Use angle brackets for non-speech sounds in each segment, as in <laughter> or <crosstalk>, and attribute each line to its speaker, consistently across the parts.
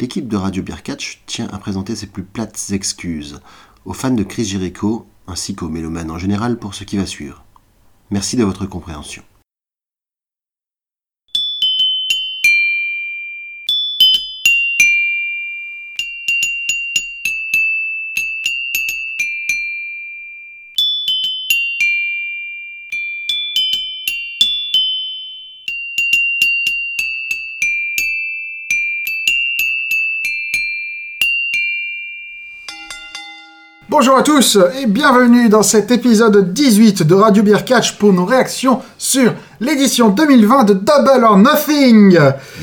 Speaker 1: l'équipe de Radio Birkatch tient à présenter ses plus plates excuses aux fans de Chris Jericho ainsi qu'aux mélomanes en général pour ce qui va suivre. Merci de votre compréhension.
Speaker 2: Bonjour à tous et bienvenue dans cet épisode 18 de Radio Beer Catch pour nos réactions sur l'édition 2020 de Double or Nothing.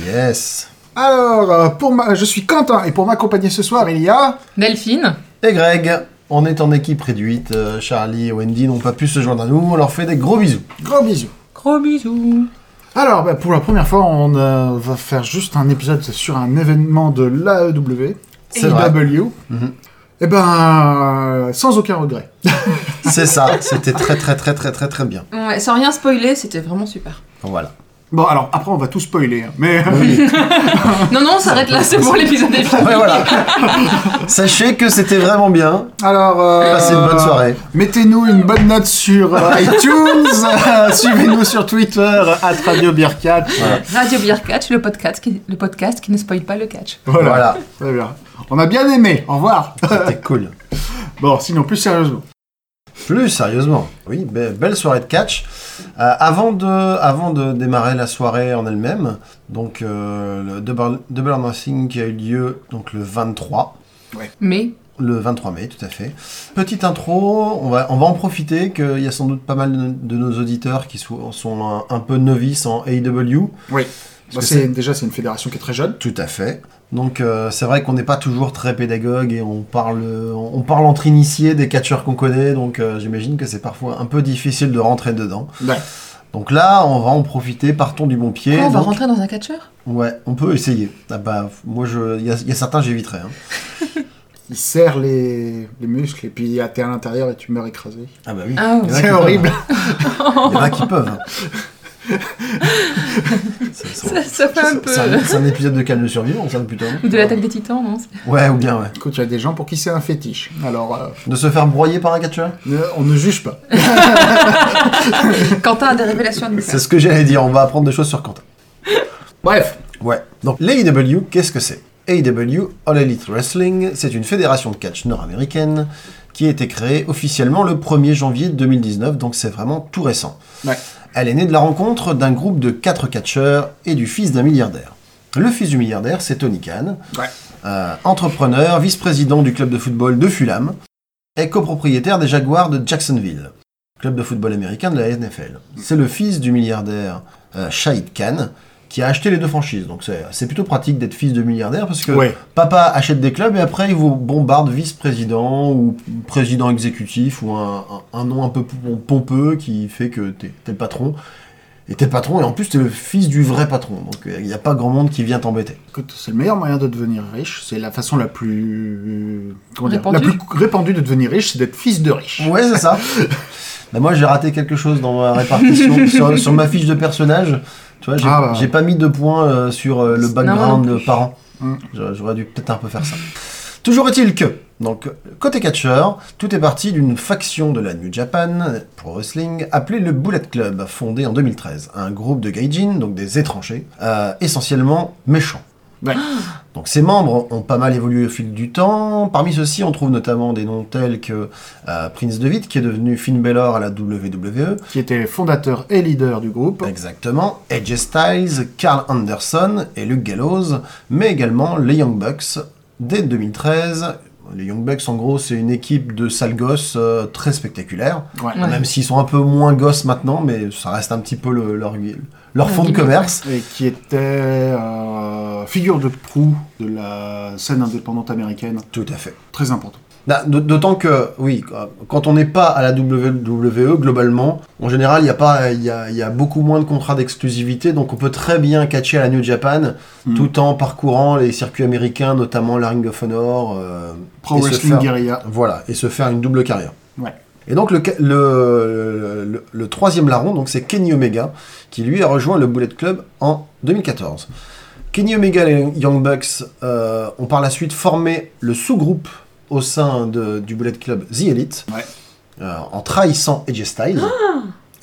Speaker 1: Yes
Speaker 2: Alors, euh, pour ma... je suis Quentin et pour m'accompagner ce soir, il y a...
Speaker 3: Delphine
Speaker 1: Et Greg, on est en équipe réduite. euh, Charlie et Wendy n'ont pas pu se joindre à nous. On leur fait des gros bisous.
Speaker 2: Gros bisous.
Speaker 3: Gros bisous
Speaker 2: Alors, bah, pour la première fois, on euh, va faire juste un épisode sur un événement de E l'AEW,
Speaker 1: C'est vrai. Mhm.
Speaker 2: AEW. Et Eh ben, euh, sans aucun regret.
Speaker 1: C'est <laughs> ça, c'était très très très très très très bien.
Speaker 3: Ouais, sans rien spoiler, c'était vraiment super.
Speaker 1: Voilà.
Speaker 2: Bon, alors, après, on va tout spoiler, hein, mais...
Speaker 3: Non, non, on s'arrête là, c'est pour l'épisode des filles.
Speaker 1: Ouais, voilà. <laughs> Sachez que c'était vraiment bien.
Speaker 2: <laughs> Alors, euh,
Speaker 1: Passez une bonne soirée.
Speaker 2: Mettez-nous une bonne note sur euh, iTunes. <laughs> euh, Suivez-nous sur Twitter, euh, at Radio Beer Catch.
Speaker 1: Voilà.
Speaker 3: Radio Beer Catch, le podcast, qui, le podcast qui ne spoil pas le catch.
Speaker 2: Voilà.
Speaker 1: Voilà,
Speaker 2: Très bien. On a bien aimé. Au revoir. <laughs>
Speaker 1: c'était cool.
Speaker 2: bon, sinon, plus sérieusement.
Speaker 1: Plus sérieusement, oui, be- belle soirée de catch. Euh, avant, de, avant de démarrer la soirée en elle-même, donc euh, le Double, Double or Nothing qui a eu lieu donc le 23,
Speaker 3: Mais,
Speaker 1: le 23 mai, tout à fait. Petite intro, on va, on va en profiter qu'il y a sans doute pas mal de, de nos auditeurs qui so- sont un, un peu novices en E AEW.
Speaker 2: Oui.
Speaker 1: que c'est-
Speaker 2: déjà, c'est une fédération qui est très jeune.
Speaker 1: Tout à fait. Donc euh, c'est vrai qu'on n'est pas toujours très pédagogue et on parle, euh, on parle entre initiés des catcheurs qu'on connaît, donc euh, j'imagine que c'est parfois un peu difficile de rentrer dedans.
Speaker 2: Ouais.
Speaker 1: Donc là, on va en profiter, partons du bon pied.
Speaker 3: Quoi, on va
Speaker 1: Donc-
Speaker 3: rentrer dans un catcheur
Speaker 1: Ouais, on peut essayer. Ah bah, moi, je, il y, a- il y a certains, j'éviterai. hein.
Speaker 2: Il serre les, les muscles et puis t'es à l'intérieur et tu meurs écrasé.
Speaker 1: Ah bah oui.
Speaker 3: Ah ouais.
Speaker 1: Il y en a qui
Speaker 2: C'est
Speaker 1: peuvent,
Speaker 2: horrible.
Speaker 1: hein. Il y en a
Speaker 3: <laughs>
Speaker 1: qui peuvent. hein. C'est- c'est-
Speaker 3: Ça, ça fait un peu...
Speaker 1: c'est un- c'est un épisode de Calme le Survivant, ça, plutôt. hein.
Speaker 3: Ou de l'attaque des titans, non c'est-
Speaker 1: Ouais, ou bien, ouais.
Speaker 2: Écoute, il y a des gens pour qui c'est un fétiche. Alors, euh,
Speaker 1: De se faire broyer par un catcheur
Speaker 2: ne- on ne juge pas.
Speaker 3: <laughs> Quentin a des révélations à nous faire.
Speaker 1: <laughs> C'est ce que j'allais dire, on va apprendre des choses sur Quentin.
Speaker 2: Bref.
Speaker 1: Ouais. Donc, l'AEW, qu'est-ce que c'est AEW, All Elite Wrestling, c'est une fédération de catch nord-américaine qui a été créée officiellement le 1er janvier 2019, donc c'est vraiment tout récent.
Speaker 2: Ouais.
Speaker 1: Elle est née de la rencontre d'un groupe de quatre catcheurs et du fils d'un milliardaire. Le fils du milliardaire, c'est Tony Khan,
Speaker 2: Ouais.
Speaker 1: euh, entrepreneur, vice-président du club de football de Fulham et copropriétaire des Jaguars de Jacksonville, club de football américain de la NFL. C'est le fils du milliardaire euh, Shahid Khan qui a acheté les deux franchises. Donc c'est c'est plutôt pratique d'être fils de milliardaire parce que
Speaker 2: Ouais.
Speaker 1: papa achète des clubs et après il vous bombarde vice-président ou président exécutif ou un, un- un nom un peu pom- pompeux qui fait que t'es t'es le patron. Et t'es le patron et en plus t'es le fils du vrai patron. Donc il n'y a pas grand monde qui vient t'embêter.
Speaker 2: Écoute, c'est le meilleur moyen de devenir riche. C'est la façon la plus. Comment dire La
Speaker 3: Répandue.
Speaker 2: plus répandue de devenir riche, c'est d'être fils de riche.
Speaker 1: Ouais, c'est ça. <laughs> Bah, moi, j'ai raté quelque chose dans ma <laughs> répartition sur, sur ma fiche de personnage. Tu vois, j'ai
Speaker 2: Ah, bah.
Speaker 1: j'ai pas mis de points euh, sur euh, le
Speaker 3: Non,
Speaker 1: background
Speaker 3: non
Speaker 1: de parents.
Speaker 2: Mm.
Speaker 1: J'aurais j'aurais dû peut-être un peu faire ça. Toujours est-il que, donc, côté catcheur, tout est parti d'une faction de la New Japan Pro Wrestling appelée le Bullet Club, fondée en 2013. Un groupe de gaijin, donc des étrangers, euh, essentiellement méchants.
Speaker 2: Ouais.
Speaker 1: <gasps> Donc ses membres ont pas mal évolué au fil du temps. Parmi ceux-ci, on trouve notamment des noms tels que euh, Prince Devitt, qui est devenu Finn Balor à la E, WWE,
Speaker 2: qui était fondateur et leader du groupe.
Speaker 1: exactement, AJ Styles, Carl Anderson et Luke Gallows, mais également les Young Bucks dès 2013. Les Young Bucks, en gros, c'est une équipe de sales gosses euh, très spectaculaire,
Speaker 2: Ouais.
Speaker 3: Ouais.
Speaker 1: même s'ils sont un peu moins gosses maintenant, mais ça reste un petit peu le- leur, leur
Speaker 3: Leur
Speaker 1: fond de
Speaker 3: gimmick,
Speaker 1: commerce.
Speaker 2: Et qui était euh, figure de proue de la scène indépendante américaine.
Speaker 1: Tout à fait.
Speaker 2: Très important.
Speaker 1: Bah, d'aut- D'autant que, oui, quand on n'est pas à la WWE, globalement, en général, il y, a pas- il y a, il y a beaucoup moins de contrats d'exclusivité, donc on peut très bien catcher à la New Japan,
Speaker 2: Mm.
Speaker 1: tout en parcourant les circuits américains, notamment la Ring of Honor, euh,
Speaker 2: Pro
Speaker 1: et se
Speaker 2: Wrestling
Speaker 1: faire-
Speaker 2: Guerrilla.
Speaker 1: voilà, et se faire une double carrière.
Speaker 2: Ouais.
Speaker 1: Et donc le, ca- le, le- le troisième larron, donc c'est Kenny Omega, qui lui a rejoint le Bullet Club en 2014. Ke- Kenny Omega et Young Bucks euh, ont par la suite formé le sous-groupe au sein de- du Bullet Club The Elite,
Speaker 2: Ouais.
Speaker 1: euh, en trahissant AJ Styles,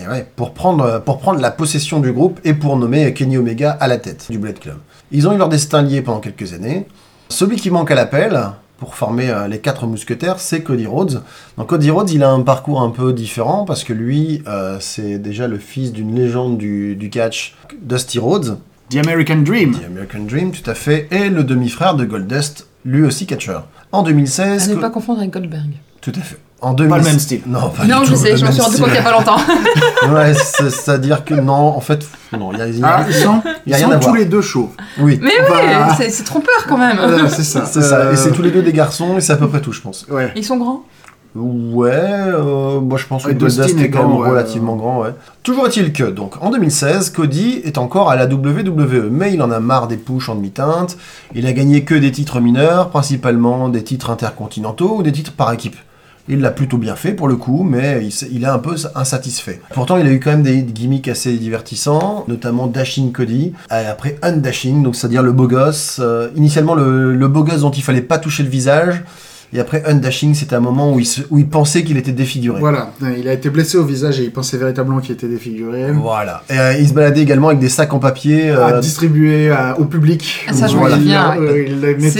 Speaker 1: et ouais, pour, prendre, pour prendre la possession du groupe et pour nommer Kenny Omega à la tête du Bullet Club. Ils ont eu leur destin lié pendant quelques années. Celui qui manque à l'appel pour former euh, les quatre mousquetaires, c'est Cody Rhodes. Donc Cody Rhodes, il a un parcours un peu différent parce que lui, euh, c'est déjà le fils d'une légende du, du catch, Dusty Rhodes.
Speaker 2: The American Dream.
Speaker 1: The American Dream, tout à fait, et le demi-frère de Goldust, lui aussi catcheur. En
Speaker 3: À
Speaker 1: 2016,
Speaker 3: ne
Speaker 1: Co-
Speaker 3: pas confondre avec Goldberg.
Speaker 1: tout à fait. En 2000...
Speaker 2: le même style.
Speaker 1: Non, pas
Speaker 3: Non,
Speaker 1: du
Speaker 3: je
Speaker 1: tout
Speaker 3: sais,
Speaker 1: le
Speaker 3: je m'en
Speaker 1: même
Speaker 3: suis rendu
Speaker 1: style.
Speaker 3: compte il n'y a pas longtemps.
Speaker 1: <laughs> Ouais, c'est- c'est-à-dire que non, en fait, non, il y a, il y a-
Speaker 2: Ah, ils sont,
Speaker 1: Il y a
Speaker 2: ils
Speaker 1: rien
Speaker 2: sont
Speaker 1: à
Speaker 2: tous
Speaker 1: voir.
Speaker 2: les deux
Speaker 3: <laughs>
Speaker 2: chauds.
Speaker 1: oui,
Speaker 3: Mais oui,
Speaker 2: Bah.
Speaker 3: c'est- c'est trompeur quand même.
Speaker 1: Euh,
Speaker 2: c'est ça.
Speaker 1: c'est ça. Euh, Et c'est tous les deux des garçons, et c'est à peu près tout, je pense.
Speaker 2: Ouais.
Speaker 3: Ils sont grands.
Speaker 1: Ouais, euh, moi je pense que
Speaker 2: Ouais,
Speaker 1: Goldust
Speaker 2: Dustin
Speaker 1: est
Speaker 2: est
Speaker 1: quand même
Speaker 2: grand, ouais.
Speaker 1: relativement grand, ouais. Toujours est-il que, donc, en 2016, Cody est encore à la WWE, mais il en a marre des pushs en demi-teinte. Il a gagné que des titres mineurs, principalement des titres intercontinentaux ou des titres par équipe. Il l'a plutôt bien fait pour le coup, mais il, s'est- il est un peu insatisfait. Pourtant, il a eu quand même des gimmicks assez divertissants, notamment Dashing Cody, euh, après Undashing, donc c'est-à-dire le beau gosse. euh, initialement, le, le beau gosse dont il fallait pas toucher le visage, et après Undashing, c'était un moment où il, se- où il pensait qu'il était défiguré.
Speaker 2: Voilà, il a été blessé au visage et il pensait véritablement qu'il était défiguré.
Speaker 1: Voilà. Et euh, il se baladait également avec des sacs en papier. euh,
Speaker 2: à distribuer à- au public.
Speaker 3: Ah, ça,
Speaker 1: je
Speaker 2: Donc,
Speaker 1: m'en
Speaker 2: il-
Speaker 3: souviens,
Speaker 2: euh, il les mettait- il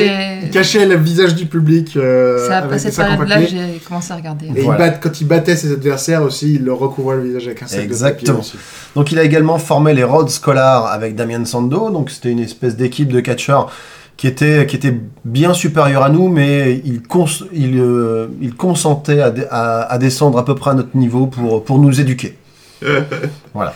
Speaker 3: C'est.
Speaker 2: cachait le visage du public. euh,
Speaker 3: C'est à
Speaker 2: avec des
Speaker 3: cette
Speaker 2: sacs en
Speaker 3: période-là que
Speaker 2: papier.
Speaker 3: j'ai commencé à regarder.
Speaker 2: Et il
Speaker 1: Voilà.
Speaker 2: bat- quand il battait ses adversaires aussi, il leur recouvrait le visage avec un sac
Speaker 1: Exactement.
Speaker 2: de papier. aussi.
Speaker 1: Donc il a également formé les Rhodes Scholars avec Damien Sando, donc c'était une espèce d'équipe de catcheurs qui était, qui était bien supérieure à nous, mais il, cons il, euh, il consentait à, dé- à- à descendre à peu près à notre niveau pour, pour nous éduquer. voilà.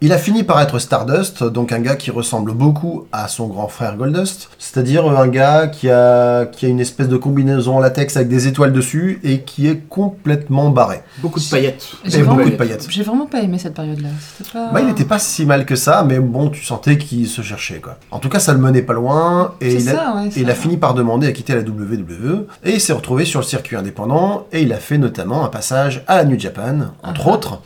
Speaker 1: Il a fini par être Stardust, donc un gars qui ressemble beaucoup à son grand frère Goldust, c'est-à-dire euh, un gars qui a, qui a une espèce de combinaison en latex avec des étoiles dessus et qui est complètement barré.
Speaker 2: Beaucoup de paillettes.
Speaker 3: J'ai
Speaker 1: beaucoup
Speaker 3: vraiment-
Speaker 1: de paillettes.
Speaker 3: J'ai vraiment pas aimé cette période-là. C'était pas.
Speaker 1: Bah, il était pas si mal que ça, mais bon, tu sentais qu'il se cherchait, quoi. En tout cas, ça le menait pas loin, et
Speaker 3: C'est
Speaker 1: il, a,
Speaker 3: ça, ouais,
Speaker 1: et il
Speaker 3: ça.
Speaker 1: a fini par demander à quitter la WWE, et il s'est retrouvé sur le circuit indépendant, et il a fait notamment un passage à la New Japan, entre
Speaker 3: Ah.
Speaker 1: autres,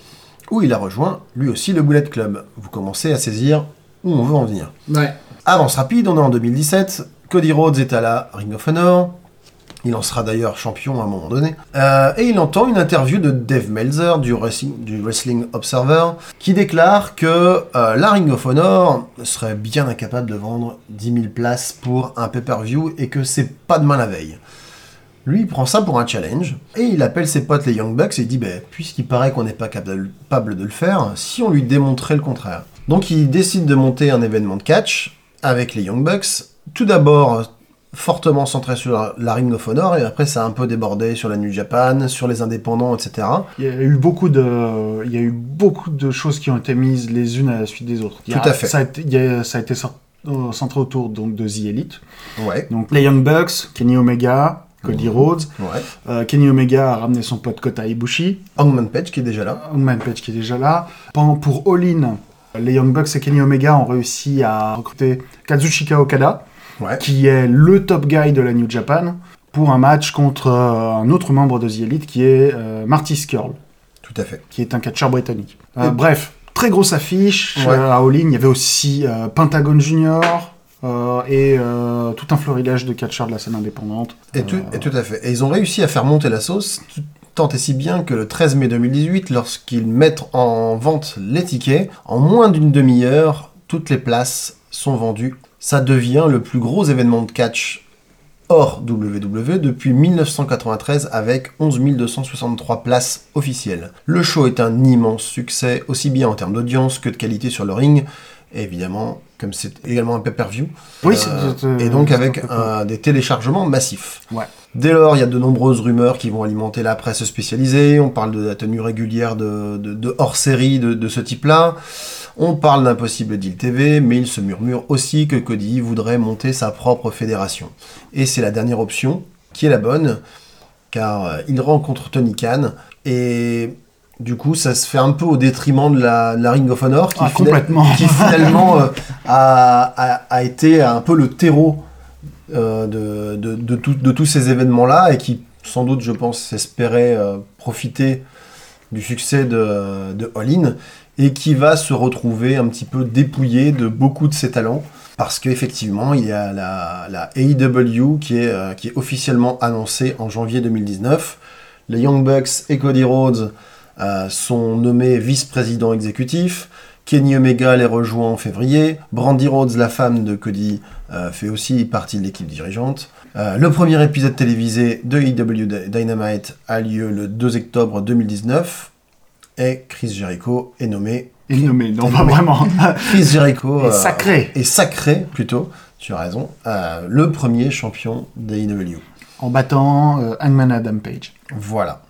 Speaker 1: où il a rejoint lui aussi le Bullet Club. Vous commencez à saisir où on veut en venir.
Speaker 2: Ouais.
Speaker 1: Avance rapide, on est en 2017. Cody Rhodes est à la Ring of Honor. Il en sera d'ailleurs champion à un moment donné. Euh, et il entend une interview de Dave Melzer du Wrestling, du Wrestling Observer qui déclare que euh, la Ring of Honor serait bien incapable de vendre 10 000 places pour un pay-per-view et que c'est pas demain la veille. Lui, il prend ça pour un challenge et il appelle ses potes les Young Bucks et il dit Ben, puisqu'il paraît qu'on n'est pas capable de le faire, si on lui démontrait le contraire. Donc il décide de monter un événement de catch avec les Young Bucks. Tout d'abord euh, fortement centré sur la- la Ring of Honor et après ça a un peu débordé sur la New Japan, sur les indépendants, etc.
Speaker 2: Il y a eu beaucoup de, il y a eu beaucoup de choses qui ont été mises les unes à la suite des autres. Il y a-
Speaker 1: Tout à fait.
Speaker 2: Ça a été, il y a- ça a été cent- euh, centré autour donc de The Elite.
Speaker 1: Ouais,
Speaker 2: Donc les Young Bucks, Kenny Omega, Cody Rhodes.
Speaker 1: ouais.
Speaker 2: Euh, Kenny Omega a ramené son pote Kota Ibushi.
Speaker 1: Hangman Page qui est déjà là.
Speaker 2: Hangman Page qui est déjà là. Pendant- Pour All In, les Young Bucks et Kenny Omega ont réussi à recruter Kazuchika Okada,
Speaker 1: Ouais.
Speaker 2: qui est le top guy de la New Japan, pour un match contre euh, un autre membre de The Elite qui est euh, Marty Skrull,
Speaker 1: Tout à fait.
Speaker 2: qui est un catcheur britannique. Euh,
Speaker 1: Et-
Speaker 2: Bref, très grosse affiche
Speaker 1: Ouais.
Speaker 2: euh, à All In. Il y avait aussi euh, Pentagon Junior. euh, et euh, tout un florilège de catcheurs de la scène indépendante.
Speaker 1: Et tout, et tout à fait. Et ils ont réussi à faire monter la sauce, tout- tant et si bien que le 13 mai 2018, lorsqu'ils mettent en vente les tickets, en moins d'une demi-heure, toutes les places sont vendues. Ça devient le plus gros événement de catch hors WWE depuis 1993 avec 11 263 places officielles. Le show est un immense succès, aussi bien en termes d'audience que de qualité sur le ring. Et évidemment, comme c'est également un pay-per-view,
Speaker 2: Oui,
Speaker 1: euh,
Speaker 2: c'est- c'est-
Speaker 1: et donc
Speaker 2: c'est
Speaker 1: avec
Speaker 2: un peu
Speaker 1: un- des téléchargements massifs.
Speaker 2: Ouais.
Speaker 1: Dès lors, il y a de nombreuses rumeurs qui vont alimenter la presse spécialisée. On parle de la tenue régulière de, de- de hors-série de, de ce type-là. On parle d'un possible deal TV, mais il se murmure aussi que Cody voudrait monter sa propre fédération. Et c'est la dernière option qui est la bonne, car euh, il rencontre Tony Khan et du coup, ça se fait un peu au détriment de la, de la Ring of Honor qui,
Speaker 2: Ah,
Speaker 1: fina-
Speaker 2: complètement.
Speaker 1: qui finalement euh, a, a- a été un peu le terreau euh, de, de- de tout- de tous ces événements-là et qui, sans doute, je pense, espérait euh, profiter du succès de, de All In et qui va se retrouver un petit peu dépouillé de beaucoup de ses talents parce qu'effectivement, il y a la, la AEW qui est, euh, qui est officiellement annoncée en janvier 2019. Les Young Bucks et Cody Rhodes euh, sont nommés vice-présidents exécutifs. Kenny Omega les rejoint en février. Brandy Rhodes, la femme de Cody, euh, fait aussi partie de l'équipe dirigeante. Euh, le premier épisode télévisé de AEW Dy- Dynamite a lieu le 2 octobre 2019 et Chris Jericho est nommé.
Speaker 2: Il est nommé, non pas
Speaker 1: <laughs>
Speaker 2: vraiment.
Speaker 1: Chris Jericho
Speaker 2: Est <laughs>
Speaker 1: euh,
Speaker 2: sacré.
Speaker 1: est sacré plutôt. Tu as raison. euh, le premier champion E d'AEW.
Speaker 2: en battant euh, Hangman Adam Page.
Speaker 1: Voilà.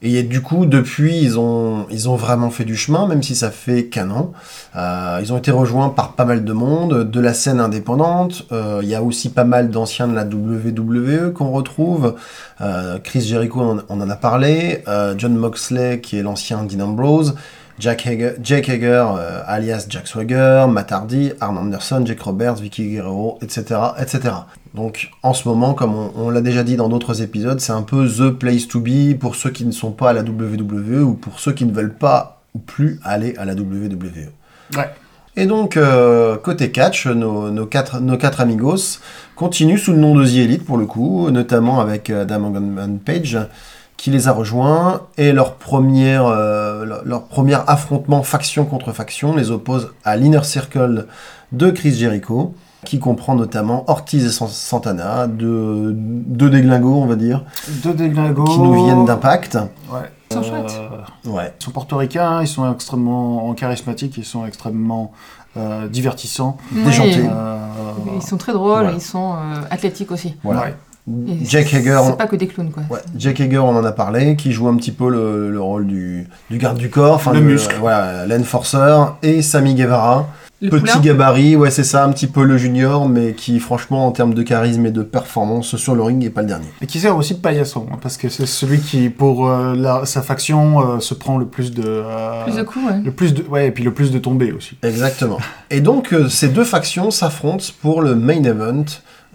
Speaker 1: Et du coup, depuis, ils ont, ils ont vraiment fait du chemin, même si ça fait qu'un an. Euh, ils ont été rejoints par pas mal de monde, de la scène indépendante. Euh, Il y a aussi pas mal d'anciens de la WWE qu'on retrouve. Euh, Chris Jericho, on, on en a parlé. Euh, John Moxley, qui est l'ancien Dean Ambrose. Jack Hager, Jake Hager, euh, alias Jack Swagger, Matt Hardy, Arn Anderson, Jake Roberts, Vicky Guerrero, etc., etc. Donc en ce moment, comme on, on l'a déjà dit dans d'autres épisodes, c'est un peu the place to be pour ceux qui ne sont pas à la WWE ou pour ceux qui ne veulent pas ou plus aller à la WWE.
Speaker 2: Ouais.
Speaker 1: Et donc, euh, côté catch, nos, nos quatre, nos quatre amigos continuent sous le nom de The Elite pour le coup, notamment avec euh, Adam Hangman Page qui les a rejoints et leur, première, euh, leur, leur premier affrontement faction contre faction les oppose à l'Inner Circle de Chris Jericho qui comprend notamment Ortiz et San- Santana, deux, deux déglingos on va dire,
Speaker 2: Deux déglingos.
Speaker 1: qui nous
Speaker 2: Oh.
Speaker 1: viennent d'Impact.
Speaker 2: Ouais. Euh,
Speaker 3: Ils sont chouettes.
Speaker 1: Ouais,
Speaker 2: Ils sont portoricains, hein, ils sont extrêmement charismatiques, ils sont extrêmement euh, divertissants.
Speaker 1: déjanté.
Speaker 3: Oui.
Speaker 2: Euh,
Speaker 3: Ils sont très drôles,
Speaker 1: Voilà.
Speaker 3: ils sont euh, athlétiques aussi.
Speaker 1: voilà.
Speaker 2: ouais.
Speaker 3: Et
Speaker 1: Jack
Speaker 3: c'est-
Speaker 1: Hager, on-
Speaker 3: C'est pas que des clowns, quoi.
Speaker 1: Ouais, Jack Hager, on en a parlé, qui joue un petit peu le, le rôle du, du garde du corps, enfin
Speaker 2: Le
Speaker 1: de-
Speaker 2: muscle.
Speaker 1: Voilà, l'enforcer et Sammy Guevara,
Speaker 3: Le
Speaker 1: petit
Speaker 3: poulain,
Speaker 1: gabarit, ouais c'est ça, un petit peu le junior, mais qui franchement en termes de charisme et de performance sur le ring n'est pas le dernier.
Speaker 2: Et qui sert aussi de paillasson, hein, parce que c'est celui qui, pour euh, la- sa faction, euh, se prend le plus de. euh,
Speaker 3: plus de coups, ouais.
Speaker 2: le plus de, ouais, et puis le plus de tombées aussi.
Speaker 1: Exactement. Et donc euh, ces deux factions s'affrontent pour le main event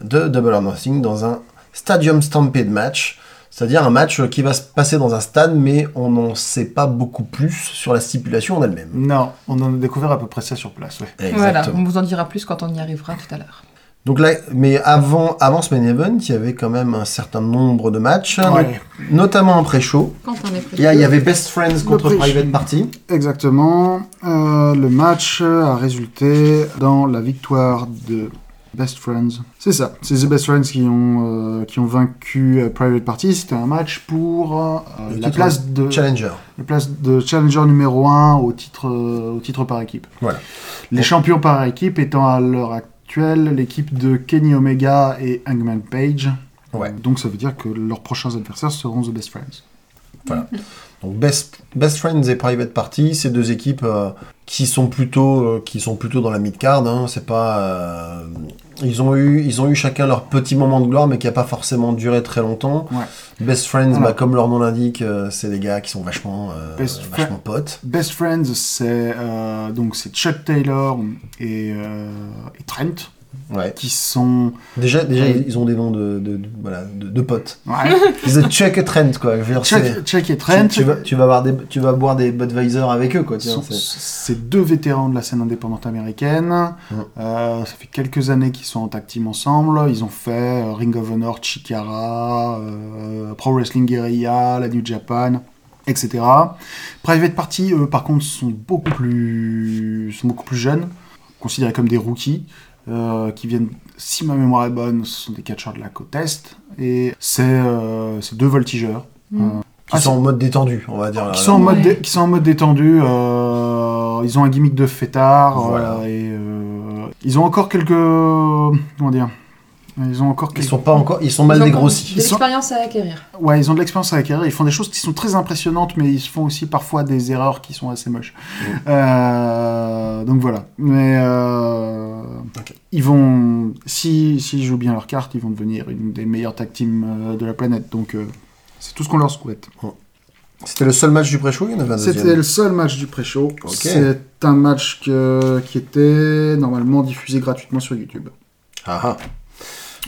Speaker 1: de Double or Nothing dans un Stadium Stampede match, c'est-à-dire un match euh, qui va se passer dans un stade, mais on n'en sait pas beaucoup plus sur la stipulation en elle-même.
Speaker 2: Non, on en a découvert à peu près ça sur place, ouais.
Speaker 3: Voilà, on vous en dira plus quand on y arrivera tout à l'heure.
Speaker 1: Donc là, mais avant, avant ce main event, il y avait quand même un certain nombre de matchs,
Speaker 3: Ah,
Speaker 2: Ouais.
Speaker 1: no- notamment un pré-show.
Speaker 3: Quand on est prêt.
Speaker 1: Il y, a- il y avait Best Friends contre
Speaker 2: pré-show.
Speaker 1: Private Party.
Speaker 2: Exactement. Euh, le match a résulté dans la victoire de Best Friends. C'est ça. C'est The Best Friends qui ont, euh, qui ont vaincu euh, Private Party. C'était un match pour euh,
Speaker 1: Le
Speaker 2: la,
Speaker 1: titre
Speaker 2: place de,
Speaker 1: Challenger.
Speaker 2: la place de challenger numéro 1 au titre, euh, au titre par équipe.
Speaker 1: Voilà.
Speaker 2: Les champions par équipe étant à l'heure actuelle l'équipe de Kenny Omega et Hangman Page.
Speaker 1: Ouais.
Speaker 2: Donc ça veut dire que leurs prochains adversaires seront The Best Friends.
Speaker 1: Donc Best, Best Friends et Private Party, ces deux équipes euh, qui sont plutôt euh, qui sont plutôt dans la mid card. c'est pas euh, ils ont eu ils ont eu chacun leur petit moment de gloire, mais qui a pas forcément duré très longtemps.
Speaker 2: Ouais.
Speaker 1: Best Friends,
Speaker 2: Voilà.
Speaker 1: bah, comme leur nom l'indique, euh, c'est des gars qui sont vachement euh,
Speaker 2: Best fri-
Speaker 1: vachement potes.
Speaker 2: Best Friends, c'est euh, donc c'est Chuck Taylor et, euh, et Trent
Speaker 1: Ouais.
Speaker 2: qui sont
Speaker 1: Déjà déjà
Speaker 2: Ouais.
Speaker 1: ils ont des noms de de, de- voilà de- de potes.
Speaker 2: ouais,
Speaker 1: Ils ont Chuck Trent quoi. Je veux dire, Ah, c'est-
Speaker 2: Chuck, Chuck et Trent.
Speaker 1: tu, tu vas, tu vas boire des, tu vas boire des Budweiser avec eux, quoi. tu vois,
Speaker 2: sont-
Speaker 1: c'est-
Speaker 2: C'est deux vétérans de la scène indépendante américaine.
Speaker 1: Ouais.
Speaker 2: Euh, ça fait quelques années qu'ils sont en tag team ensemble. Ils ont fait euh, Ring of Honor, Chikara, euh, Pro Wrestling Guerrilla, la New Japan, etc. Private Party, eux, par contre, sont beaucoup plus, sont beaucoup plus jeunes, considérés comme des rookies, euh, qui viennent, si ma mémoire est bonne, ce sont des catcheurs de la côte Est. Et c'est euh, c'est deux voltigeurs.
Speaker 3: Mm.
Speaker 2: Euh,
Speaker 1: Qui
Speaker 2: ah,
Speaker 1: sont en mode détendu, on va dire.
Speaker 2: qui
Speaker 1: là,
Speaker 2: sont, en
Speaker 1: là.
Speaker 2: mode
Speaker 3: Ouais.
Speaker 2: dé- qui sont en mode détendu. euh, ils ont un gimmick de fêtard.
Speaker 1: Voilà.
Speaker 2: euh, et, euh, ils ont encore quelques. Comment dire Ils ont encore
Speaker 1: Ils
Speaker 2: quelques.
Speaker 1: sont pas encore, ils sont
Speaker 3: Ils
Speaker 1: mal
Speaker 3: ont
Speaker 1: dégrossis.
Speaker 3: De l'expérience à acquérir.
Speaker 2: Ouais, ils ont de l'expérience à acquérir. Ils font des choses qui sont très impressionnantes, mais ils font aussi parfois des erreurs qui sont assez moches.
Speaker 1: Mm.
Speaker 2: Euh, donc voilà. Mais. euh,
Speaker 1: Ok.
Speaker 2: Ils vont. Si, si jouent bien leurs cartes, ils vont devenir une des meilleures tag teams euh, de la planète. Donc. euh, c'est tout ce qu'on leur souhaite.
Speaker 1: C'était le seul match du pré-show, il y en avait un
Speaker 2: C'était
Speaker 1: deuxième.
Speaker 2: le seul match du pré-show.
Speaker 1: Ok.
Speaker 2: C'est un match que- qui était normalement diffusé gratuitement sur YouTube.
Speaker 1: Ah, ah.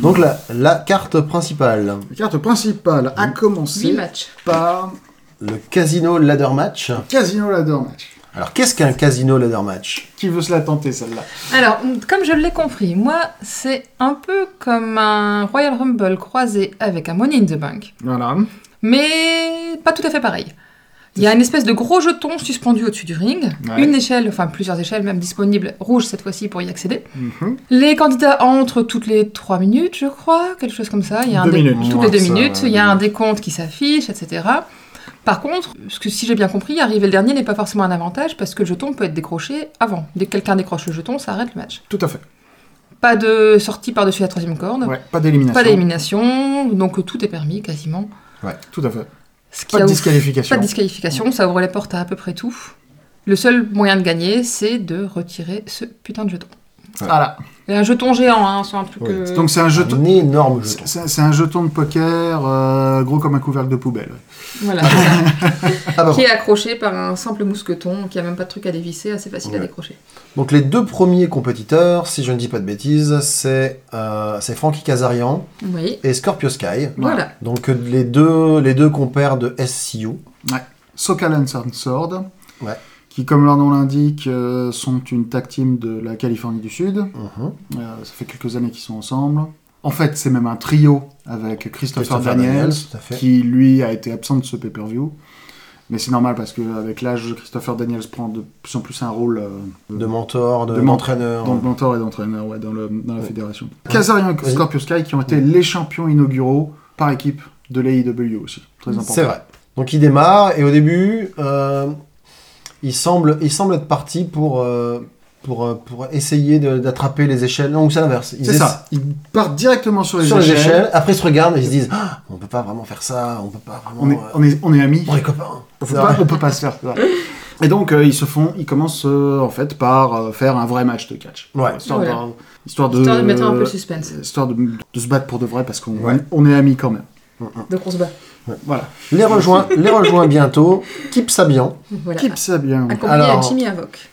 Speaker 1: Donc la, la carte principale,
Speaker 2: La carte principale a
Speaker 3: 8
Speaker 2: commencé
Speaker 3: matchs.
Speaker 2: par
Speaker 1: le Casino Ladder Match.
Speaker 2: Casino Ladder Match.
Speaker 1: Alors, qu'est-ce qu'un casino ladder match
Speaker 2: Qui veut se la tenter, celle-là
Speaker 3: Alors, comme je l'ai compris, moi, c'est un peu comme un Royal Rumble croisé avec un Money in the Bank,
Speaker 2: Voilà.
Speaker 3: mais pas tout à fait pareil. Il y a une espèce de gros jeton suspendu au-dessus du ring,
Speaker 2: Ouais.
Speaker 3: une échelle, enfin plusieurs échelles même disponibles, rouges cette fois-ci pour y accéder.
Speaker 2: Mhm.
Speaker 3: Les candidats entrent toutes les 3 minutes, je crois, quelque chose comme ça. Il y a un
Speaker 2: Deux
Speaker 3: dé-
Speaker 2: minutes.
Speaker 3: Toutes
Speaker 1: Ouais,
Speaker 3: les deux
Speaker 1: ça,
Speaker 3: minutes,
Speaker 1: ouais,
Speaker 3: il y a
Speaker 1: deux
Speaker 3: un décompte qui s'affiche, etc. Par contre, ce que, si j'ai bien compris, arriver le dernier n'est pas forcément un avantage parce que le jeton peut être décroché avant. Dès que quelqu'un décroche le jeton, ça arrête le match.
Speaker 2: Tout à fait.
Speaker 3: Pas de sortie par-dessus la troisième corde,
Speaker 2: Ouais, pas d'élimination.
Speaker 3: pas d'élimination, donc tout est permis quasiment.
Speaker 2: Tout à fait.
Speaker 3: Ce qui
Speaker 2: Pas de
Speaker 3: a ouf-
Speaker 2: disqualification.
Speaker 3: pas de disqualification, ça ouvre les portes à à peu près tout. Le seul moyen de gagner, c'est de retirer ce putain de jeton.
Speaker 2: Voilà.
Speaker 3: Et un jeton géant, hein, c'est un truc.
Speaker 1: Oui.
Speaker 3: euh,
Speaker 2: Donc c'est un jeton.
Speaker 1: Un énorme jeton.
Speaker 2: C'est c'est un jeton de poker euh, gros comme un couvercle de poubelle.
Speaker 3: voilà, c'est ça. <laughs>
Speaker 1: Ah, bah,
Speaker 3: qui est accroché par un simple mousqueton, qui a même pas de truc à dévisser, assez facile à
Speaker 1: Ouais.
Speaker 3: décrocher.
Speaker 1: Donc les deux premiers compétiteurs, si je ne dis pas de bêtises, c'est euh, c'est Frankie Kazarian
Speaker 3: Oui,
Speaker 1: et Scorpio Sky.
Speaker 3: voilà.
Speaker 1: Donc euh, les deux, les deux compères de SCU.
Speaker 2: Sokalan Sword,
Speaker 1: Ouais.
Speaker 2: qui, comme leur nom l'indique, euh, sont une tag team de la Californie du Sud.
Speaker 1: Mhm.
Speaker 2: Euh, ça fait quelques années qu'ils sont ensemble. En fait, c'est même un trio avec Christopher, Daniels,
Speaker 1: tout à fait.
Speaker 2: qui lui a été absent de ce pay-per-view. Mais c'est normal parce qu'avec l'âge, Christopher Daniels prend de plus en plus un rôle euh,
Speaker 1: De mentor, de
Speaker 2: De
Speaker 1: d'entraîneur.
Speaker 2: dans le mentor et d'entraîneur ouais, dans, le- dans la
Speaker 1: Ouais.
Speaker 2: fédération. Kazarian et
Speaker 1: Vas-y.
Speaker 2: Scorpio Sky qui ont été les champions inauguraux par équipe de l'AEW aussi. Très important.
Speaker 1: C'est vrai. Donc il démarre et au début, euh, il, semble, il semble être parti pour, euh, pour, euh, pour essayer de- d'attraper les échelles. Non, ou c'est l'inverse. Ils
Speaker 2: C'est
Speaker 1: essa-
Speaker 2: ça. Ils partent directement sur les
Speaker 1: Sur les
Speaker 2: échelles.
Speaker 1: échelles, après ils se regardent et ils se disent Ah, on peut pas vraiment faire ça, on peut pas vraiment.
Speaker 2: On est,
Speaker 1: euh,
Speaker 2: on est, on est amis.
Speaker 1: on est copains.
Speaker 2: On peut
Speaker 1: C'est
Speaker 2: pas,
Speaker 1: vrai.
Speaker 2: on peut pas se faire. ça. Et donc euh, ils se font, ils commencent euh, en fait par euh, faire un vrai match de catch.
Speaker 1: Ouais.
Speaker 2: Histoire,
Speaker 3: Voilà.
Speaker 2: d'en- histoire de,
Speaker 3: Histoire de mettre un peu le suspense.
Speaker 2: histoire de, de se battre pour de vrai parce qu'on
Speaker 1: Ouais.
Speaker 2: on est amis quand même.
Speaker 3: Donc on se bat.
Speaker 2: Voilà.
Speaker 1: Les rejoint, les rejoint bientôt, Kip Sabian
Speaker 3: Voilà.
Speaker 2: Keep ça bien.
Speaker 3: Accompagné
Speaker 1: Alors-
Speaker 3: à Jimmy Havoc.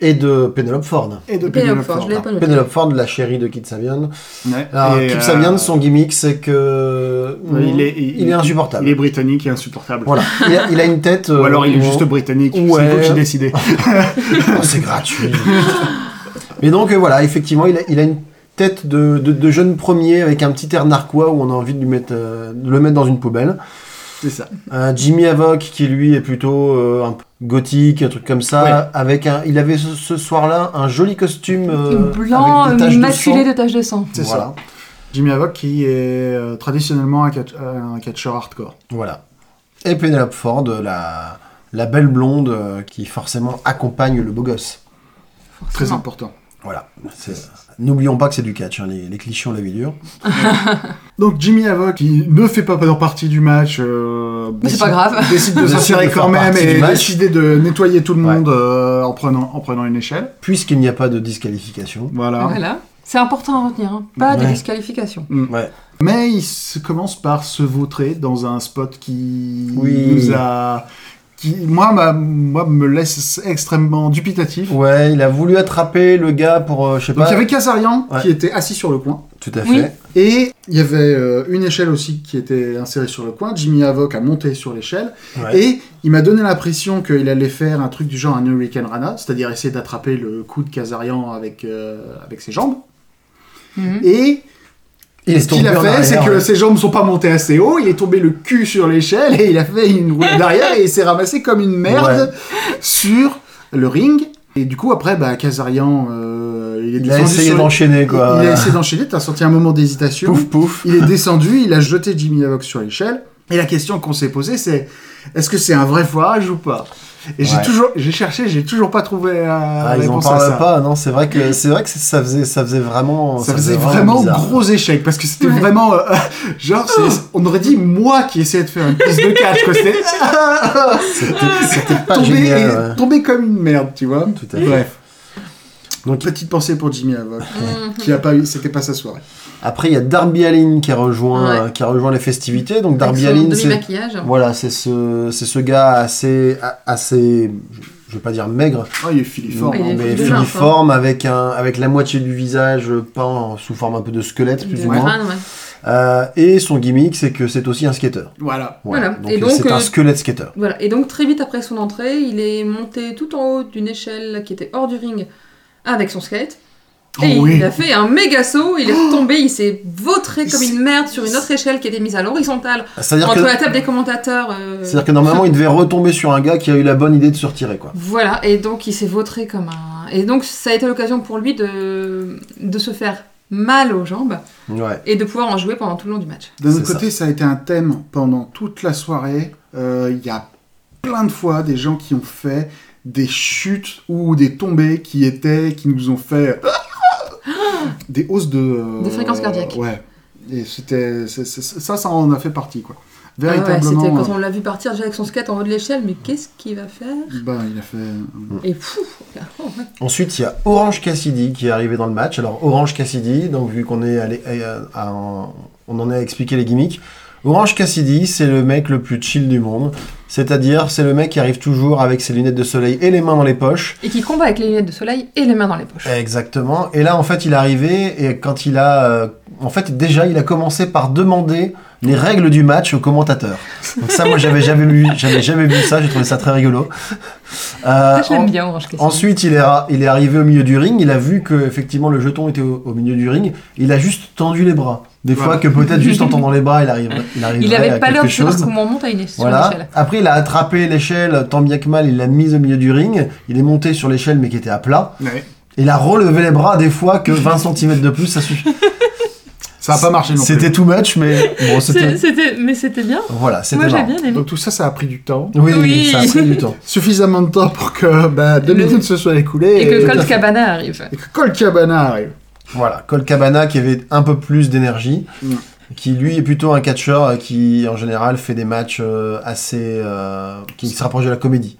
Speaker 1: et de Penelope Ford.
Speaker 2: Et de
Speaker 3: Et Penelope
Speaker 2: Penelope
Speaker 3: Ford,
Speaker 2: Ford.
Speaker 3: je l'avais pas noté.
Speaker 1: Penelope Ford, la chérie de Kip Sabian.
Speaker 2: Ouais.
Speaker 1: Alors,
Speaker 2: Et,
Speaker 1: Kip
Speaker 2: euh,
Speaker 1: Sabian, son gimmick, c'est que. hmm,
Speaker 2: ouais, il est,
Speaker 1: il est insupportable.
Speaker 2: Il est britannique et insupportable.
Speaker 1: Voilà. Il a, il a une tête.
Speaker 2: Ou
Speaker 1: euh,
Speaker 2: alors il est
Speaker 1: où-
Speaker 2: juste britannique.
Speaker 1: Ouais.
Speaker 2: C'est vous qui décidez.
Speaker 1: Ah, <coughs> c'est gratuit. Mais donc euh, voilà, effectivement, il a, il a une tête de, de- de jeune premier avec un petit air narquois où on a envie de, lui mettre, euh, de le mettre dans une poubelle.
Speaker 2: C'est ça.
Speaker 1: Un Jimmy Havoc qui lui est plutôt euh, un peu gothique, un truc comme ça.
Speaker 2: Ouais.
Speaker 1: Avec un, il avait ce, ce soir-là un joli costume euh,
Speaker 3: Blanc
Speaker 1: avec des taches de
Speaker 3: maculé
Speaker 1: sang.
Speaker 3: de taches de sang.
Speaker 2: C'est
Speaker 1: Voilà.
Speaker 2: ça. Jimmy Havoc qui est euh, traditionnellement un, catch- un catcheur hardcore.
Speaker 1: Voilà. Et Penelope Ford, la, la belle blonde euh, qui forcément accompagne le beau gosse.
Speaker 2: Très
Speaker 3: Forcément.
Speaker 2: important.
Speaker 1: Voilà. C'est- N'oublions pas que c'est du catch, hein, les, les clichés on la vie dure.
Speaker 2: Donc Jimmy Havoc, qui ne fait pas partie du match, euh,
Speaker 3: Mais c'est
Speaker 2: décide-
Speaker 3: pas grave.
Speaker 2: décide de
Speaker 1: Décide
Speaker 2: s'insérer
Speaker 1: de faire
Speaker 2: quand même
Speaker 1: partie du
Speaker 2: et
Speaker 1: match.
Speaker 2: décider de nettoyer tout le
Speaker 1: Ouais.
Speaker 2: monde euh, en, prenant, en prenant une échelle.
Speaker 1: Puisqu'il n'y a pas de disqualification.
Speaker 2: Voilà.
Speaker 3: Voilà. C'est important à retenir, hein. pas de
Speaker 1: Ouais.
Speaker 3: disqualification.
Speaker 1: Ouais.
Speaker 2: Mais il se commence par se vautrer dans un spot qui
Speaker 1: Oui.
Speaker 2: nous a... Qui, moi, m'a- moi, me laisse extrêmement dubitatif.
Speaker 1: Ouais, il a voulu attraper le gars pour, euh, je sais
Speaker 2: Donc
Speaker 1: pas.
Speaker 2: il y avait Kazarian
Speaker 1: Ouais.
Speaker 2: qui était assis sur le coin.
Speaker 1: Tout à fait.
Speaker 3: Oui.
Speaker 2: Et il y avait euh, une échelle aussi qui était insérée sur le coin. Jimmy Havoc a monté sur l'échelle.
Speaker 1: Ouais.
Speaker 2: Et il m'a donné l'impression qu'il allait faire un truc du genre un Hurricane Rana, c'est-à-dire essayer d'attraper le cou de Kazarian avec, euh, avec ses jambes.
Speaker 3: Mhm.
Speaker 2: Et
Speaker 1: Il est
Speaker 2: ce qu'il
Speaker 1: tombé
Speaker 2: a
Speaker 1: en
Speaker 2: fait, c'est
Speaker 1: arrière,
Speaker 2: que
Speaker 1: ouais.
Speaker 2: ses jambes sont pas montées assez haut, il est tombé le cul sur l'échelle et il a fait une roue derrière et il s'est ramassé comme une merde sur le ring. Et du coup, après, bah, Kazarian, euh, il est
Speaker 1: Il a
Speaker 2: descendu
Speaker 1: essayé
Speaker 2: sur-
Speaker 1: d'enchaîner quoi.
Speaker 2: Il a essayé d'enchaîner, t'as senti un moment d'hésitation.
Speaker 1: Pouf pouf.
Speaker 2: Il est descendu, il a jeté Jimmy Havoc sur l'échelle. Et la question qu'on s'est posée, c'est est-ce que c'est un vrai foirage ou pas Et j'ai
Speaker 1: Ouais.
Speaker 2: toujours, j'ai cherché, j'ai toujours pas trouvé euh, la
Speaker 1: Ah, ils en
Speaker 2: réponse à
Speaker 1: parlent
Speaker 2: ça.
Speaker 1: pas, non, c'est vrai que c'est vrai que ça faisait ça faisait vraiment
Speaker 2: Ça faisait vraiment gros échec parce que c'était
Speaker 3: Ouais.
Speaker 2: vraiment euh, <laughs> genre c'est- on aurait dit moi qui essayais de faire une piste de catch quoi c'était
Speaker 1: C'était c'était pas
Speaker 2: tombé,
Speaker 1: génial.
Speaker 2: et-
Speaker 1: ouais.
Speaker 2: tombé comme une merde tu vois
Speaker 1: Tout à fait.
Speaker 2: bref
Speaker 1: Donc
Speaker 2: petite pensée pour Jimmy Havoc qui a pas eu c'était pas sa soirée
Speaker 1: après il y a Darby Allin qui a rejoint
Speaker 3: Ouais.
Speaker 1: qui a rejoint les festivités.
Speaker 3: Avec
Speaker 1: Donc Darby
Speaker 3: son
Speaker 1: Allin c'est
Speaker 3: demi-maquillage.
Speaker 1: voilà, c'est ce c'est ce gars assez a- assez je- je vais pas dire maigre,
Speaker 2: oh il est filiforme
Speaker 3: Oui,
Speaker 2: hein.
Speaker 3: il est
Speaker 1: mais
Speaker 3: déjà, enfin.
Speaker 1: filiforme avec un avec la moitié du visage peint sous forme un peu de squelette plus
Speaker 3: De
Speaker 1: ou moins.
Speaker 3: crâne, ouais.
Speaker 1: Euh, et son gimmick, c'est que c'est aussi un skater.
Speaker 2: Voilà.
Speaker 1: Voilà.
Speaker 3: Voilà.
Speaker 1: Donc,
Speaker 3: Et
Speaker 1: euh,
Speaker 3: donc,
Speaker 1: c'est
Speaker 3: euh,
Speaker 1: un squelette skater.
Speaker 3: Voilà, et donc très vite après son entrée, il est monté tout en haut d'une échelle qui était hors du ring avec son skate. Et
Speaker 2: Oh oui.
Speaker 3: il a fait un méga saut, il est retombé, il s'est vautré comme
Speaker 2: Il
Speaker 3: une merde sur une autre échelle qui était mise à l'horizontale
Speaker 1: C'est-à-dire
Speaker 3: entre
Speaker 1: que,
Speaker 3: la table des commentateurs. euh,
Speaker 1: c'est-à-dire que normalement, il devait retomber sur un gars qui a eu la bonne idée de se retirer, quoi.
Speaker 3: Voilà, et donc il s'est vautré comme un. Et donc ça a été l'occasion pour lui de... de se faire mal aux jambes
Speaker 1: Ouais.
Speaker 3: et de pouvoir en jouer pendant tout le long du match.
Speaker 2: D'un autre
Speaker 1: C'est ça.
Speaker 2: côté, ça a été un thème pendant toute la soirée. Euh, Il y a plein de fois des gens qui ont fait des chutes ou des tombées qui étaient, qui nous ont
Speaker 3: <laughs>
Speaker 2: fait des hausses de euh,
Speaker 3: Des fréquences cardiaques.
Speaker 2: Ouais. Et c'était c'est- c'est- ça, ça en a fait partie quoi.
Speaker 3: Ah ouais, c'était
Speaker 2: Véritablement.
Speaker 3: quand on l'a vu partir déjà avec son skate en haut de l'échelle, mais qu'est-ce qu'il va faire
Speaker 2: euh, ben, il a fait. euh,
Speaker 3: Et pouf oh, ouais.
Speaker 1: Ensuite, il y a Orange Cassidy qui est arrivé dans le match. Alors, Orange Cassidy, donc vu qu'on est allé euh, à- à- à- on en est à expliquer les gimmicks. Orange Cassidy, c'est le mec le plus chill du monde. C'est-à-dire, c'est le mec qui arrive toujours avec ses lunettes de soleil et les mains dans les poches.
Speaker 3: Et qui combat avec les lunettes de soleil et les mains dans les poches.
Speaker 1: Eh Exactement. Et là, en fait, il est arrivé et quand il a, euh, en fait, déjà, il a commencé par demander les règles du match au commentateur. Donc ça, moi, j'avais jamais vu, j'avais jamais vu ça. J'ai trouvé ça très rigolo. Euh,
Speaker 3: Ça, je l'aime
Speaker 1: en-
Speaker 3: bien, Orange Cassidy.
Speaker 1: Ensuite, il est, ra- il est arrivé au milieu du ring, il a vu que effectivement le jeton était au, au milieu du ring, il a juste tendu les bras. Des fois
Speaker 2: Voilà.
Speaker 1: que peut-être juste en tendant les bras, il arrive il
Speaker 3: Il
Speaker 1: arriverait à
Speaker 3: n'avait pas l'air
Speaker 1: quelque
Speaker 3: de savoir
Speaker 1: chose.
Speaker 3: comment on monte à une échelle. sur une
Speaker 1: Voilà.
Speaker 3: échelle.
Speaker 1: Après, il a attrapé l'échelle, tant bien que mal, il l'a mise au milieu du ring, il est monté sur l'échelle mais qui était à plat.
Speaker 2: ouais.
Speaker 1: Il a relevé les bras des fois que 20 cm de plus, ça suffit.
Speaker 2: Ça a pas marché non plus.
Speaker 1: C'était too much, mais bon,
Speaker 3: C'est-
Speaker 1: c'était...
Speaker 3: c'était- Mais c'était bien.
Speaker 1: Voilà, c'était
Speaker 3: Moi, j'ai
Speaker 1: marrant.
Speaker 3: bien aimé.
Speaker 2: Donc tout ça, ça a pris du temps.
Speaker 1: Oui,
Speaker 3: Oui.
Speaker 1: ça a pris du temps.
Speaker 2: Suffisamment de temps pour que ben, deux
Speaker 3: Le-
Speaker 2: minutes se soient écoulées
Speaker 3: Et que Colt
Speaker 2: et
Speaker 3: Cabana arrive.
Speaker 2: que Colt Cabana arrive.
Speaker 1: Voilà, Cole Cabana qui avait un peu plus d'énergie,
Speaker 2: Mm.
Speaker 1: qui lui est plutôt un catcheur euh, qui en général fait des matchs euh, assez euh, qui se rapproche de la comédie.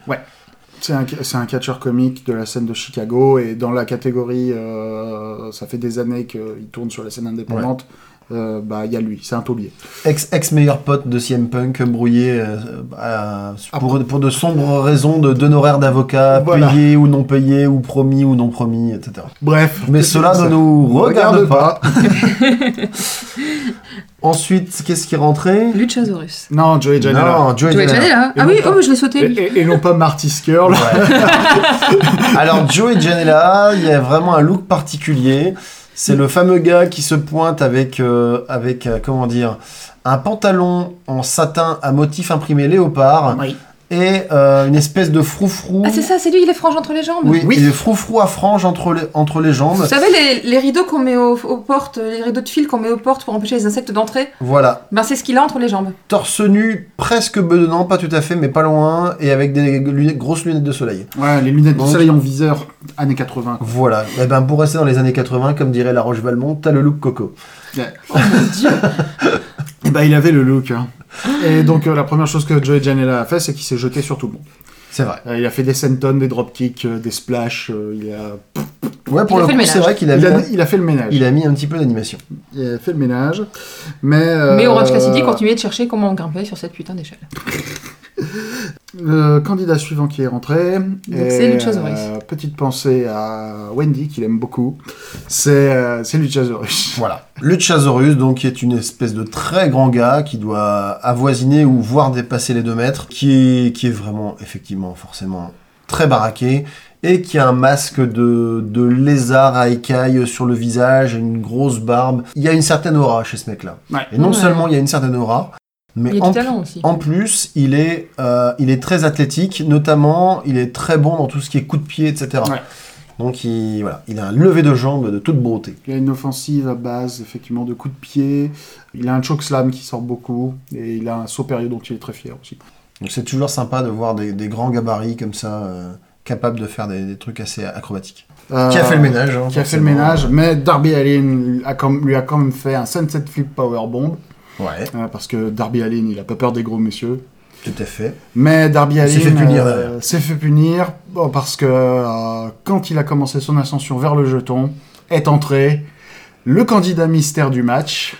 Speaker 2: C'est un, c'est un catcheur comique de la scène de Chicago et dans la catégorie, euh, ça fait des années qu'il tourne sur la scène indépendante. euh, bah, il y a lui, c'est un taulier.
Speaker 1: Ex ex meilleur pote de CM Punk brouillé euh, à- pour, pour de sombres raisons de d'honoraires d'avocat
Speaker 2: Voilà.
Speaker 1: payés ou non payés ou promis ou non promis etc.
Speaker 2: Bref.
Speaker 1: Mais cela ne nous regarde, pas.
Speaker 2: pas.
Speaker 1: Ensuite qu'est-ce qui est rentré
Speaker 3: Luchasaurus.
Speaker 2: Non, Joey Janela.
Speaker 1: Non, Joey
Speaker 3: Tu vois,
Speaker 1: Janela.
Speaker 3: j'allais là.
Speaker 2: Et
Speaker 3: Ah oui,
Speaker 2: non,
Speaker 3: oh, mais je l'ai sauté. lui.
Speaker 2: Et, et- et non pas Marty Skirl.
Speaker 1: Ouais. <laughs> Alors Joe et Janela, il y a vraiment un look particulier. C'est le fameux gars qui se pointe avec, euh, avec euh, comment dire, un pantalon en satin à motif imprimé léopard
Speaker 2: Oui.
Speaker 1: et euh, une espèce de froufrou.
Speaker 3: Ah, c'est ça, c'est lui, il est frange entre les jambes.
Speaker 1: Oui,
Speaker 2: Oui.
Speaker 1: il est froufrou à franges entre les, entre les jambes.
Speaker 3: Vous savez, les, les rideaux qu'on met aux, aux portes, les rideaux de fil qu'on met aux portes pour empêcher les insectes d'entrer,
Speaker 1: Voilà,
Speaker 3: ben c'est ce qu'il a entre les jambes.
Speaker 1: torse nu, presque bedonnant, pas tout à fait, mais pas loin, et avec des lunettes- grosses lunettes de soleil.
Speaker 2: Ouais, les lunettes de
Speaker 1: Donc-
Speaker 2: soleil en viseur, années 80.
Speaker 1: Voilà, et ben pour rester dans les années 80, comme dirait La Roche-Valmont, t'as le look coco.
Speaker 3: Oh
Speaker 1: Euh,
Speaker 3: mon dieu.
Speaker 2: Et bah, il avait le look. hein. Et donc, euh, la première chose que Joey Janela a fait, c'est qu'il s'est jeté sur tout le monde.
Speaker 1: C'est vrai.
Speaker 2: Euh, il a fait des senton, des dropkicks, euh, des splashs. euh, il, a...
Speaker 3: Il a
Speaker 1: Ouais, pour le
Speaker 3: fait le
Speaker 1: coup, c'est
Speaker 3: ménage.
Speaker 1: vrai qu'il a,
Speaker 2: il,
Speaker 1: mis
Speaker 2: a,
Speaker 1: un-
Speaker 2: il a fait le ménage.
Speaker 1: il a mis un petit peu d'animation.
Speaker 2: Il a fait le ménage. Mais, euh,
Speaker 3: Mais Orange Cassidy continuait de chercher comment grimper sur cette putain d'échelle.
Speaker 2: Le candidat suivant qui est rentré.
Speaker 3: c'est Luchasaurus.
Speaker 2: petite pensée à Wendy, qu'il aime beaucoup. C'est euh, c'est Luchasaurus.
Speaker 1: Voilà. Le Chasaurus, donc, qui est une espèce de très grand gars qui doit avoisiner ou voire dépasser les 2 mètres, qui est, qui est vraiment, effectivement, forcément très baraqué et qui a un masque de, de lézard à écailles sur le visage, une grosse barbe. Il y a une certaine aura chez ce mec-là.
Speaker 2: Ouais.
Speaker 1: Et non
Speaker 3: Ouais.
Speaker 1: seulement il y a une certaine aura, mais
Speaker 3: Il y a
Speaker 1: en,
Speaker 3: du talent aussi.
Speaker 1: en plus, il est, euh, il est très athlétique, notamment, il est très bon dans tout ce qui est coup de pied, etc.
Speaker 2: Ouais.
Speaker 1: Donc, il, voilà, il a un lever de jambes de toute beauté.
Speaker 2: Il a une offensive à base, effectivement, de coups de pied. Il a un chokeslam qui sort beaucoup. Et il a un saut périlleux dont il est très fier aussi.
Speaker 1: Donc c'est toujours sympa de voir des, des grands gabarits comme ça, euh, capables de faire des, des trucs assez acrobatiques. Qui a fait le ménage. hein,
Speaker 2: Euh, Qui a fait le
Speaker 1: forcément.
Speaker 2: ménage. Mais Darby Allin a quand- lui a quand même fait un sunset flip powerbomb.
Speaker 1: Ouais,
Speaker 2: euh, parce que Darby Allin, il a pas peur des gros messieurs.
Speaker 1: tout à fait.
Speaker 2: Mais Darby Allin
Speaker 1: s'est fait punir
Speaker 2: euh,
Speaker 1: derrière.
Speaker 2: s'est fait punir bon, parce que euh, quand il a commencé son ascension vers le jeton, est entré le candidat mystère du match.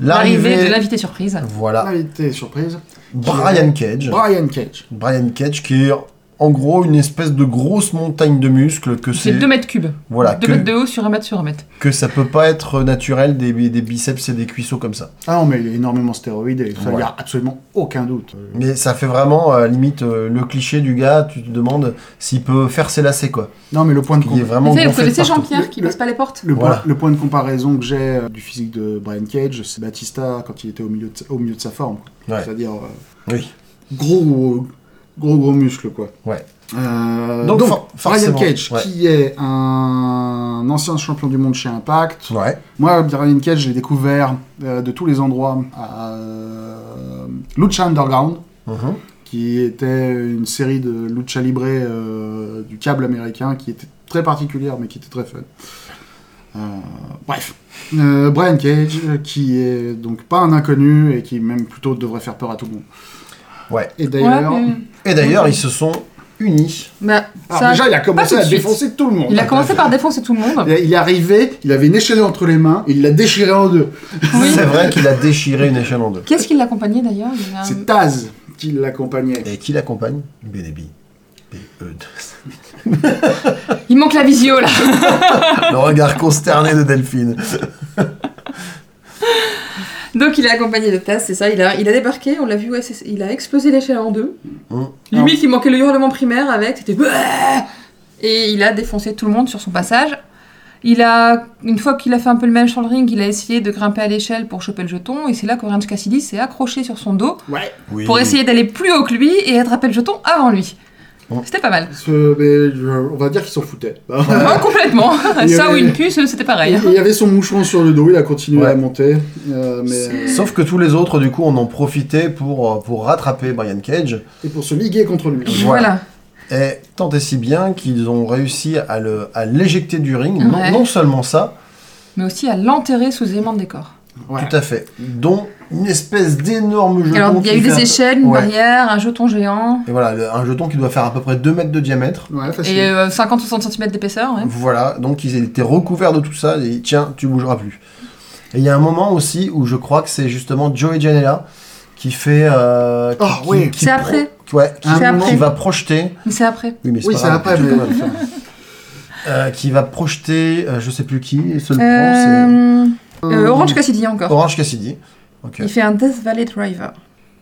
Speaker 3: L'arrivée de
Speaker 1: L'arrivée.
Speaker 3: l'invité surprise.
Speaker 1: Voilà.
Speaker 2: Invité surprise,
Speaker 1: Brian Cage.
Speaker 2: Brian Cage.
Speaker 1: Brian Cage qui est en gros une espèce de grosse montagne de muscles que
Speaker 3: C'est
Speaker 1: c'est
Speaker 3: 2 mètres cubes.
Speaker 1: voilà
Speaker 3: 2
Speaker 1: que,
Speaker 3: mètres de haut sur 1 mètre sur 1 mètre.
Speaker 1: que ça peut pas être naturel des, des biceps et des cuisseaux comme ça.
Speaker 2: Ah non, mais il est énormément stéroïde et ça, il n'y
Speaker 1: Voilà.
Speaker 2: a absolument aucun doute. Euh,
Speaker 1: Mais ça fait vraiment euh, limite euh, le cliché du gars. Tu te demandes s'il peut faire ses lacets quoi.
Speaker 2: Non, mais le point de
Speaker 1: Il est
Speaker 2: comparaison.
Speaker 1: vraiment
Speaker 3: Vous savez, vous
Speaker 1: gonflé de
Speaker 3: connaissez
Speaker 1: partout.
Speaker 3: Jean-Pierre qui
Speaker 2: Le-
Speaker 3: passe pas les portes
Speaker 2: Le,
Speaker 1: Voilà.
Speaker 2: point, le point de comparaison que j'ai euh, du physique de Brian Cage, c'est Batista quand il était au milieu de, au milieu de sa forme. quoi.
Speaker 1: Ouais.
Speaker 2: C'est-à-dire euh,
Speaker 1: Oui.
Speaker 2: gros, gros, gros muscle, quoi.
Speaker 1: Ouais.
Speaker 2: Euh,
Speaker 1: Donc,
Speaker 2: donc,
Speaker 1: for-
Speaker 2: Brian
Speaker 1: forcément,
Speaker 2: Cage,
Speaker 1: ouais.
Speaker 2: qui est un ancien champion du monde chez Impact.
Speaker 1: Ouais.
Speaker 2: Moi, Brian Cage, je l'ai découvert euh, de tous les endroits à euh, Lucha Underground,
Speaker 1: Mhm.
Speaker 2: qui était une série de lucha libre euh, du câble américain, qui était très particulière, mais qui était très fun. Euh, bref, Euh, Brian Cage, qui est donc pas un inconnu et qui même plutôt devrait faire peur à tout le monde.
Speaker 1: Ouais.
Speaker 2: Et d'ailleurs,
Speaker 3: Ouais, mais-
Speaker 1: Et d'ailleurs
Speaker 3: Mhm.
Speaker 1: ils se sont unis.
Speaker 3: Bah,
Speaker 2: Ah,
Speaker 3: ça-
Speaker 2: déjà il a commencé
Speaker 3: tout de
Speaker 2: à
Speaker 3: suite.
Speaker 2: défoncer tout le monde.
Speaker 3: Il a commencé par défoncer tout le monde.
Speaker 2: Il est- Il est arrivé, il avait une échelle entre les mains, il l'a déchiré en deux.
Speaker 3: Oui.
Speaker 1: C'est vrai qu'il a déchiré une échelle en deux.
Speaker 3: Qu'est-ce qui l'accompagnait d'ailleurs Il y a un-
Speaker 2: C'est Taz qui l'accompagnait.
Speaker 1: Et qui l'accompagne Benebi. E B-E-2.
Speaker 3: Il manque la visio là. <laughs>
Speaker 1: Le regard consterné de Delphine.
Speaker 3: Donc il est accompagné de Taz, c'est ça. Il a, il a débarqué, on l'a vu, ouais, c'est- il a explosé l'échelle en deux.
Speaker 1: Mm.
Speaker 3: Limite, il manquait le hurlement primaire avec, c'était. Bouah Et il a défoncé tout le monde sur son passage. Il a, une fois qu'il a fait un peu le ménage sur le ring, il a essayé de grimper à l'échelle pour choper le jeton, et c'est là qu'Orange Cassidy s'est accroché sur son dos
Speaker 2: Ouais.
Speaker 1: Oui.
Speaker 3: pour essayer d'aller plus haut que lui et attraper le jeton avant lui.
Speaker 1: Mm.
Speaker 3: C'était pas mal.
Speaker 2: Ce- mais je- on va dire qu'il s'en foutait.
Speaker 3: Non,
Speaker 1: <laughs>
Speaker 3: complètement.
Speaker 2: Il y
Speaker 3: Ça ou
Speaker 2: avait-
Speaker 3: une puce, c'était
Speaker 2: Il,
Speaker 3: pareil.
Speaker 2: il avait son mouchon sur le dos, il a continué
Speaker 1: Ouais.
Speaker 2: à monter. euh, mais,
Speaker 1: Sauf que tous les autres, du coup, on en profitait pour, euh, pour rattraper Brian Cage.
Speaker 2: et pour se liguer contre lui.
Speaker 1: Voilà.
Speaker 3: Voilà.
Speaker 1: Et tant et si bien qu'ils ont réussi à le- à l'éjecter du ring. Non-
Speaker 3: Ouais.
Speaker 1: Non, seulement ça,
Speaker 3: Mais aussi à l'enterrer sous les aimants de décor.
Speaker 2: Ouais.
Speaker 1: tout à fait. Dont une espèce d'énorme jeton.
Speaker 3: Alors, il y a
Speaker 1: qui
Speaker 3: eu
Speaker 1: fait un
Speaker 3: des
Speaker 1: peu-
Speaker 3: échelles, une
Speaker 1: Ouais.
Speaker 3: barrière, un jeton géant,
Speaker 1: Et voilà, le- un jeton qui doit faire à peu près 2 mètres de diamètre.
Speaker 2: Ouais, facile.
Speaker 3: et euh, 50 ou 60 cm d'épaisseur. ouais.
Speaker 1: Voilà, donc ils étaient recouverts de tout ça et tiens, tu bougeras plus. Et il y a un moment aussi où je crois que c'est justement Joey Janela qui fait. euh, qui-
Speaker 2: Oh,
Speaker 1: qui-
Speaker 2: oui.
Speaker 1: qui
Speaker 3: C'est
Speaker 1: pro-
Speaker 3: après,
Speaker 1: Ouais, qui,
Speaker 2: Un
Speaker 3: c'est
Speaker 2: moment-
Speaker 1: qui
Speaker 3: après,
Speaker 1: va projeter.
Speaker 3: mais c'est après.
Speaker 1: Oui, mais c'est
Speaker 2: Oui,
Speaker 1: pas
Speaker 2: c'est
Speaker 1: grave,
Speaker 2: après,
Speaker 1: tu
Speaker 2: mais-
Speaker 1: peux pas le faire. Euh, qui va projeter, euh, je sais plus qui, et se le prend,
Speaker 3: Euh, euh, Orange Cassidy
Speaker 1: c'est
Speaker 3: encore.
Speaker 1: Orange Cassidy. Ok.
Speaker 3: Il fait un Death Valley Driver.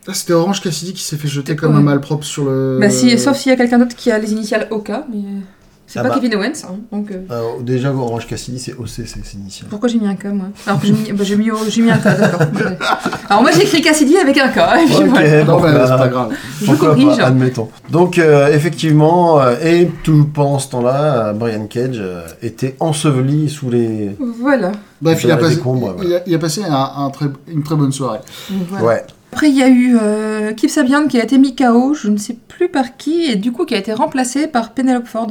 Speaker 2: Ah, C'était Orange Cassidy qui s'est fait jeter comme
Speaker 3: Ouais.
Speaker 2: un malpropre sur le.
Speaker 3: Bah si, sauf s'il y a quelqu'un d'autre qui a les initiales OK, mais euh, c'est
Speaker 1: Euh. Ah
Speaker 3: pas
Speaker 1: bah.
Speaker 3: Kevin Owens. hein, donc euh,
Speaker 1: Euh, déjà, Orange Cassidy, c'est OC, c'est
Speaker 3: <laughs>
Speaker 1: c'est initial.
Speaker 3: pourquoi j'ai mis un K moi Alors que j'ai mis, bah, j'ai mis, j'ai mis un K,
Speaker 1: <laughs>
Speaker 3: d'accord. Ouais. Alors moi j'ai écrit Cassidy avec un K. et puis
Speaker 1: Ok.
Speaker 3: voilà.
Speaker 2: Non,
Speaker 1: Pourquoi
Speaker 2: bah, c'est pas grave.
Speaker 3: Je
Speaker 1: Pourquoi
Speaker 3: corrige.
Speaker 1: pas, admettons. Donc, euh, effectivement, euh, et tout pendant ce temps-là, euh, Brian Cage euh, était enseveli sous les.
Speaker 3: Voilà.
Speaker 2: Bref,
Speaker 1: Dans
Speaker 2: il a,
Speaker 1: les
Speaker 2: passé,
Speaker 1: décombres,
Speaker 2: il a, il a passé un- un très- une très bonne soirée.
Speaker 3: Voilà.
Speaker 1: Ouais.
Speaker 3: Après, il y a eu euh, Kip Sabian qui a été mis KO, je ne sais plus par qui, et du coup qui a été remplacé par Penelope Ford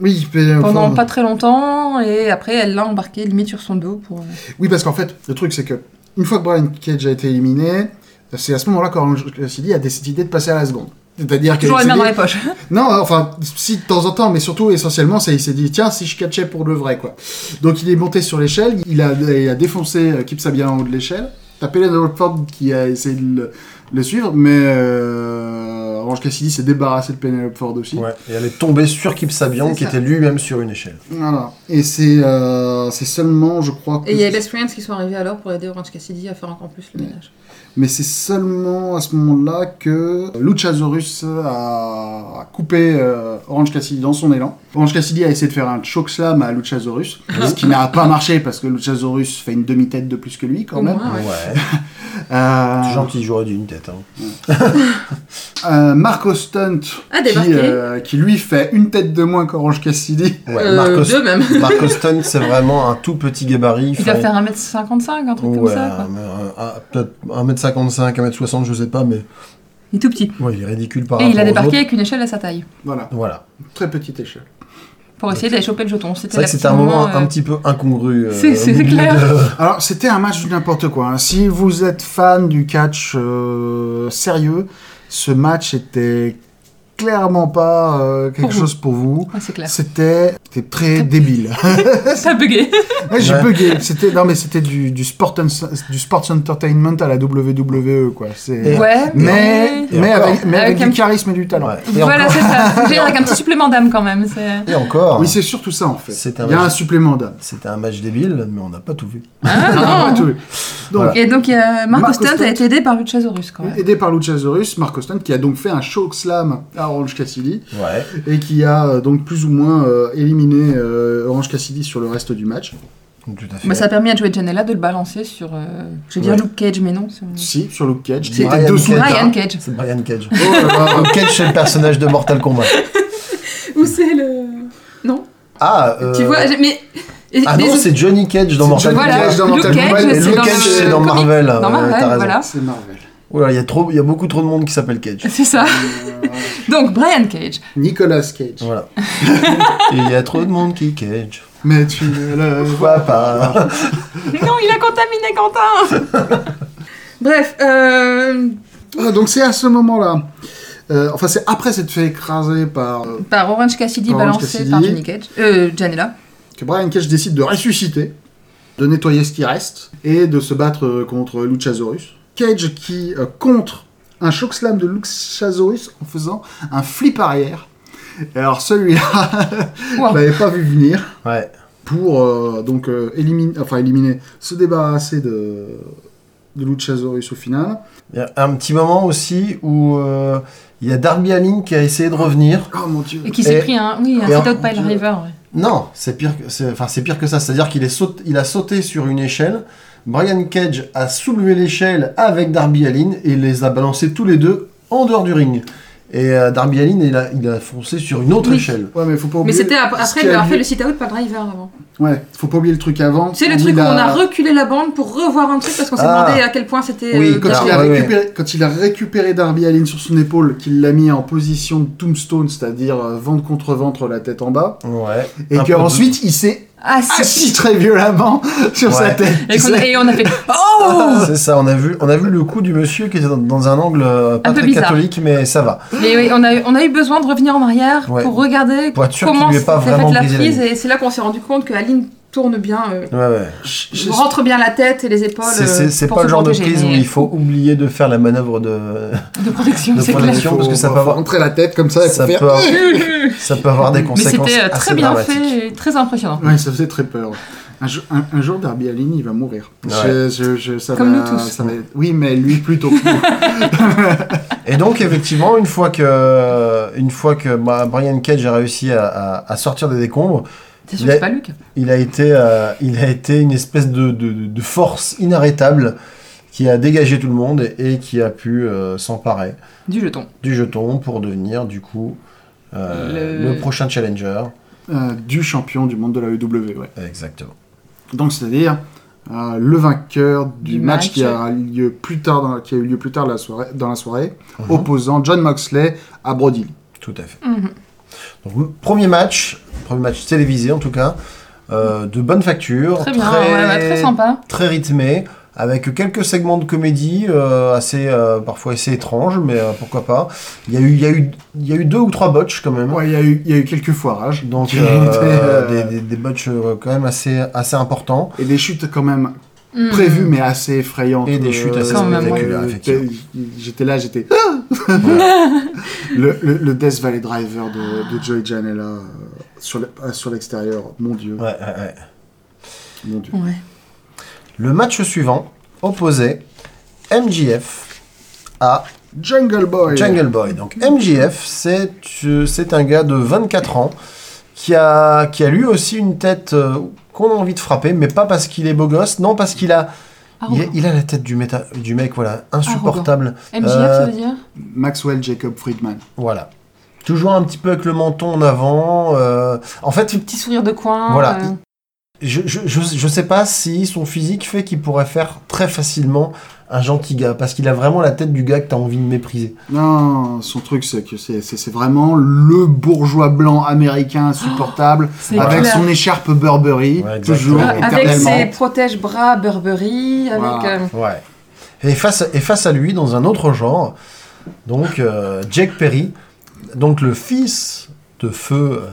Speaker 2: Oui, mais, euh,
Speaker 3: pendant
Speaker 2: faut-
Speaker 3: pas très longtemps, et après elle l'a embarqué limite sur son dos pour. euh,
Speaker 2: Oui, parce qu'en fait, le truc, c'est que une fois que Brian Cage a été éliminé, c'est à ce moment-là qu'Orange Cassidy a décidé de passer à la seconde. C'est-à-dire que.
Speaker 3: Toujours les
Speaker 2: il
Speaker 3: mains
Speaker 2: s'est
Speaker 3: dans
Speaker 2: dit-
Speaker 3: les poches.
Speaker 2: Non, enfin, si de temps en temps, mais surtout essentiellement, c'est il s'est dit tiens, si je catchais pour le vrai, quoi. Donc il est monté sur l'échelle, il a, il a défoncé euh, Kip Sabian en haut de l'échelle, tapé la Ford qui a essayé de le, le suivre, mais euh, Orange Cassidy s'est débarrassé de Penelope Ford aussi.
Speaker 1: Ouais, et elle est tombée sur Kip Sabian
Speaker 3: C'est
Speaker 1: qui
Speaker 3: ça.
Speaker 1: était lui-même sur une échelle.
Speaker 2: Voilà. Et c'est euh, c'est seulement, je crois. que-
Speaker 3: <laughs> Et il y a les Friends qui sont arrivés alors pour aider Orange Cassidy à faire encore plus le ménage.
Speaker 2: Mais c'est seulement à ce moment-là que Luchasaurus a coupé euh, Orange Cassidy dans son élan. Orange Cassidy a essayé de faire un chokeslam à Luchasaurus,
Speaker 3: Ah.
Speaker 2: ce qui n'a pas marché parce que Luchasaurus fait une demi-tête de plus que lui quand
Speaker 3: Au
Speaker 2: même.
Speaker 3: moins, Ah ouais.
Speaker 2: Euh,
Speaker 1: C'est gentil, j'aurais dû une tête. hein.
Speaker 2: euh, Marco Stunt,
Speaker 3: Ah,
Speaker 2: qui,
Speaker 3: débarqué.
Speaker 2: euh, qui lui fait une tête de moins qu'Orange Cassidy. <laughs>
Speaker 1: Ouais,
Speaker 3: Euh, deux même.
Speaker 1: Marco Stunt, c'est vraiment un tout petit gabarit.
Speaker 3: Il doit
Speaker 1: fait-
Speaker 3: faire 1m55, un truc
Speaker 1: Ouais,
Speaker 3: comme ça. Quoi.
Speaker 1: un- un- un- peut-être 1m55, 1m60, je sais pas, mais
Speaker 3: Il est tout petit.
Speaker 1: ouais, il est ridicule par
Speaker 3: Et
Speaker 1: rapport
Speaker 3: il a
Speaker 1: aux
Speaker 3: débarqué
Speaker 1: autres.
Speaker 3: avec une échelle à sa taille
Speaker 2: Voilà,
Speaker 1: Voilà.
Speaker 2: très petite échelle.
Speaker 3: pour essayer d'aller choper le jeton.
Speaker 1: C'est vrai
Speaker 3: la
Speaker 1: que c'était un
Speaker 3: petite
Speaker 1: moment un
Speaker 3: euh,
Speaker 1: petit peu incongru. euh,
Speaker 3: C'est- c'est
Speaker 1: au milieu
Speaker 3: clair.
Speaker 1: de-
Speaker 2: Alors, c'était un match de n'importe quoi. hein. Si vous êtes fan du catch euh, sérieux, ce match était clairement pas euh, quelque
Speaker 3: Pour vous.
Speaker 2: chose pour vous.
Speaker 3: Ouais, c'est clair.
Speaker 2: C'était c'était très débile.
Speaker 3: Ça a bugué.
Speaker 2: Ouais, <laughs> J'ai
Speaker 1: Ouais.
Speaker 2: bugué. C'était non mais c'était du, du sport en- du sports entertainment à la WWE quoi. C'est
Speaker 1: Et-
Speaker 3: Ouais.
Speaker 2: mais
Speaker 1: Et
Speaker 2: mais
Speaker 1: encore.
Speaker 2: avec, mais
Speaker 3: Avec
Speaker 2: avec,
Speaker 3: un-
Speaker 2: du charisme et du talent.
Speaker 1: Ouais. Et,
Speaker 3: Voilà,
Speaker 1: encore,
Speaker 3: c'est ça. <laughs> Faut dire avec un petit supplément d'âme quand même. c'est-
Speaker 1: et encore,
Speaker 2: Oui, c'est surtout ça en fait.
Speaker 1: C'est un
Speaker 2: Il y a
Speaker 1: match.
Speaker 2: un supplément d'âme.
Speaker 1: c'était un match débile, mais on n'a pas tout vu.
Speaker 3: Ah, non.
Speaker 2: Ah, <laughs> tout. Donc
Speaker 3: Et donc, euh, Mark
Speaker 2: Mark
Speaker 3: Houston
Speaker 2: Houston.
Speaker 3: a été aidé par Luchasaurus quand même.
Speaker 2: aidé par Luchasaurus, Mark Austin qui a donc fait un choke slam à Orange Cassidy
Speaker 1: Ouais.
Speaker 2: et qui a euh, donc plus ou moins euh, éliminé euh, Orange Cassidy sur le reste du match.
Speaker 1: Tout à fait.
Speaker 3: Bah, ça a permis à Joey Janela de le balancer sur. euh, je vais dire
Speaker 1: Ouais.
Speaker 3: Luke Cage, mais non. sur-
Speaker 2: Si, sur Luke Cage, qui
Speaker 1: C'est
Speaker 2: était
Speaker 3: <laughs>
Speaker 1: Brian
Speaker 2: dessous
Speaker 1: Cage.
Speaker 2: le
Speaker 3: Ryan
Speaker 2: tas.
Speaker 3: Cage.
Speaker 1: C'est Brian Cage. <laughs>
Speaker 2: Oh là là.
Speaker 1: Brian Cage, c'est le personnage de Mortal Kombat.
Speaker 3: Où c'est le. Non
Speaker 1: Ah, euh,
Speaker 3: Tu vois, j'ai- mais. et-
Speaker 1: ah
Speaker 3: des-
Speaker 1: non, c'est Johnny Cage dans
Speaker 2: C'est
Speaker 1: Mortal
Speaker 2: Johnny
Speaker 1: Kombat.
Speaker 3: Voilà,
Speaker 2: Cage dans
Speaker 3: Luke
Speaker 2: Mortal Kombat,
Speaker 3: Cage,
Speaker 2: et
Speaker 3: c'est
Speaker 2: Luke
Speaker 3: dans,
Speaker 2: Cage,
Speaker 3: le
Speaker 2: c'est dans
Speaker 3: comic-
Speaker 1: Marvel,
Speaker 3: Dans
Speaker 1: ouais,
Speaker 3: Marvel,
Speaker 1: t'as raison.
Speaker 3: voilà. <laughs>
Speaker 2: C'est Marvel.
Speaker 1: Oula, il y a trop, il y a beaucoup trop de monde qui s'appelle Cage.
Speaker 3: C'est <laughs> ça. Donc, Brian Cage.
Speaker 2: Nicolas Cage.
Speaker 1: Voilà. Et Il y a trop de monde qui Cage.
Speaker 2: Mais tu ne le vois
Speaker 1: Pourquoi
Speaker 2: pas.
Speaker 1: pas
Speaker 3: Non, il a contaminé Quentin <laughs> Bref, euh,
Speaker 2: Ah, donc c'est à ce moment-là. euh, enfin, c'est après s'être fait écraser par euh,
Speaker 3: par Orange Cassidy
Speaker 2: Orange
Speaker 3: balancé
Speaker 2: Cassidy.
Speaker 3: par Johnny Cage. Euh, Janela.
Speaker 2: que Brian Cage décide de ressusciter, de nettoyer ce qui reste et de se battre euh, contre Luchasaurus. Cage qui euh, contre un choc slam de Luchasaurus en faisant un flip arrière. Et alors celui-là, <laughs>
Speaker 3: Wow.
Speaker 2: je l'avais pas vu venir.
Speaker 1: Ouais.
Speaker 2: pour euh, donc euh, éliminer, enfin éliminer, se débarrasser de de Luchasaurus au final.
Speaker 1: Il y a un petit moment aussi où euh, il y a Darby Allin qui a essayé de revenir.
Speaker 2: Oh mon dieu.
Speaker 3: Et qui s'est
Speaker 1: Et-
Speaker 3: pris un. Oui, un
Speaker 1: et
Speaker 3: sit-out
Speaker 1: en-
Speaker 3: pile river. ouais.
Speaker 1: Non, c'est pire, que- c'est- enfin, c'est pire que ça. C'est-à-dire qu'il est saut- il a sauté sur une échelle. Brian Cage a soulevé l'échelle avec Darby Allin et les a balancés tous les deux en dehors du ring. Et euh, Darby Allin, il a, il a foncé sur une autre
Speaker 3: Oui.
Speaker 1: échelle.
Speaker 2: Ouais, mais faut pas
Speaker 3: Mais
Speaker 2: oublier.
Speaker 3: c'était ap-
Speaker 2: ce
Speaker 3: après
Speaker 2: qui a
Speaker 3: d'avoir fait
Speaker 2: lieu-
Speaker 3: le sit-out pile driver avant.
Speaker 2: Ouais, faut pas oublier le truc avant.
Speaker 3: C'est le
Speaker 2: où
Speaker 3: truc
Speaker 2: il
Speaker 3: où on a reculé la bande pour revoir un truc parce qu'on s'est
Speaker 1: Ah.
Speaker 3: demandé à quel point c'était. euh,
Speaker 1: Oui,
Speaker 2: Quand,
Speaker 1: Alors,
Speaker 2: il a
Speaker 1: ouais,
Speaker 2: récupéré, quand il a récupéré Darby Allin sur son épaule, qu'il l'a mis en position de tombstone, c'est-à-dire euh, ventre contre ventre, la tête en bas,
Speaker 1: Ouais.
Speaker 2: et
Speaker 1: Un peu
Speaker 2: qu'ensuite il s'est
Speaker 3: Ah, si.
Speaker 2: assis très violemment <laughs> sur
Speaker 1: Ouais.
Speaker 2: sa tête.
Speaker 3: Et,
Speaker 2: tu
Speaker 3: qu'on-
Speaker 2: sais.
Speaker 3: et on a fait.
Speaker 1: <laughs> Ah, C'est ça, on a, vu, on a vu le coup du monsieur qui était dans, dans un angle euh, pas
Speaker 3: Un peu
Speaker 1: très
Speaker 3: bizarre.
Speaker 1: catholique, mais ça va.
Speaker 3: <laughs> Mais oui, on a, eu- on a eu besoin de revenir en arrière
Speaker 1: Ouais.
Speaker 3: pour regarder
Speaker 1: Pour être sûr
Speaker 3: comment
Speaker 1: qu'il lui ait
Speaker 3: s'est
Speaker 1: pas vraiment
Speaker 3: faite la
Speaker 1: brisé la
Speaker 3: prise.
Speaker 1: ligne.
Speaker 3: Et c'est là qu'on s'est rendu compte que Aline tourne bien, euh,
Speaker 1: Ouais, ouais.
Speaker 2: J'ai-
Speaker 3: rentre bien la tête et les épaules.
Speaker 1: C'est-
Speaker 3: euh,
Speaker 1: C'est c'est
Speaker 3: pour
Speaker 1: pas
Speaker 3: se
Speaker 1: le genre de
Speaker 3: protéger,
Speaker 1: prise où
Speaker 3: mais- euh,
Speaker 1: il faut oublier de faire la manœuvre de.
Speaker 3: de protection,
Speaker 1: de
Speaker 3: c'est clair.
Speaker 1: protection, parce que ça
Speaker 2: faut-
Speaker 1: peut avoir-
Speaker 2: faut rentrer la tête comme ça et
Speaker 1: Ça
Speaker 2: faire-
Speaker 1: peut avoir-
Speaker 3: <laughs> Mais
Speaker 1: Ça peut avoir des conséquences.
Speaker 3: c'était euh,
Speaker 1: assez
Speaker 3: très bien
Speaker 1: dramatiques.
Speaker 3: fait et très impressionnant.
Speaker 2: Ouais, ça faisait très peur. Un, jo- un- un jour, Darby Allin, il va mourir.
Speaker 1: Ouais.
Speaker 2: Je- je- je- ça
Speaker 3: Comme
Speaker 2: va-
Speaker 3: nous tous.
Speaker 2: ça va- oui, mais lui plutôt. <laughs>
Speaker 1: Et donc, effectivement, une fois que, une fois que bah, Brian Cage a réussi à, à- à sortir des décombres,
Speaker 3: C'est sûr
Speaker 1: Il
Speaker 3: que
Speaker 1: a-
Speaker 3: c'est pas Luc.
Speaker 1: il a été, euh, il a été une espèce de, de- de- de force inarrêtable qui a dégagé tout le monde et, et qui a pu euh, s'emparer
Speaker 3: Du jeton.
Speaker 1: du jeton pour devenir, du coup, euh,
Speaker 3: Le-
Speaker 1: le... prochain challenger.
Speaker 2: Euh, du champion du monde de la EW, ouais.
Speaker 1: Exactement.
Speaker 2: Donc, c'est-à-dire euh, le vainqueur du,
Speaker 3: Du
Speaker 2: match,
Speaker 3: match.
Speaker 2: qui a lieu plus tard dans, qui a eu lieu plus tard la soirée, dans la soirée,
Speaker 1: Mhm.
Speaker 2: opposant John Moxley à Brody. Lee.
Speaker 1: Tout à fait.
Speaker 3: Mhm.
Speaker 1: Donc, le premier match, premier match télévisé en tout cas, euh, de bonne facture,
Speaker 3: Très bien, ouais, ouais, très sympa.
Speaker 1: très rythmé, avec quelques segments de comédie euh, assez, euh, parfois assez étranges, mais euh, pourquoi pas. Il y, a eu, il, y a eu, il y a eu deux ou trois botches quand même.
Speaker 2: Ouais, il y, a eu- il y a eu quelques foirages. <laughs>
Speaker 1: Donc
Speaker 2: qui
Speaker 1: euh,
Speaker 2: étaient, euh,
Speaker 1: des, des, des botches euh, quand même assez, assez importants.
Speaker 2: Et des chutes quand même
Speaker 3: Mhm.
Speaker 2: prévues, mais assez effrayantes.
Speaker 1: Et des chutes assez
Speaker 3: Quand même,
Speaker 1: spectaculaires, effectivement.
Speaker 2: t'es- J'étais là,
Speaker 1: <laughs>
Speaker 2: j'étais... le, le, le Death Valley Driver de, de Joey Janela euh, sur le- euh, sur l'extérieur, mon dieu,
Speaker 1: Ouais, ouais, ouais.
Speaker 2: mon dieu.
Speaker 3: Ouais.
Speaker 1: Le match suivant opposait MJF à
Speaker 2: Jungle Boy
Speaker 1: Jungle Boy. Donc MJF, c'est euh, c'est un gars de 24 ans qui a, qui a lui aussi une tête euh, qu'on a envie de frapper, mais pas parce qu'il est beau gosse, non parce qu'il a, il, a-
Speaker 3: Arrogant.
Speaker 1: il a la tête du, méta- du mec, voilà, insupportable.
Speaker 3: MJF, ça
Speaker 2: Euh,
Speaker 3: veut dire
Speaker 2: Maxwell Jacob Friedman.
Speaker 1: Voilà. Toujours un petit peu avec le menton en avant. euh, en fait,
Speaker 3: Petit sourire de coin.
Speaker 1: Voilà.
Speaker 3: euh,
Speaker 1: je, je, je, je sais pas si son physique fait qu'il pourrait faire très facilement un gentil gars, parce qu'il a vraiment la tête du gars que t'as envie de mépriser.
Speaker 2: Non, son truc, c'est que c'est- c'est c'est vraiment le bourgeois blanc américain insupportable,
Speaker 3: Oh, c'est
Speaker 2: avec
Speaker 3: clair.
Speaker 2: son écharpe Burberry,
Speaker 1: Ouais, exactement.
Speaker 2: toujours,
Speaker 1: Ah,
Speaker 3: Ah, avec
Speaker 2: éternellement.
Speaker 3: ses protège bras Burberry, avec
Speaker 2: Wow.
Speaker 3: euh,
Speaker 1: Ouais. Et face, et face à lui, dans un autre genre, donc euh, Jack Perry, donc le fils de feu euh,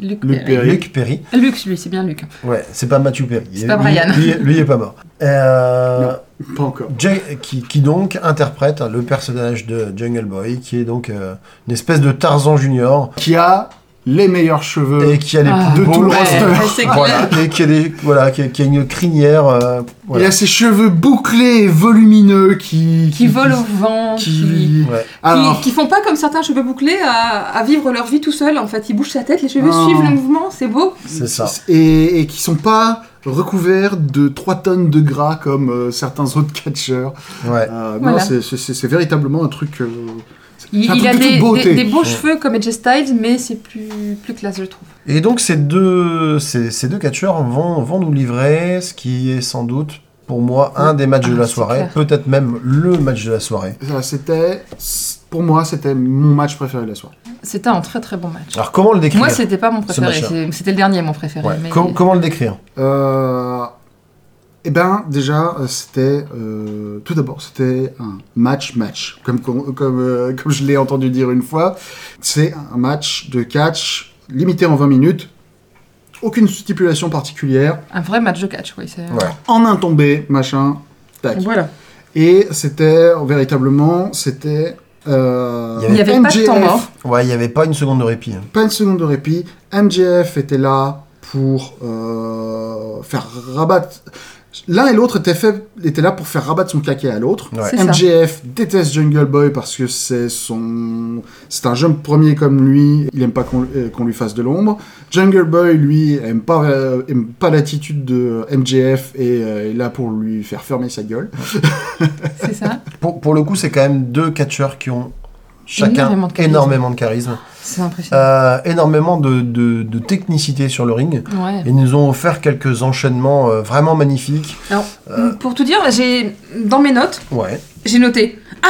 Speaker 3: Luc,
Speaker 2: Luc
Speaker 3: Perry.
Speaker 2: Perry.
Speaker 1: Luc Perry.
Speaker 3: Luc, lui, c'est bien Luc.
Speaker 1: Ouais, c'est pas Matthew Perry.
Speaker 3: C'est pas
Speaker 1: Lui-
Speaker 3: Brian.
Speaker 1: Lui, lui, il est pas mort. Euh,
Speaker 2: Pas encore.
Speaker 1: Jay- qui, qui donc interprète le personnage de Jungle Boy, qui est donc euh, une espèce de Tarzan Junior
Speaker 2: Qui a les meilleurs cheveux.
Speaker 1: et qui a les
Speaker 3: Ah,
Speaker 1: plus
Speaker 2: de
Speaker 1: beaux
Speaker 2: tout le
Speaker 1: locks.
Speaker 2: roster.
Speaker 3: Ouais, c'est clair.
Speaker 1: Euh, Voilà, et qui a, des, voilà, qui a- qui a une crinière. euh, voilà.
Speaker 2: Il a ses cheveux bouclés et volumineux qui...
Speaker 3: Qui volent au vent, qui... Qui,
Speaker 2: qui-
Speaker 1: Ouais.
Speaker 2: Alors,
Speaker 3: qui font pas comme certains cheveux bouclés à, à vivre leur vie tout seul en fait. Ils bougent sa tête, les cheveux
Speaker 2: Oh.
Speaker 3: suivent le mouvement, c'est beau.
Speaker 1: C'est ça.
Speaker 2: Et, et qui sont pas recouverts de 3 tonnes de gras comme euh, certains autres catcheurs.
Speaker 1: Ouais.
Speaker 2: Euh,
Speaker 3: Voilà.
Speaker 2: Non, c'est- c'est- c'est c'est véritablement un truc. euh, c'est
Speaker 3: Il,
Speaker 2: un
Speaker 3: il
Speaker 2: truc
Speaker 3: a
Speaker 2: de toute
Speaker 3: des,
Speaker 2: beauté.
Speaker 3: des- des beaux
Speaker 1: Ouais.
Speaker 3: cheveux comme Edge Styles, mais c'est plus, plus classe, je trouve.
Speaker 1: Et donc ces deux, ces, ces deux catcheurs vont, vont nous livrer ce qui est sans doute pour moi un des matchs
Speaker 3: Ah,
Speaker 1: de la
Speaker 3: c'est
Speaker 1: soirée,
Speaker 3: clair.
Speaker 1: peut-être même le match de la soirée.
Speaker 2: Ça, C'était, pour moi, c'était mon match préféré de la soirée.
Speaker 3: C'était un très très bon match.
Speaker 1: Alors comment le décrire
Speaker 3: Moi, c'était pas mon préféré,
Speaker 1: match-là.
Speaker 3: c'est- c'était le dernier mon préféré.
Speaker 1: Ouais.
Speaker 3: mais-
Speaker 1: Com- Comment le décrire
Speaker 2: Euh, eh ben, déjà, euh, c'était euh, tout d'abord, c'était un match-match, comme qu'on- comme euh, comme je l'ai entendu dire une fois. C'est un match de catch limité en 20 minutes, aucune stipulation particulière,
Speaker 3: Un vrai match de catch, oui. c'est-
Speaker 1: Ouais.
Speaker 2: en un tombé, machin, tac.
Speaker 3: Voilà.
Speaker 2: Et c'était euh, véritablement, c'était. euh,
Speaker 1: Il y
Speaker 3: Il n'y avait pas de temps
Speaker 2: MJF,
Speaker 3: mort.
Speaker 1: Ouais, il n'y avait pas une seconde de répit. hein.
Speaker 2: Pas une seconde de répit. MJF était là pour euh, faire rabattre. L'un et l'autre étaient, fait- étaient là pour faire rabattre son caquet à l'autre.
Speaker 1: Ouais.
Speaker 3: C'est ça.
Speaker 2: MJF déteste Jungle Boy parce que c'est son, c'est un jeune premier comme lui. Il aime pas qu'on euh, qu'on lui fasse de l'ombre. Jungle Boy, lui, aime pas, euh, aime pas l'attitude de MJF et euh, est là pour lui faire fermer sa gueule.
Speaker 3: C'est
Speaker 1: <laughs>
Speaker 3: ça.
Speaker 1: Pour, pour le coup, c'est quand même deux catcheurs qui ont chacun
Speaker 3: Énormément
Speaker 1: énormément
Speaker 3: de
Speaker 1: de
Speaker 3: charisme.
Speaker 1: charisme,
Speaker 3: C'est impressionnant.
Speaker 1: Euh, énormément de, de- de technicité sur le ring.
Speaker 3: Ouais.
Speaker 1: Ils nous ont offert quelques enchaînements euh, vraiment magnifiques.
Speaker 3: Alors,
Speaker 1: euh.
Speaker 3: pour tout dire, j'ai dans mes notes,
Speaker 1: Ouais.
Speaker 3: j'ai noté ah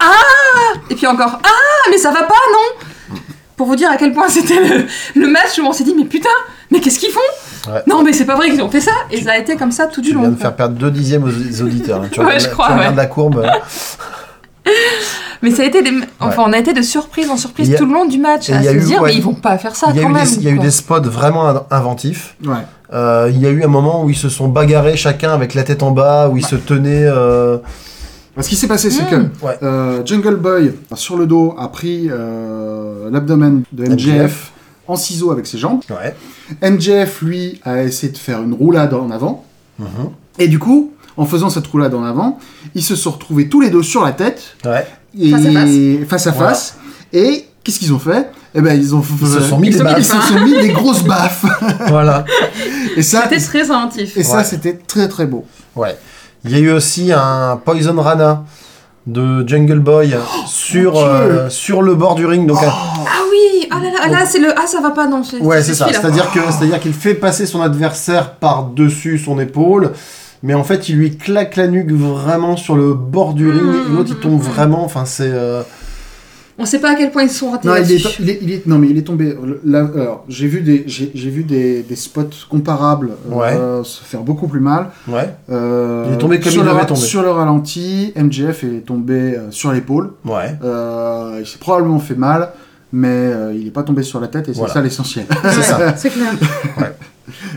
Speaker 3: ah et puis encore ah mais ça va pas non pour vous dire à quel point c'était le, le match où on s'est dit mais putain mais qu'est-ce qu'ils font
Speaker 1: Ouais.
Speaker 3: non mais c'est pas vrai qu'ils ont fait ça et ça a été comme ça tout du
Speaker 1: Tu
Speaker 3: long
Speaker 1: viens de
Speaker 3: quoi.
Speaker 1: faire perdre deux dixièmes aux auditeurs. hein. Tu
Speaker 3: Ouais,
Speaker 1: regardes
Speaker 3: je
Speaker 1: la-
Speaker 3: crois,
Speaker 1: tu
Speaker 3: ouais.
Speaker 1: regardes la courbe. euh,
Speaker 3: mais ça a été des... enfin on a été de surprise en surprise
Speaker 1: Il y a-
Speaker 3: tout le long du match
Speaker 1: Et
Speaker 3: à
Speaker 1: il y
Speaker 3: se
Speaker 1: a eu-
Speaker 3: dire
Speaker 1: ouais.
Speaker 3: mais ils vont pas faire ça
Speaker 1: Il y a,
Speaker 3: quand
Speaker 1: eu
Speaker 3: même
Speaker 1: des, il y a eu
Speaker 3: quoi.
Speaker 1: des spots vraiment in- inventifs.
Speaker 2: Ouais.
Speaker 1: Euh, il y a eu un moment où ils se sont bagarrés chacun avec la tête en bas, où ils se tenaient. euh,
Speaker 2: Ce qui s'est passé, c'est
Speaker 3: Mm.
Speaker 2: que
Speaker 1: Ouais.
Speaker 2: euh, Jungle Boy, sur le dos, a pris euh, l'abdomen de MJF
Speaker 1: MJF.
Speaker 2: en ciseaux avec ses jambes.
Speaker 1: Ouais.
Speaker 2: MJF, lui, a essayé de faire une roulade en avant.
Speaker 1: Mhm.
Speaker 2: Et du coup, en faisant cette roulade en avant, ils se sont retrouvés tous les deux sur la tête.
Speaker 1: Ouais.
Speaker 2: Et
Speaker 3: Face à
Speaker 2: face à
Speaker 1: Voilà.
Speaker 2: face. Et qu'est-ce qu'ils ont fait Eh ben, ils ont.
Speaker 1: Ils se sont mis
Speaker 2: ils
Speaker 1: des
Speaker 2: se-
Speaker 1: baffes.
Speaker 2: ils se sont mis des grosses
Speaker 1: <laughs>
Speaker 2: baffes.
Speaker 1: voilà.
Speaker 2: Et ça,
Speaker 3: c'était très inventif
Speaker 2: et ça,
Speaker 1: Ouais.
Speaker 2: c'était très très beau.
Speaker 1: Ouais. Il y a eu aussi un Poison Rana de Jungle Boy sur,
Speaker 2: mon Dieu.
Speaker 1: euh, sur le bord du ring. Donc, un-
Speaker 3: ah oui ah là là ah là c'est le ah ça va pas non c'est
Speaker 1: Ouais,
Speaker 3: c'est
Speaker 1: c'est ça.
Speaker 3: celui-là.
Speaker 1: C'est-à-dire que c'est-à-dire qu'il fait passer son adversaire par-dessus son épaule, mais en fait, il lui claque la nuque vraiment sur le bord du ring. et L'autre, il tombe vraiment. Enfin, c'est euh,
Speaker 3: on sait pas à quel point ils se sont ratés
Speaker 2: Non, il
Speaker 3: là-dessus.
Speaker 2: est, il est- il est- non, mais il est tombé. Là, alors, j'ai vu des, j'ai j'ai vu des, des spots comparables euh, se faire beaucoup plus mal.
Speaker 1: ouais,
Speaker 2: Euh,
Speaker 1: Il est tombé comme
Speaker 2: sur
Speaker 1: il
Speaker 2: le
Speaker 1: devait
Speaker 2: ra-
Speaker 1: tomber.
Speaker 2: Sur le ralenti, MJF est tombé euh, sur l'épaule.
Speaker 1: ouais.
Speaker 2: Euh, il s'est probablement fait mal, mais euh, il n'est pas tombé sur la tête et c'est
Speaker 1: Voilà.
Speaker 2: ça
Speaker 1: <laughs>
Speaker 2: l'essentiel.
Speaker 3: Ouais,
Speaker 1: ça.
Speaker 3: c'est clair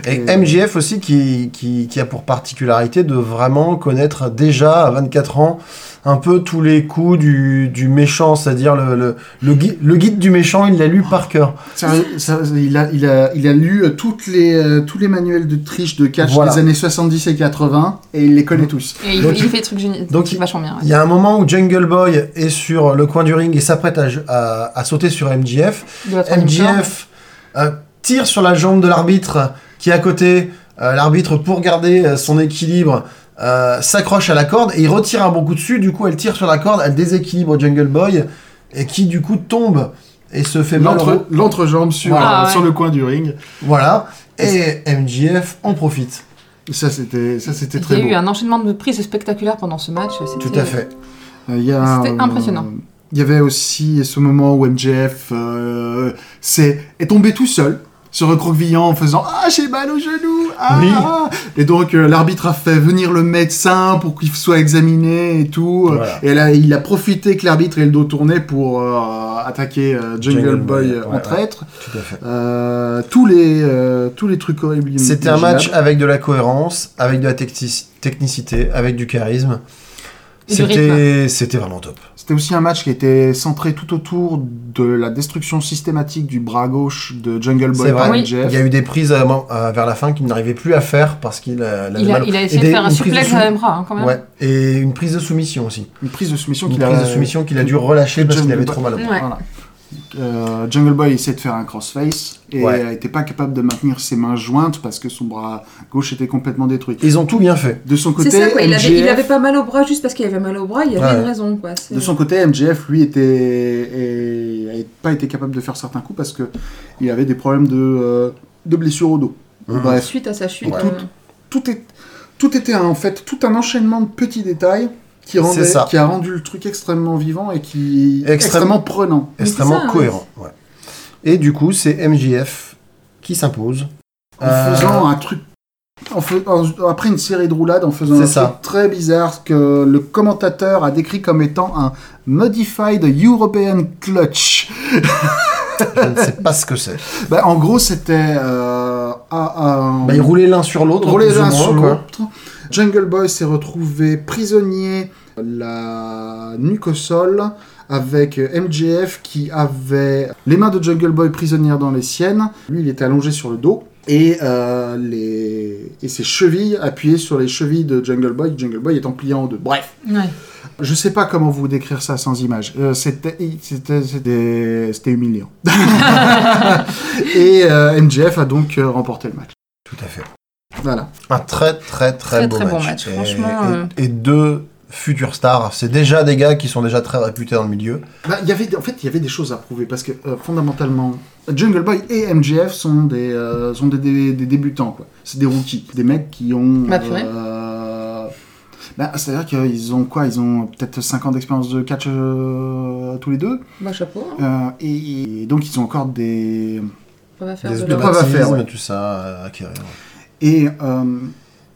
Speaker 1: Et
Speaker 2: Et-
Speaker 1: MJF aussi qui, qui, qui a pour particularité de vraiment connaître déjà à 24 ans un peu tous les coups du, du méchant, c'est-à-dire le, le, le, gui- le guide du méchant, il l'a lu par cœur.
Speaker 2: Sérieux, <laughs> ça- il, a, il, a, il a lu euh, toutes les, euh, tous les manuels de triche de catch
Speaker 1: Voilà. Mm.
Speaker 2: des années 70 et 80 et il les connaît tous.
Speaker 3: Et il,
Speaker 1: Donc-
Speaker 3: il fait des trucs géniaux des
Speaker 1: donc-
Speaker 3: trucs vachement bien ouais.
Speaker 1: Il y a un moment où Jungle Boy est sur le coin du ring et s'apprête à, à- à sauter sur MJF.
Speaker 3: De la troisième corde.
Speaker 1: MJF euh, tire sur la jambe de l'arbitre qui est à côté. Euh, l'arbitre, pour garder euh, son équilibre, euh, s'accroche à la corde et il retire un bon coup dessus. Du coup, elle tire sur la corde, elle déséquilibre Jungle Boy et qui, du coup, tombe et se fait mal. au-
Speaker 2: L'entre- L'entrejambe sur,
Speaker 3: Voilà,
Speaker 2: euh,
Speaker 3: Ah ouais.
Speaker 2: sur le coin du ring.
Speaker 1: Voilà. Et MJF en profite.
Speaker 2: Et Ça, c'était ça, c'était
Speaker 3: Il y
Speaker 2: très
Speaker 3: a
Speaker 2: beau.
Speaker 3: eu un enchaînement de prises spectaculaires pendant ce match.
Speaker 1: Tout
Speaker 3: c'était-
Speaker 1: à fait.
Speaker 2: Euh, il y a,
Speaker 3: C'était
Speaker 2: euh,
Speaker 3: impressionnant.
Speaker 2: Il y avait aussi ce moment où MJF euh, s'est- est, tombé tout seul, se recroquevillant en faisant Ah, j'ai mal au genou ah,
Speaker 1: Oui.
Speaker 2: ah. Et donc euh, l'arbitre a fait venir le médecin pour qu'il soit examiné et tout.
Speaker 1: Voilà.
Speaker 2: Et là, il a profité que l'arbitre ait le dos tourné pour euh, attaquer euh, Jungle,
Speaker 1: Jungle
Speaker 2: Boy
Speaker 1: Boy,
Speaker 2: euh,
Speaker 1: ouais,
Speaker 2: en
Speaker 1: ouais.
Speaker 2: traître.
Speaker 1: Tout à fait.
Speaker 2: Euh, tous les euh, tous les trucs horribles.
Speaker 1: C'était un match
Speaker 2: imaginables.
Speaker 1: avec de la cohérence, avec de la technici- technicité, avec du charisme.
Speaker 3: Et du
Speaker 1: C'était c'était vraiment top.
Speaker 2: C'était aussi un match qui était centré tout autour de la destruction systématique du bras gauche de Jungle Boy
Speaker 1: C'est
Speaker 2: par
Speaker 3: vrai.
Speaker 2: MJF.
Speaker 1: Il y a eu des prises à- à- vers la fin qu'il n'arrivait plus à faire parce qu'il a,
Speaker 3: Il a,
Speaker 1: mal-
Speaker 3: il a
Speaker 1: et
Speaker 3: essayé
Speaker 1: des-
Speaker 3: de faire un
Speaker 1: une prise
Speaker 3: suplex
Speaker 1: sou-
Speaker 3: à même bras, hein, quand même.
Speaker 1: Ouais, et une prise de soumission aussi.
Speaker 2: Une prise de soumission
Speaker 1: Une
Speaker 2: qu'il a.
Speaker 1: prise de soumission qu'il a dû relâcher parce qu'il
Speaker 2: Jungle
Speaker 1: avait
Speaker 2: Boy.
Speaker 1: trop mal au bras.
Speaker 3: Ouais.
Speaker 2: Voilà. Euh, Jungle Boy essayait de faire un crossface et
Speaker 1: Ouais.
Speaker 2: n'était pas capable de maintenir ses mains jointes parce que son bras gauche était complètement détruit.
Speaker 1: Ils ont tout bien fait.
Speaker 2: De son côté,
Speaker 3: C'est ça, quoi. Il avait, il
Speaker 2: MJF
Speaker 3: avait pas mal au bras juste parce qu'il avait mal au bras, il y avait
Speaker 1: Ouais.
Speaker 3: une raison, quoi. C'est-
Speaker 2: De son côté, MJF, lui, était et- et- pas été capable de faire certains coups parce que il avait des problèmes de, euh, de blessures au dos.
Speaker 1: Mhm.
Speaker 2: Bref,
Speaker 3: Suite à sa chute.
Speaker 2: Ouais.
Speaker 3: euh,
Speaker 2: tout, est, tout était en fait tout un enchaînement de petits détails qui, rendait-
Speaker 1: C'est ça.
Speaker 2: qui a rendu le truc extrêmement vivant et qui
Speaker 1: Extrême-
Speaker 2: extrêmement prenant.
Speaker 3: Mais c'est
Speaker 1: Extrêmement
Speaker 3: ça, hein.
Speaker 1: cohérent. ouais. Et du coup, c'est MJF qui s'impose.
Speaker 2: En
Speaker 1: Euh,
Speaker 2: faisant un truc. en fais- en- après une série de roulades, en faisant
Speaker 1: C'est
Speaker 2: un
Speaker 1: ça.
Speaker 2: truc très bizarre que le commentateur a décrit comme étant un Modified European Clutch.
Speaker 1: <laughs> Je ne sais pas ce que c'est.
Speaker 2: Bah, en gros, c'était. Euh, à- à-
Speaker 1: Bah, ils roulaient l'un sur l'autre.
Speaker 2: Mmh. roulaient
Speaker 1: plus ou
Speaker 2: l'un
Speaker 1: moins,
Speaker 2: sur
Speaker 1: quoi.
Speaker 2: l'autre. Jungle Boy s'est retrouvé prisonnier, la nuque au sol, avec MJF qui avait les mains de Jungle Boy prisonnières dans les siennes. Lui, il était allongé sur le dos. Et, euh, les... et ses chevilles appuyées sur les chevilles de Jungle Boy, Jungle Boy étant plié en deux. Bref,
Speaker 3: Ouais.
Speaker 2: je sais pas comment vous décrire ça sans image. Euh, c'était, c'était, c'était, c'était humiliant. <laughs> Et euh, MJF a donc euh, remporté le match.
Speaker 1: Tout à fait.
Speaker 2: Voilà.
Speaker 1: Un très très
Speaker 3: Très,
Speaker 1: très, beau,
Speaker 3: très
Speaker 1: match.
Speaker 3: bon match,
Speaker 1: Et-
Speaker 3: franchement,
Speaker 1: et-
Speaker 3: euh.
Speaker 1: et deux futurs stars. C'est déjà des gars qui sont déjà très réputés dans le milieu.
Speaker 2: Bah, il y avait, en fait, il y avait des choses à prouver parce que euh, fondamentalement, Jungle Boy et MJF sont des, euh, sont des, des- des débutants. Quoi. C'est des rookies. Des mecs qui ont.
Speaker 3: Bah, purée.
Speaker 2: euh, bah, c'est-à-dire qu'ils ont quoi Ils ont peut-être 5 ans d'expérience de catch euh, tous les deux.
Speaker 3: Bah, chapeau. hein.
Speaker 2: Euh, et, et donc, ils ont encore des.
Speaker 3: On va faire
Speaker 1: des
Speaker 3: de
Speaker 1: de
Speaker 3: la-
Speaker 2: preuves à
Speaker 1: baptisme,
Speaker 2: faire, ouais.
Speaker 1: tout ça à acquérir.
Speaker 2: Et euh,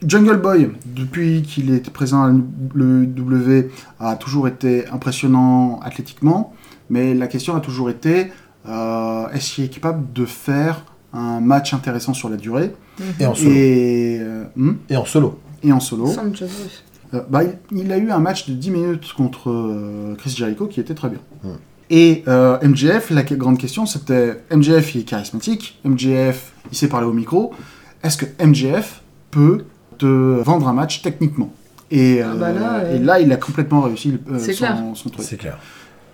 Speaker 2: Jungle Boy, depuis qu'il est présent à le W, a toujours été impressionnant athlétiquement, mais la question a toujours été euh, est-ce qu'il est capable de faire un match intéressant sur la durée
Speaker 1: Et en solo. Et,
Speaker 2: et, euh, hmm,
Speaker 1: en solo.
Speaker 2: et en solo
Speaker 3: Sam Joseph.
Speaker 2: Euh, bah, il- il a eu un match de 10 minutes contre euh, Chris Jericho qui était très bien.
Speaker 1: Mm.
Speaker 2: Et euh, MJF, la que- grande question c'était MJF il est charismatique, MJF il sait parler au micro, est-ce que MJF peut te vendre un match techniquement et,
Speaker 3: Ah bah là,
Speaker 2: euh,
Speaker 3: euh,
Speaker 2: et là, il a complètement réussi euh,
Speaker 3: c'est clair.
Speaker 2: son, son truc.
Speaker 1: C'est clair.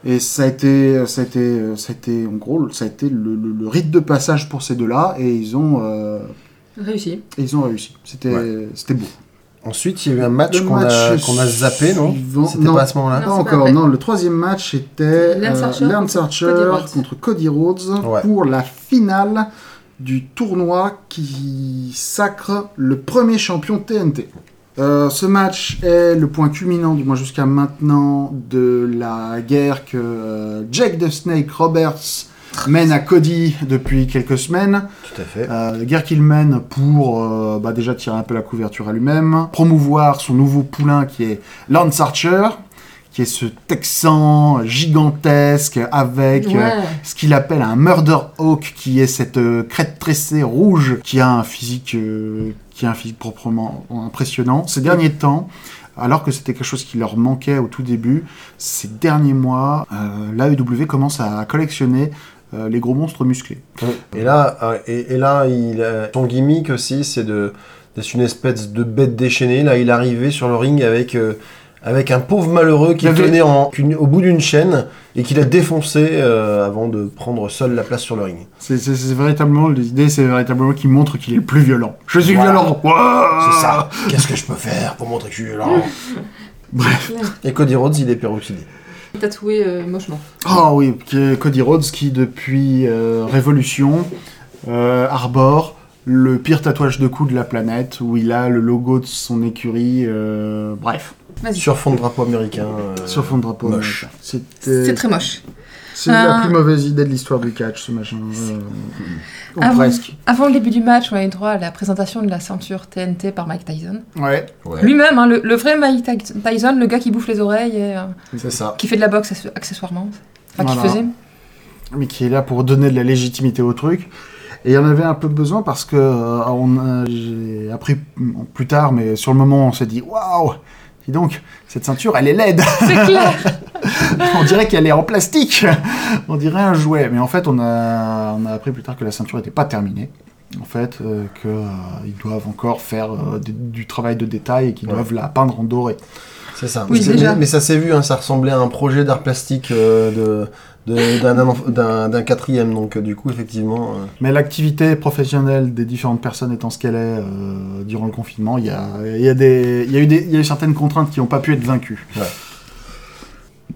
Speaker 2: Et ça a été, euh, ça a été, ça a été en gros, ça a été le, le- le rite de passage pour ces deux-là et ils ont, euh,
Speaker 3: Réussi.
Speaker 2: et ils ont réussi. C'était, c'était beau.
Speaker 1: Ensuite, il y a eu un match
Speaker 2: Le
Speaker 1: qu'on a,
Speaker 2: match
Speaker 1: qu'on a zappé, non
Speaker 2: suivant-
Speaker 1: C'était
Speaker 2: non.
Speaker 1: pas à ce moment-là
Speaker 2: Pas
Speaker 3: Non, c'est pas
Speaker 2: encore,
Speaker 3: après.
Speaker 2: non. Le troisième match était
Speaker 3: Lance Archer
Speaker 2: euh, Lance
Speaker 3: contre
Speaker 2: Archer
Speaker 3: Cody Rhodes.
Speaker 2: contre Cody Rhodes
Speaker 1: Ouais.
Speaker 2: pour la finale du tournoi qui sacre le premier champion TNT. Euh, ce match est le point culminant, du moins jusqu'à maintenant, de la guerre que euh, Jake the Snake Roberts mène à Cody depuis quelques semaines.
Speaker 1: Tout à fait.
Speaker 2: Euh, guerre qu'il mène pour euh, bah, déjà tirer un peu la couverture à lui-même, promouvoir son nouveau poulain qui est Lance Archer, qui est ce Texan gigantesque avec euh,
Speaker 3: Ouais. <laughs>
Speaker 2: ce qu'il appelle un Murder Hawk, qui est cette euh, crête tressée rouge qui a un physique, euh, qui a un physique proprement impressionnant. Ces derniers temps, alors que c'était quelque chose qui leur manquait au tout début, ces derniers mois, euh, l'AEW commence à collectionner euh, les gros monstres musclés.
Speaker 1: Et là, euh, et, et là il, a- son gimmick aussi, c'est de d'être une espèce de bête déchaînée. Là, il arrivait sur le ring avec, euh, avec un pauvre malheureux qui
Speaker 2: Il avait-
Speaker 1: tenait en- qu'une- au bout d'une chaîne et qu'il a défoncé euh, avant de prendre seul la place sur le ring.
Speaker 2: C'est c'est- c'est véritablement l'idée, c'est véritablement qu'il montre qu'il est le plus violent. Je suis
Speaker 1: Voilà.
Speaker 2: violent. Ouah
Speaker 1: C'est ça. Qu'est-ce que je peux faire pour montrer que je suis violent Et Cody Rhodes, il est peroxydé.
Speaker 3: Tatoué euh, mochement.
Speaker 2: Ah oui, qui est Cody Rhodes qui depuis euh, Révolution euh, arbore le pire tatouage de cou de la planète où il a le logo de son écurie. euh, bref,
Speaker 3: Vas-y.
Speaker 1: Sur fond de drapeau américain. euh,
Speaker 2: sur fond de drapeau.
Speaker 1: moche.
Speaker 2: américain. C'était
Speaker 3: C'est très moche.
Speaker 2: c'est la
Speaker 3: Euh,
Speaker 2: plus mauvaise idée de l'histoire du catch, ce machin. euh, ou
Speaker 3: Ah bon
Speaker 2: presque.
Speaker 3: Avant le début du match, on a eu droit à la présentation de la ceinture TNT par Mike Tyson.
Speaker 2: Ouais.
Speaker 1: Ouais.
Speaker 3: Lui-même, hein, le, le vrai Mike Ty- Tyson, le gars qui bouffe les oreilles et euh,
Speaker 1: C'est ça.
Speaker 3: qui fait de la boxe accessoirement. Enfin, qui
Speaker 2: <laughs> Voilà.
Speaker 3: faisait.
Speaker 2: mais qui est là pour donner de la légitimité au truc. Et il y en avait un peu besoin parce que euh, on a- j'ai appris mm, plus tard, mais sur le moment, on s'est dit waouh, dis donc, cette ceinture, elle est laide. <laughs>
Speaker 3: C'est clair.
Speaker 2: on dirait qu'elle est en plastique. <laughs> on dirait un jouet. Mais en fait, on a, on a appris plus tard que la ceinture n'était pas terminée. En fait, euh, qu'ils doivent encore faire euh, des- du travail de détail et qu'ils
Speaker 1: Ouais.
Speaker 2: doivent la peindre en doré.
Speaker 1: C'est ça.
Speaker 3: Oui,
Speaker 1: mais, c'est-
Speaker 3: déjà.
Speaker 1: mais- mais ça s'est vu, hein, ça ressemblait à un projet d'art plastique euh, de- de- d'un enf- d'un- d'un quatrième. Donc, euh, du coup, effectivement, euh,
Speaker 2: Mais l'activité professionnelle des différentes personnes étant ce qu'elle est euh, durant le confinement, il y a, il y a des- il y a eu des- il y a eu certaines contraintes qui n'ont pas pu être vaincues.
Speaker 1: Ouais.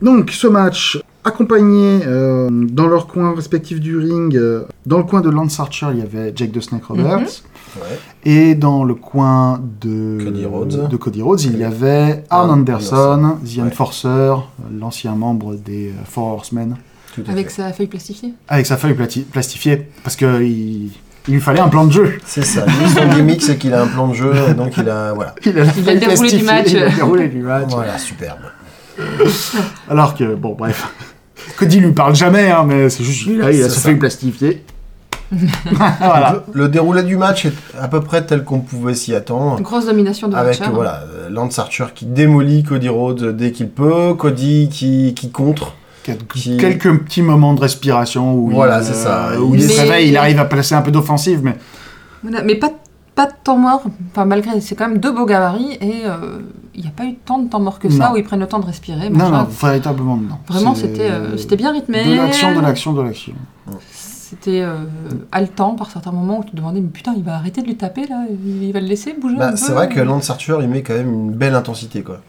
Speaker 2: Donc ce match, accompagné euh, dans leur coin respectif du ring, euh, dans le coin de Lance Archer, il y avait Jake the Snake Roberts,
Speaker 1: ouais.
Speaker 2: et dans le coin de
Speaker 1: Cody Rhodes.
Speaker 2: de Cody Rhodes, il y avait Arn
Speaker 1: Arn
Speaker 2: Anderson, The
Speaker 1: Ouais.
Speaker 2: Enforcer, euh, l'ancien membre des euh, Four Horsemen
Speaker 1: tout à
Speaker 3: Avec
Speaker 1: fait.
Speaker 3: sa feuille plastifiée.
Speaker 2: avec sa feuille plati- plastifiée, parce que il, il lui fallait un plan de jeu.
Speaker 1: C'est ça. Lui,
Speaker 3: <laughs>
Speaker 1: son gimmick, c'est qu'il a un plan de jeu et donc il a. Voilà.
Speaker 2: Il a, la
Speaker 3: Il a
Speaker 2: feuille
Speaker 3: le déroulé du
Speaker 2: plastifiée,
Speaker 3: match.
Speaker 2: Il a le déroulé du match.
Speaker 1: Voilà, superbe.
Speaker 2: Alors que, bon, bref. Cody lui parle jamais, hein, mais c'est juste, il est là, il a
Speaker 1: C'est
Speaker 2: sa
Speaker 1: ça.
Speaker 2: feuille plastifiée. <laughs> voilà.
Speaker 1: Donc, Le, le déroulé du match est à peu près tel qu'on pouvait s'y attendre.
Speaker 3: Une grosse domination de
Speaker 1: Avec
Speaker 3: Archer.
Speaker 1: euh, voilà, euh, Lance Archer qui démolit Cody Rhodes dès qu'il peut, Cody qui, qui contre.
Speaker 2: Quel-
Speaker 1: Qui-
Speaker 2: Quelques petits moments de respiration où
Speaker 1: Voilà,
Speaker 2: il, euh,
Speaker 1: c'est ça.
Speaker 2: où il
Speaker 3: Mais-
Speaker 2: se réveille, il arrive à placer un peu d'offensive, mais
Speaker 3: Voilà, Mais pas, pas de temps mort. Enfin, malgré, c'est quand même deux beaux gabarits et euh, il n'y a pas eu tant de temps mort que ça
Speaker 2: Non.
Speaker 3: où ils prennent le temps de respirer.
Speaker 2: non,
Speaker 3: machin.
Speaker 2: non, véritablement non.
Speaker 3: Vraiment,
Speaker 2: C'est-
Speaker 3: c'était euh, c'était bien rythmé.
Speaker 2: De l'action, de l'action, de l'action.
Speaker 3: C'était euh, haletant par certains moments où tu te demandais, mais putain, il va arrêter de lui taper là Il va le laisser bouger un
Speaker 1: Bah,
Speaker 3: peu euh?
Speaker 1: c'est vrai que Lance Archer, il met quand même une belle intensité. quoi.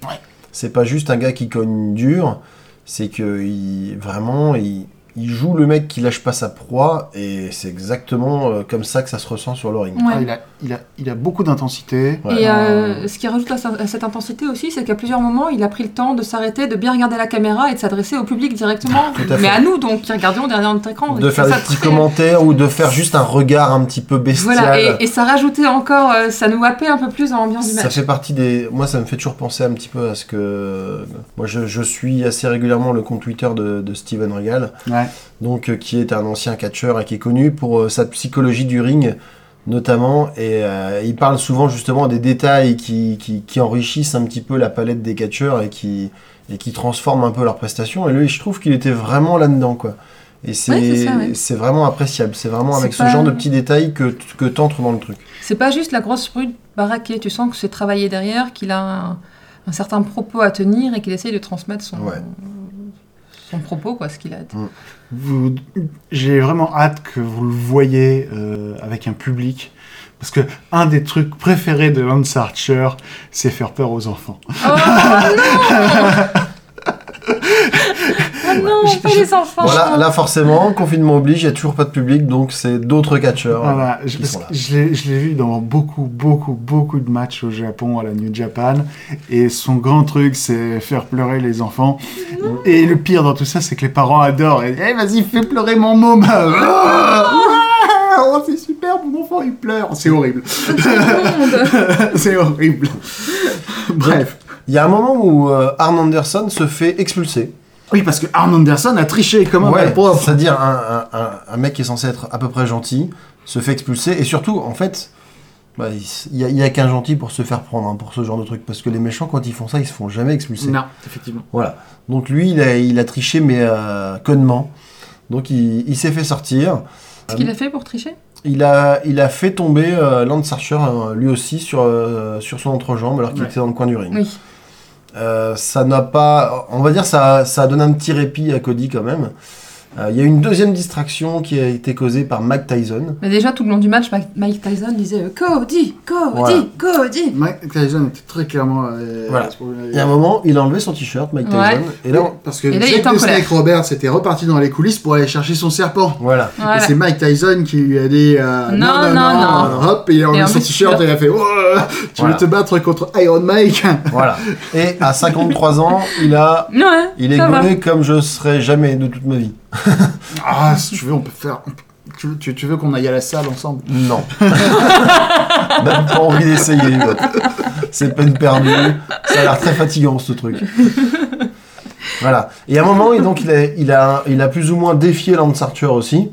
Speaker 1: C'est pas juste un gars qui cogne dur, c'est que il, vraiment, il, il joue le mec qui lâche pas sa proie et c'est exactement euh, comme ça que ça se ressent sur le ring.
Speaker 3: Ouais.
Speaker 2: Ah, il, a, il, a, il a beaucoup d'intensité.
Speaker 1: Ouais.
Speaker 3: Et euh, ce qui rajoute à, sa- à cette intensité aussi, c'est qu'à plusieurs moments, il a pris le temps de s'arrêter, de bien regarder la caméra et de s'adresser au public directement.
Speaker 1: Tout à fait.
Speaker 3: Mais à nous, donc, qui regardions derrière notre écran.
Speaker 1: De
Speaker 3: Je
Speaker 1: faire
Speaker 3: trouve
Speaker 1: des
Speaker 3: ça
Speaker 1: petits
Speaker 3: très-
Speaker 1: commentaires ou de faire juste un regard un petit peu bestial.
Speaker 3: Voilà, et, et ça rajoutait encore, euh, ça nous happait un peu plus dans l'ambiance du
Speaker 1: Ça
Speaker 3: match.
Speaker 1: fait partie des. Moi, ça me fait toujours penser un petit peu à ce que. Moi, je, je suis assez régulièrement le compte Twitter de, de Steven Regal,
Speaker 2: Ouais.
Speaker 1: donc euh, qui est un ancien catcheur et qui est connu pour euh, sa psychologie du ring, notamment. Et euh, il parle souvent justement des détails qui, qui, qui enrichissent un petit peu la palette des catcheurs et qui, et qui transforment un peu leurs prestations. Et lui, je trouve qu'il était vraiment là-dedans, quoi. Et c'est
Speaker 3: Ouais, c'est ça, ouais.
Speaker 1: c'est vraiment appréciable. C'est vraiment
Speaker 3: C'est
Speaker 1: avec
Speaker 3: pas-
Speaker 1: ce genre de petits détails que, que t'entres dans le truc.
Speaker 3: C'est pas juste la grosse rue baraquée, tu sens que c'est travaillé derrière, qu'il a un, un certain propos à tenir et qu'il essaye de transmettre son,
Speaker 1: Ouais.
Speaker 3: son propos, quoi, ce qu'il a à dire.
Speaker 2: Vous- J'ai vraiment hâte que vous le voyez euh, avec un public. Parce que un des trucs préférés de Lance Archer, c'est faire peur aux enfants.
Speaker 3: Oh non Oh non, pas les enfants
Speaker 1: Voilà, là forcément, confinement oblige, il n'y a toujours pas de public, donc c'est d'autres catcheurs.
Speaker 2: Ah, Voilà,
Speaker 1: qui
Speaker 2: je, parce
Speaker 1: Ah sont
Speaker 2: que
Speaker 1: là.
Speaker 2: je l'ai- je l'ai vu dans beaucoup, beaucoup, beaucoup de matchs au Japon, à la New Japan. Et son grand truc, c'est faire pleurer les enfants. Et le pire dans tout ça, c'est que les parents adorent. Et, Eh, vas-y, fais pleurer mon môme Ah, Oh, c'est super, mon enfant, il pleure. C'est horrible. <laughs> c'est horrible. Bref.
Speaker 1: Il y a un moment où euh, Arn Anderson se fait expulser.
Speaker 2: Oui, parce que Arn Anderson a triché comme un
Speaker 1: Ouais,
Speaker 2: mal propre.
Speaker 1: C'est-à-dire un, un- un- un mec qui est censé être à peu près gentil se fait expulser, et surtout, en fait, bah, il s- il n'y a, qu'un gentil pour se faire prendre, hein, pour ce genre de truc, parce que les méchants, quand ils font ça, ils se font jamais expulser.
Speaker 2: Non, effectivement.
Speaker 1: Voilà. Donc lui, il a, il a triché, mais euh, connement. Donc il, il s'est fait sortir.
Speaker 3: Ce qu'il a fait pour tricher
Speaker 1: Il a, il a fait tomber euh, Lance Archer, euh, lui aussi, sur, euh, sur son entrejambe, alors qu'il
Speaker 2: Ouais.
Speaker 1: était dans le coin du ring.
Speaker 3: Oui.
Speaker 1: Euh, ça n'a pas. On va dire ça, a- ça a donné un petit répit à Cody quand même. Euh, Il y a une deuxième distraction qui a été causée par Mike Tyson.
Speaker 3: Mais déjà, tout le long du match, Mike- Mike Tyson disait euh, Cody, Cody,
Speaker 1: Voilà.
Speaker 3: Cody
Speaker 2: Mike Tyson était très clairement. euh,
Speaker 1: Voilà.
Speaker 2: responsable.
Speaker 1: Il y a un moment, il a enlevé son t-shirt, Mike
Speaker 3: Ouais.
Speaker 1: Tyson. Et là, on-
Speaker 2: parce que
Speaker 3: Et là, il
Speaker 2: Jake
Speaker 3: était en
Speaker 2: the
Speaker 3: colère.
Speaker 2: Snake Roberts était reparti dans les coulisses pour aller chercher son serpent.
Speaker 1: voilà.
Speaker 3: Voilà.
Speaker 2: Et c'est Mike Tyson qui lui a dit euh,
Speaker 3: Non, non,
Speaker 1: non.
Speaker 2: Hop, il a enlevé
Speaker 3: en
Speaker 2: son
Speaker 3: plus,
Speaker 2: t-shirt et il a fait Oh, Tu
Speaker 1: Voilà.
Speaker 2: veux te battre contre Iron Mike
Speaker 3: <laughs>
Speaker 1: voilà. Et à 53 ans, il a.
Speaker 3: Ouais,
Speaker 1: Il est
Speaker 3: ça va.
Speaker 1: gaulé comme je serai jamais de toute ma vie.
Speaker 2: Ah, si tu veux, on peut faire. on peut- Tu veux, tu- tu veux qu'on aille à la salle ensemble
Speaker 1: Non. <laughs> Même pas envie d'essayer. les gars. C'est peine perdue. Ça a l'air très fatigant ce truc. Voilà. Et à un moment, et donc, il, a, il, a, il a plus ou moins défié Lance Arthur aussi,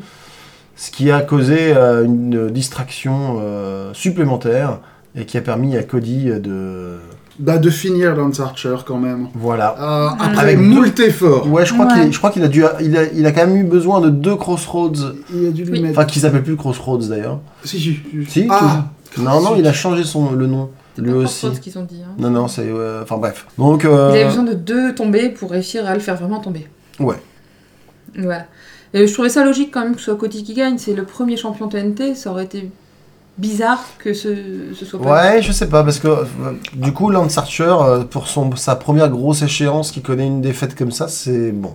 Speaker 1: ce qui a causé euh, une distraction euh, supplémentaire et qui a permis à Cody de.
Speaker 2: Bah, de finir Lance Archer quand même.
Speaker 1: Voilà.
Speaker 3: Ah,
Speaker 2: Euh, après
Speaker 1: Avec
Speaker 2: moult efforts.
Speaker 1: Ouais, je crois
Speaker 3: Ouais.
Speaker 1: qu'il je crois qu'il a dû, il a, il a quand même eu besoin de deux crossroads.
Speaker 2: Il a dû lui
Speaker 3: Oui.
Speaker 2: mettre.
Speaker 1: Enfin, qui s'appelle plus crossroads d'ailleurs.
Speaker 2: Si, si, si.
Speaker 1: Si,
Speaker 2: ah,
Speaker 1: Non, non, il a changé son le nom. Lui aussi.
Speaker 3: C'est ce qu'ils ont dit. hein.
Speaker 1: Non, non, c'est. euh, Enfin, bref. Donc.
Speaker 3: Ils
Speaker 1: euh,
Speaker 3: avaient besoin de deux tombées pour réussir à le faire vraiment tomber.
Speaker 1: Ouais.
Speaker 3: Voilà. Et je trouvais ça logique quand même que ce soit Cody qui gagne. C'est le premier champion TNT. Ça aurait été bizarre que ce, ce soit pas.
Speaker 1: Ouais, je sais pas, parce que euh, du coup, Lance Archer, euh, pour son, sa première grosse échéance qui connaît une défaite comme ça, c'est bon.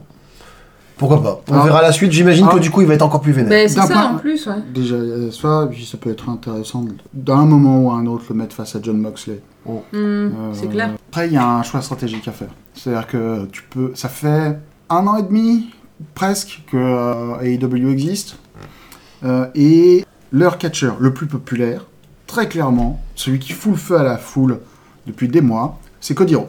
Speaker 1: Pourquoi pas On
Speaker 2: Ah.
Speaker 1: verra la suite, j'imagine
Speaker 2: Ah.
Speaker 1: que du coup, il va être encore plus vénère.
Speaker 3: Ben, c'est
Speaker 2: D'un
Speaker 3: ça
Speaker 2: point-
Speaker 3: en plus, ouais.
Speaker 2: Déjà, euh, ça, puis ça peut être intéressant de- d'un moment ou à un autre le mettre face à John Moxley.
Speaker 3: Hmm,
Speaker 2: Euh,
Speaker 3: C'est clair.
Speaker 2: Après, il y a un choix stratégique à faire. C'est-à-dire que tu peux. Ça fait un an et demi, presque, que euh, AEW existe. Euh, et leur catcheur le plus populaire, très clairement, celui qui fout le feu à la foule depuis des mois, c'est Cody Rhodes.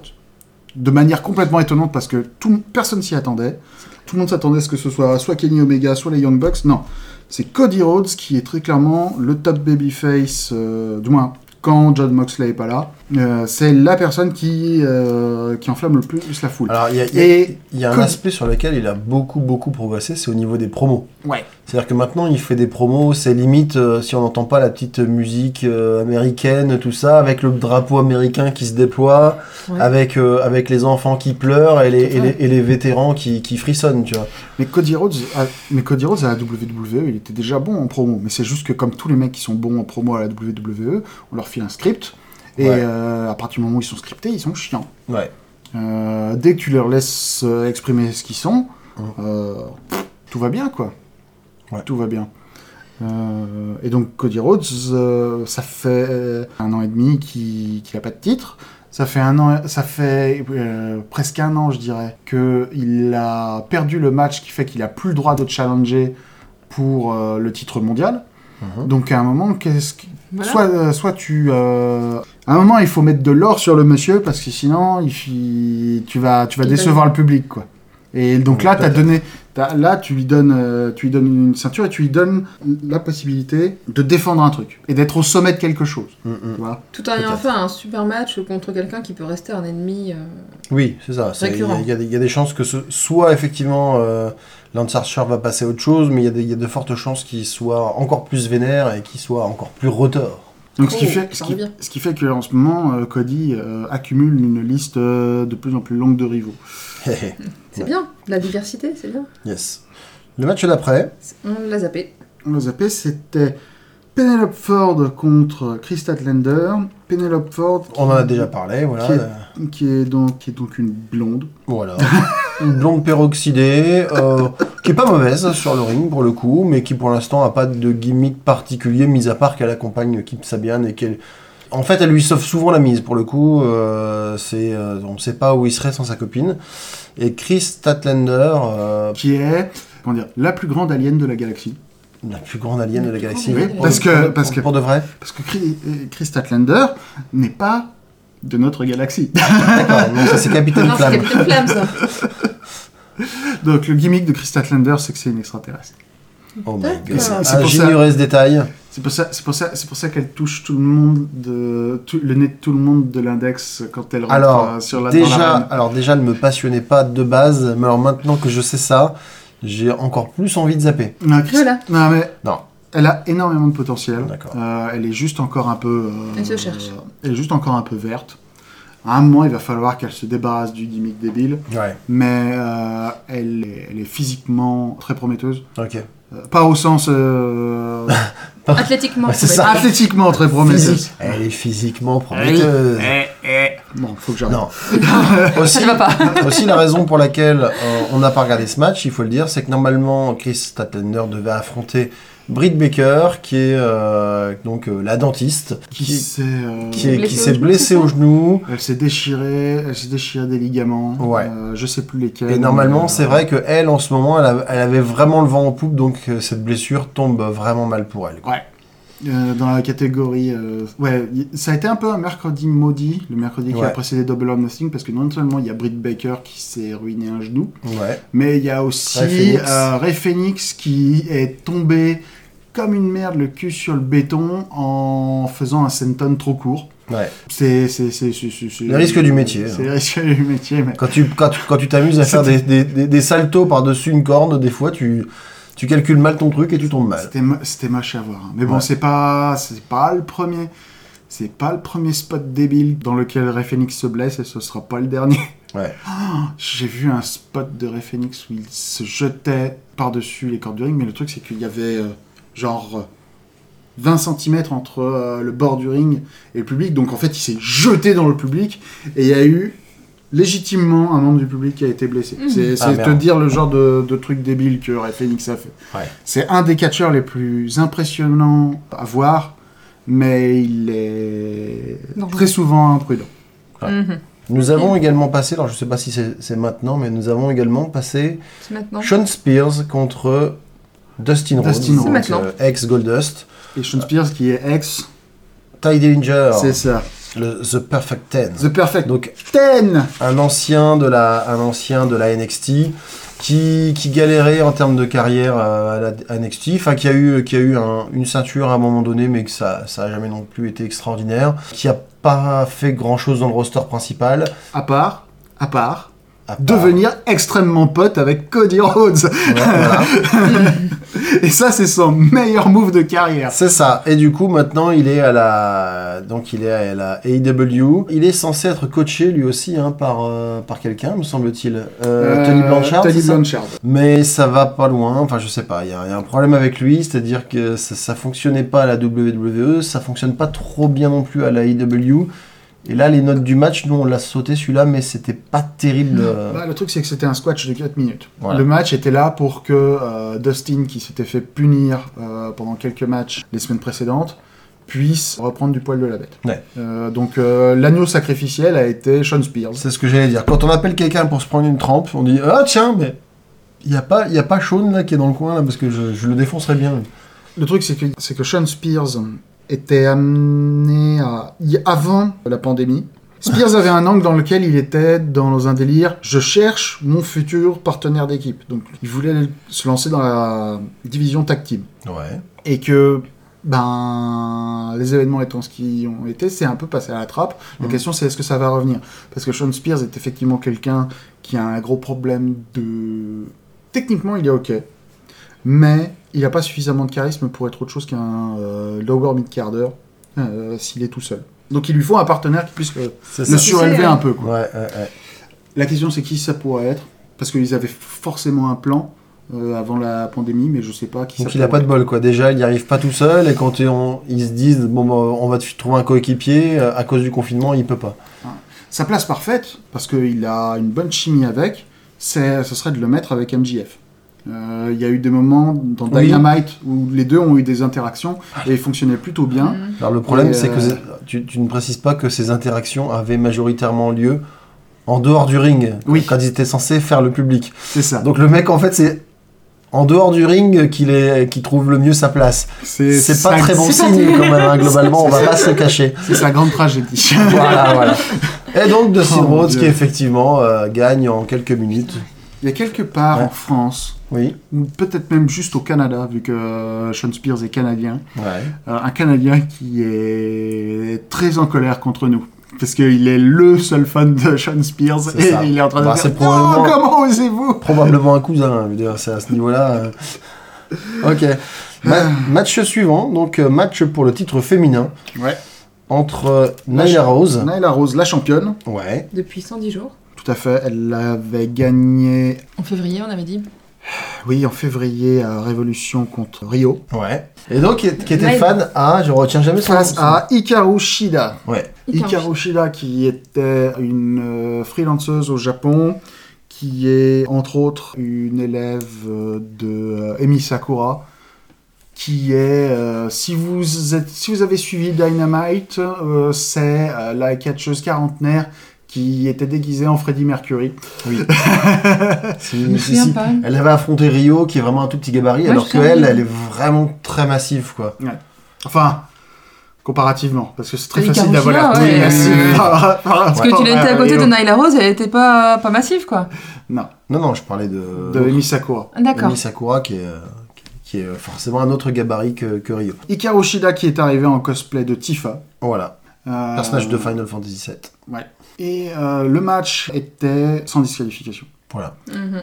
Speaker 2: De manière complètement étonnante parce que tout, personne s'y attendait. Tout le monde s'attendait à ce que ce soit soit Kenny Omega, soit les Young Bucks. Non. C'est Cody Rhodes qui est très clairement le top babyface, euh, du moins quand John Moxley est pas là. Euh, c'est la personne qui, euh, qui enflamme le plus la foule.
Speaker 1: Alors, il y a, il y a-
Speaker 2: Et
Speaker 1: il y a un
Speaker 2: comme-
Speaker 1: aspect sur lequel il a beaucoup, beaucoup progressé, c'est au niveau des promos.
Speaker 2: Ouais.
Speaker 1: C'est-à-dire que maintenant, il fait des promos, c'est limite, euh, si on n'entend pas la petite musique euh, américaine, tout ça, avec le drapeau américain qui se déploie,
Speaker 3: Ouais.
Speaker 1: avec, euh, avec les enfants qui pleurent et les, et
Speaker 3: Ouais.
Speaker 1: les- et les vétérans qui, qui frissonnent, tu vois.
Speaker 2: Mais Cody Rhodes, à, mais Cody Rhodes à la WWE, il était déjà bon en promo. Mais c'est juste que comme tous les mecs qui sont bons en promo à la WWE, on leur file un script. Et
Speaker 1: Ouais.
Speaker 2: euh, à partir du moment où ils sont scriptés, ils sont chiants.
Speaker 1: Ouais.
Speaker 2: Euh, dès que tu leur laisses euh, exprimer ce qu'ils sont,
Speaker 1: Mhm.
Speaker 2: euh, tout va bien, quoi.
Speaker 1: Ouais.
Speaker 2: Tout va bien. Euh, et donc Cody Rhodes, euh, ça fait un an et demi qu'il n'a pas de titre. Ça fait un an, ça fait euh, presque un an, je dirais, que il a perdu le match qui fait qu'il a plus le droit de challenger pour euh, le titre mondial.
Speaker 1: Mhm.
Speaker 2: Donc à un moment, qu'est-ce qui-
Speaker 3: Voilà.
Speaker 2: Soit, euh, soit tu. euh, À un moment, il faut mettre de l'or sur le monsieur parce que sinon, il fi- tu vas, tu vas
Speaker 3: Il va-
Speaker 2: décevoir le public, quoi. Et donc
Speaker 1: Oui,
Speaker 2: là, t'as
Speaker 1: peut-être.
Speaker 2: donné, t'as- là, tu lui donnes, euh, tu lui donnes une ceinture et tu lui donnes la possibilité de défendre un truc et d'être au sommet de quelque chose.
Speaker 1: Mm, mm.
Speaker 2: tu vois.
Speaker 3: Tout en ayant
Speaker 1: Peut-être.
Speaker 3: fait un super match contre quelqu'un qui peut rester un ennemi. euh,
Speaker 1: Oui, c'est ça. C'est- Il y, a-
Speaker 3: Récurrent.
Speaker 1: il y a des- il y a des chances que ce soit effectivement euh, Lance Archer va passer à autre chose, mais il y a des- il y, a de fortes chances qu'il soit encore plus vénère et qu'il soit encore plus retors. <laughs>
Speaker 2: Donc ce qui
Speaker 3: Oh,
Speaker 2: fait, ce
Speaker 3: ça
Speaker 2: qui,
Speaker 3: revient.
Speaker 2: ce qui fait que en ce moment, euh, Cody euh, accumule une liste euh, de plus en plus longue de rivaux.
Speaker 3: C'est
Speaker 1: Ouais.
Speaker 3: bien. La diversité, c'est bien.
Speaker 1: yes. Le match d'après,
Speaker 3: C'est- On l'a zappé.
Speaker 2: On l'a zappé, c'était Penelope Ford contre Chris Statlander. Penelope Ford. qui-
Speaker 1: on en a déjà parlé, voilà.
Speaker 2: Qui est-
Speaker 1: Euh,
Speaker 2: qui est donc qui est donc une blonde.
Speaker 1: Voilà. <laughs> Une blonde peroxydée, euh, qui est pas mauvaise sur le ring pour le coup, mais qui pour l'instant a pas de gimmick particulier, mis à part qu'elle accompagne Kip Sabian et qu'elle. En fait, elle lui sauve souvent la mise pour le coup. euh, c'est, euh, on ne sait pas où il serait sans sa copine. Et Chris Statlander, euh,
Speaker 2: qui est comment dire la plus grande alien de la galaxie.
Speaker 1: la plus grande alien de la galaxie.
Speaker 3: Oui,
Speaker 1: Pour-
Speaker 2: parce que-
Speaker 1: pour-
Speaker 2: parce
Speaker 1: pour-
Speaker 2: que-
Speaker 1: pour de vrai.
Speaker 2: Parce que Chris, euh, Chris Statlander n'est pas de notre galaxie. <laughs>
Speaker 1: D'accord. Non, ça c'est Capitaine
Speaker 3: Non, c'est
Speaker 1: Flamme.
Speaker 3: Capitaine Flamme,
Speaker 1: <laughs>
Speaker 3: ça.
Speaker 2: Donc le gimmick de Chris Statlander, c'est que c'est une extraterrestre.
Speaker 1: Oh my god.
Speaker 2: Et c'est- c'est
Speaker 1: Ah,
Speaker 2: pour ça-
Speaker 1: J'ignorais ce détail.
Speaker 2: C'est pour ça, c'est pour ça, c'est pour ça qu'elle touche tout le monde de tout- le nez de tout le monde de l'index quand elle rentre
Speaker 1: Alors,
Speaker 2: euh, sur la dans
Speaker 1: Déjà,
Speaker 2: l'arène.
Speaker 1: alors déjà, elle me passionnait pas de base, mais alors maintenant que je sais ça, j'ai encore plus envie de zapper.
Speaker 2: Non, Chris-
Speaker 3: Voilà.
Speaker 2: non, mais
Speaker 1: Non.
Speaker 2: elle a énormément de potentiel.
Speaker 1: D'accord.
Speaker 2: Euh, elle est juste encore un peu. euh,
Speaker 3: Elle se cherche.
Speaker 2: elle est juste encore un peu verte. À un moment, il va falloir qu'elle se débarrasse du gimmick débile.
Speaker 1: Ouais,
Speaker 2: mais euh, elle, est, elle est physiquement très prometteuse.
Speaker 1: ok.
Speaker 2: Euh, pas au sens
Speaker 1: <laughs>
Speaker 2: euh,
Speaker 3: Athlétiquement. Ah,
Speaker 1: Ouais, c'est
Speaker 3: on va
Speaker 1: ça.
Speaker 3: dire.
Speaker 2: athlétiquement très prometteuse. Eh
Speaker 1: Elle est physiquement prometteuse.
Speaker 2: Bon, faut que j'arrête.
Speaker 1: Non. aussi,
Speaker 3: Ça ne va pas.
Speaker 1: aussi, la raison pour laquelle euh, on n'a pas regardé ce match, il faut le dire, c'est que normalement, Chris Statlander devait affronter Britt Baker, qui est euh, donc euh, la dentiste,
Speaker 2: Qui
Speaker 1: qui,
Speaker 2: s'est, euh,
Speaker 1: qui est- qui
Speaker 3: Blessée au
Speaker 1: s'est
Speaker 3: genou,
Speaker 1: blessée
Speaker 3: c'est
Speaker 1: au
Speaker 3: ça
Speaker 1: genou.
Speaker 2: elle s'est déchirée, elle s'est déchirée des ligaments.
Speaker 1: Ouais.
Speaker 2: Euh, je sais plus lesquels.
Speaker 1: Et normalement,
Speaker 2: mais,
Speaker 1: c'est
Speaker 2: euh,
Speaker 1: vrai que elle, en ce moment, elle, a- elle avait vraiment le vent en poupe, donc euh, cette blessure tombe vraiment mal pour elle. quoi.
Speaker 2: Ouais. euh, dans la catégorie. euh, ouais, y- ça a été un peu un mercredi maudit, le mercredi qui a
Speaker 1: Ouais.
Speaker 2: précédé Double or Nothing, parce que non seulement il y a Britt Baker qui s'est ruiné un genou,
Speaker 1: Ouais.
Speaker 2: mais il y a aussi
Speaker 1: Ray Phoenix.
Speaker 2: euh, Ray Phoenix qui est tombé comme une merde le cul sur le béton en faisant un senton trop court.
Speaker 1: Ouais.
Speaker 2: C'est c'est- c'est- c'est- c'est- c'est-
Speaker 1: Les risques du métier,
Speaker 2: C'est
Speaker 1: hein.
Speaker 2: les risques du métier, mais
Speaker 1: Quand tu quand, tu- quand tu t'amuses à faire des, des, des, des saltos par-dessus une corde, des fois tu, tu calcules mal ton truc et tu tombes mal.
Speaker 2: C'était mo- c'était moche à voir. hein. Mais bon,
Speaker 1: Ouais.
Speaker 2: c'est pas c'est pas le premier c'est pas le premier spot débile dans lequel Ray Phoenix se blesse et ce sera pas le dernier. <laughs> Ah,
Speaker 1: Ouais.
Speaker 2: J'ai vu un spot de Ray Phoenix où il se jetait par-dessus les cordes du ring, mais le truc c'est qu'il y avait euh, genre euh, 20 cm entre euh, le bord du ring et le public, donc en fait il s'est jeté dans le public et il y a eu légitimement un membre du public qui a été blessé.
Speaker 3: Mhm.
Speaker 2: C'est
Speaker 1: Ah,
Speaker 2: c'est te
Speaker 1: merde.
Speaker 2: dire le genre de, de truc débile que Ray Phoenix a fait.
Speaker 1: Ouais.
Speaker 2: C'est un des catcheurs les plus impressionnants à voir, mais il est
Speaker 3: Dangereux.
Speaker 2: très souvent imprudent.
Speaker 1: Ouais.
Speaker 3: Mhm.
Speaker 1: Nous avons également passé, alors je sais pas si c'est c'est maintenant, mais nous avons également passé
Speaker 3: C'est maintenant.
Speaker 1: Sean Spears contre Dustin Rhodes,
Speaker 2: Dustin Rhodes.
Speaker 1: donc,
Speaker 3: Maintenant.
Speaker 1: euh, ex Goldust.
Speaker 2: Et Sean Spears qui est ex,
Speaker 1: Ty Dillinger,
Speaker 2: c'est ça.
Speaker 1: le The Perfect Ten.
Speaker 2: The Perfect
Speaker 1: Donc
Speaker 2: Ten
Speaker 1: un ancien de la, un ancien de la NXT qui, qui galérait en termes de carrière euh, à la à NXT, enfin qui a eu, qui a eu un- une ceinture à un moment donné, mais que ça, ça a jamais non plus été extraordinaire, qui a pas fait grand chose dans le roster principal.
Speaker 2: À part, à part,
Speaker 1: à part-
Speaker 2: devenir
Speaker 1: Ah.
Speaker 2: extrêmement pote avec Cody Rhodes.
Speaker 1: Ouais, voilà. <laughs>
Speaker 2: Et ça, c'est son meilleur move de carrière.
Speaker 1: C'est ça. Et du coup, maintenant, il est à la, donc il est à la AEW. Il est censé être coaché lui aussi hein, par, euh, par quelqu'un, me semble-t-il. Euh, Tony Blanchard.
Speaker 2: Euh, Tony
Speaker 1: c'est ça
Speaker 2: Blanchard.
Speaker 1: Mais ça va pas loin, enfin je sais pas, il y, a il y a un problème avec lui, c'est-à-dire que ça, ça fonctionnait pas à la WWE, ça fonctionne pas trop bien non plus à la IW. Et là, les notes du match, nous on l'a sauté celui-là, mais c'était pas terrible. euh,
Speaker 2: Bah, le truc, c'est que c'était un squash de 4 minutes.
Speaker 1: Voilà.
Speaker 2: Le match était là pour que euh, Dustin, qui s'était fait punir euh, pendant quelques matchs les semaines précédentes, puisse reprendre du poil de la bête.
Speaker 1: Ouais.
Speaker 2: Euh, donc euh, l'agneau sacrificiel a été Sean Spears.
Speaker 1: C'est ce que j'allais dire. Quand on appelle quelqu'un pour se prendre une trempe, on dit Ah tiens, mais il y a pas, il y a pas Shawn là qui est dans le coin là, parce que je, je le défoncerais bien.
Speaker 2: Le truc, c'est que, c'est que Sean Spears était amené à... y- avant la pandémie. Spears avait un angle dans lequel il était dans un délire je cherche mon futur partenaire d'équipe. Donc il voulait se lancer dans la division tag team.
Speaker 1: Ouais.
Speaker 2: et que ben les événements étant ce qu'ils ont été, c'est un peu passé à la trappe. La
Speaker 1: Mhm.
Speaker 2: question c'est est-ce que ça va revenir Parce que Sean Spears est effectivement quelqu'un qui a un gros problème de techniquement il est ok, mais il n'a pas suffisamment de charisme pour être autre chose qu'un euh, lower mid carder euh, s'il est tout seul. Donc il lui faut un partenaire qui puisse le,
Speaker 1: C'est
Speaker 2: le
Speaker 1: ça.
Speaker 2: surélever
Speaker 3: C'est-
Speaker 2: un peu. quoi.
Speaker 1: Ouais, ouais, ouais.
Speaker 2: La question c'est qui ça pourrait être Parce qu'ils avaient forcément un plan euh, avant la pandémie, mais je sais pas qui ça
Speaker 1: Donc il a pas
Speaker 2: pourrait
Speaker 1: de bol quoi. Déjà, il n'y arrive pas tout seul, et quand on- ils se disent Bon, bah, on va te trouver un coéquipier, euh, à cause du confinement, il peut pas.
Speaker 2: Sa place parfaite, parce qu'il a une bonne chimie avec, c'est, ce serait de le mettre avec MJF. Euh, Il y a eu des moments dans
Speaker 1: Oui. Ah.
Speaker 2: Dynamite où les deux ont eu des interactions et ils fonctionnaient plutôt
Speaker 1: hein.
Speaker 2: bien.
Speaker 3: Mhm.
Speaker 1: Alors le problème,
Speaker 2: Et,
Speaker 1: c'est que
Speaker 2: euh,
Speaker 1: c'est- tu, tu ne précises pas que ces interactions avaient majoritairement lieu en dehors du ring,
Speaker 2: Oui.
Speaker 1: quand ils étaient censés faire le public.
Speaker 2: C'est ça.
Speaker 1: Donc le mec, en fait, c'est en dehors du ring qu'il est, qu'il trouve le mieux sa place.
Speaker 2: <laughs> c'est,
Speaker 1: C'est pas
Speaker 2: sa-
Speaker 1: très bon
Speaker 3: c'est pas
Speaker 1: signe
Speaker 3: très-
Speaker 1: quand même, hein, globalement, on va pas se le cacher.
Speaker 2: C'est sa grande tragédie.
Speaker 1: <laughs>
Speaker 2: <laughs>
Speaker 1: Voilà, voilà. Et donc Dustin
Speaker 2: Oh, mon
Speaker 1: Rhodes
Speaker 2: Dieu.
Speaker 1: qui effectivement euh, gagne en quelques minutes.
Speaker 2: Il y a quelque part
Speaker 1: Ouais.
Speaker 2: en France,
Speaker 1: Oui.
Speaker 2: ou peut-être même juste au Canada, vu que euh, Sean Spears est canadien,
Speaker 1: Ouais.
Speaker 2: euh, un Canadien qui est très en colère contre nous. Parce qu'il est le seul fan de Sean Spears
Speaker 1: C'est
Speaker 2: et
Speaker 1: ça.
Speaker 2: il est en train de
Speaker 1: Bah,
Speaker 2: dire
Speaker 1: c'est
Speaker 2: Non,
Speaker 1: probablement-
Speaker 2: comment osez-vous
Speaker 1: Probablement un cousin, hein, je veux dire, c'est à ce niveau-là. euh. Ok.
Speaker 2: Ah.
Speaker 1: Ma- match suivant, donc euh, match pour le titre féminin.
Speaker 2: Ouais.
Speaker 1: entre euh, Nyla Rose.
Speaker 2: Naila Rose, la championne,
Speaker 1: Ouais.
Speaker 3: Depuis 110 jours.
Speaker 2: tout à fait, elle avait gagné,
Speaker 3: En février, on avait dit.
Speaker 2: oui, en février à Révolution contre Rio,
Speaker 1: Ouais. Et donc, qui, est- qui était
Speaker 3: Nyla.
Speaker 1: fan à, je retiens jamais son
Speaker 2: face
Speaker 1: son-
Speaker 2: à Hikaru Shida.
Speaker 1: Ouais.
Speaker 2: Hikaru Shida, qui était une euh, freelanceuse au Japon, qui est entre autres une élève euh, de euh, Emi Sakura, qui est, euh, si, vous êtes, si vous avez suivi Dynamite, euh, c'est euh, la catcheuse quarantenaire qui était déguisée en Freddie Mercury.
Speaker 1: Oui.
Speaker 3: Je me
Speaker 1: Si, si,
Speaker 3: souviens
Speaker 1: si.
Speaker 3: pas.
Speaker 1: Elle avait affronté Rio, qui est vraiment un tout petit gabarit,
Speaker 3: Ouais,
Speaker 1: alors
Speaker 3: je
Speaker 1: que
Speaker 3: me souviens.
Speaker 1: elle, elle est vraiment très massive, quoi.
Speaker 2: Ouais. Enfin, comparativement, parce que c'est très
Speaker 3: Et
Speaker 2: facile d'avoir l'air
Speaker 3: Carugia,
Speaker 2: cool,
Speaker 3: ouais,
Speaker 2: merci.
Speaker 3: euh,
Speaker 2: Parce
Speaker 3: Parce que tu l'étais à côté de Naila Rose, elle était pas, pas massive, quoi.
Speaker 2: Non,
Speaker 1: Non, non, je parlais de,
Speaker 2: de Emi Sakura.
Speaker 3: D'accord.
Speaker 1: Emi Sakura qui est, euh, qui est forcément un autre gabarit que, que Ryo.
Speaker 2: Hikaru Shida qui est arrivé en cosplay de Tifa.
Speaker 1: Voilà,
Speaker 2: Euh,
Speaker 1: personnage de Final Fantasy VII.
Speaker 2: Ouais. Et euh, le match était sans disqualification.
Speaker 1: Voilà.
Speaker 3: Mhm.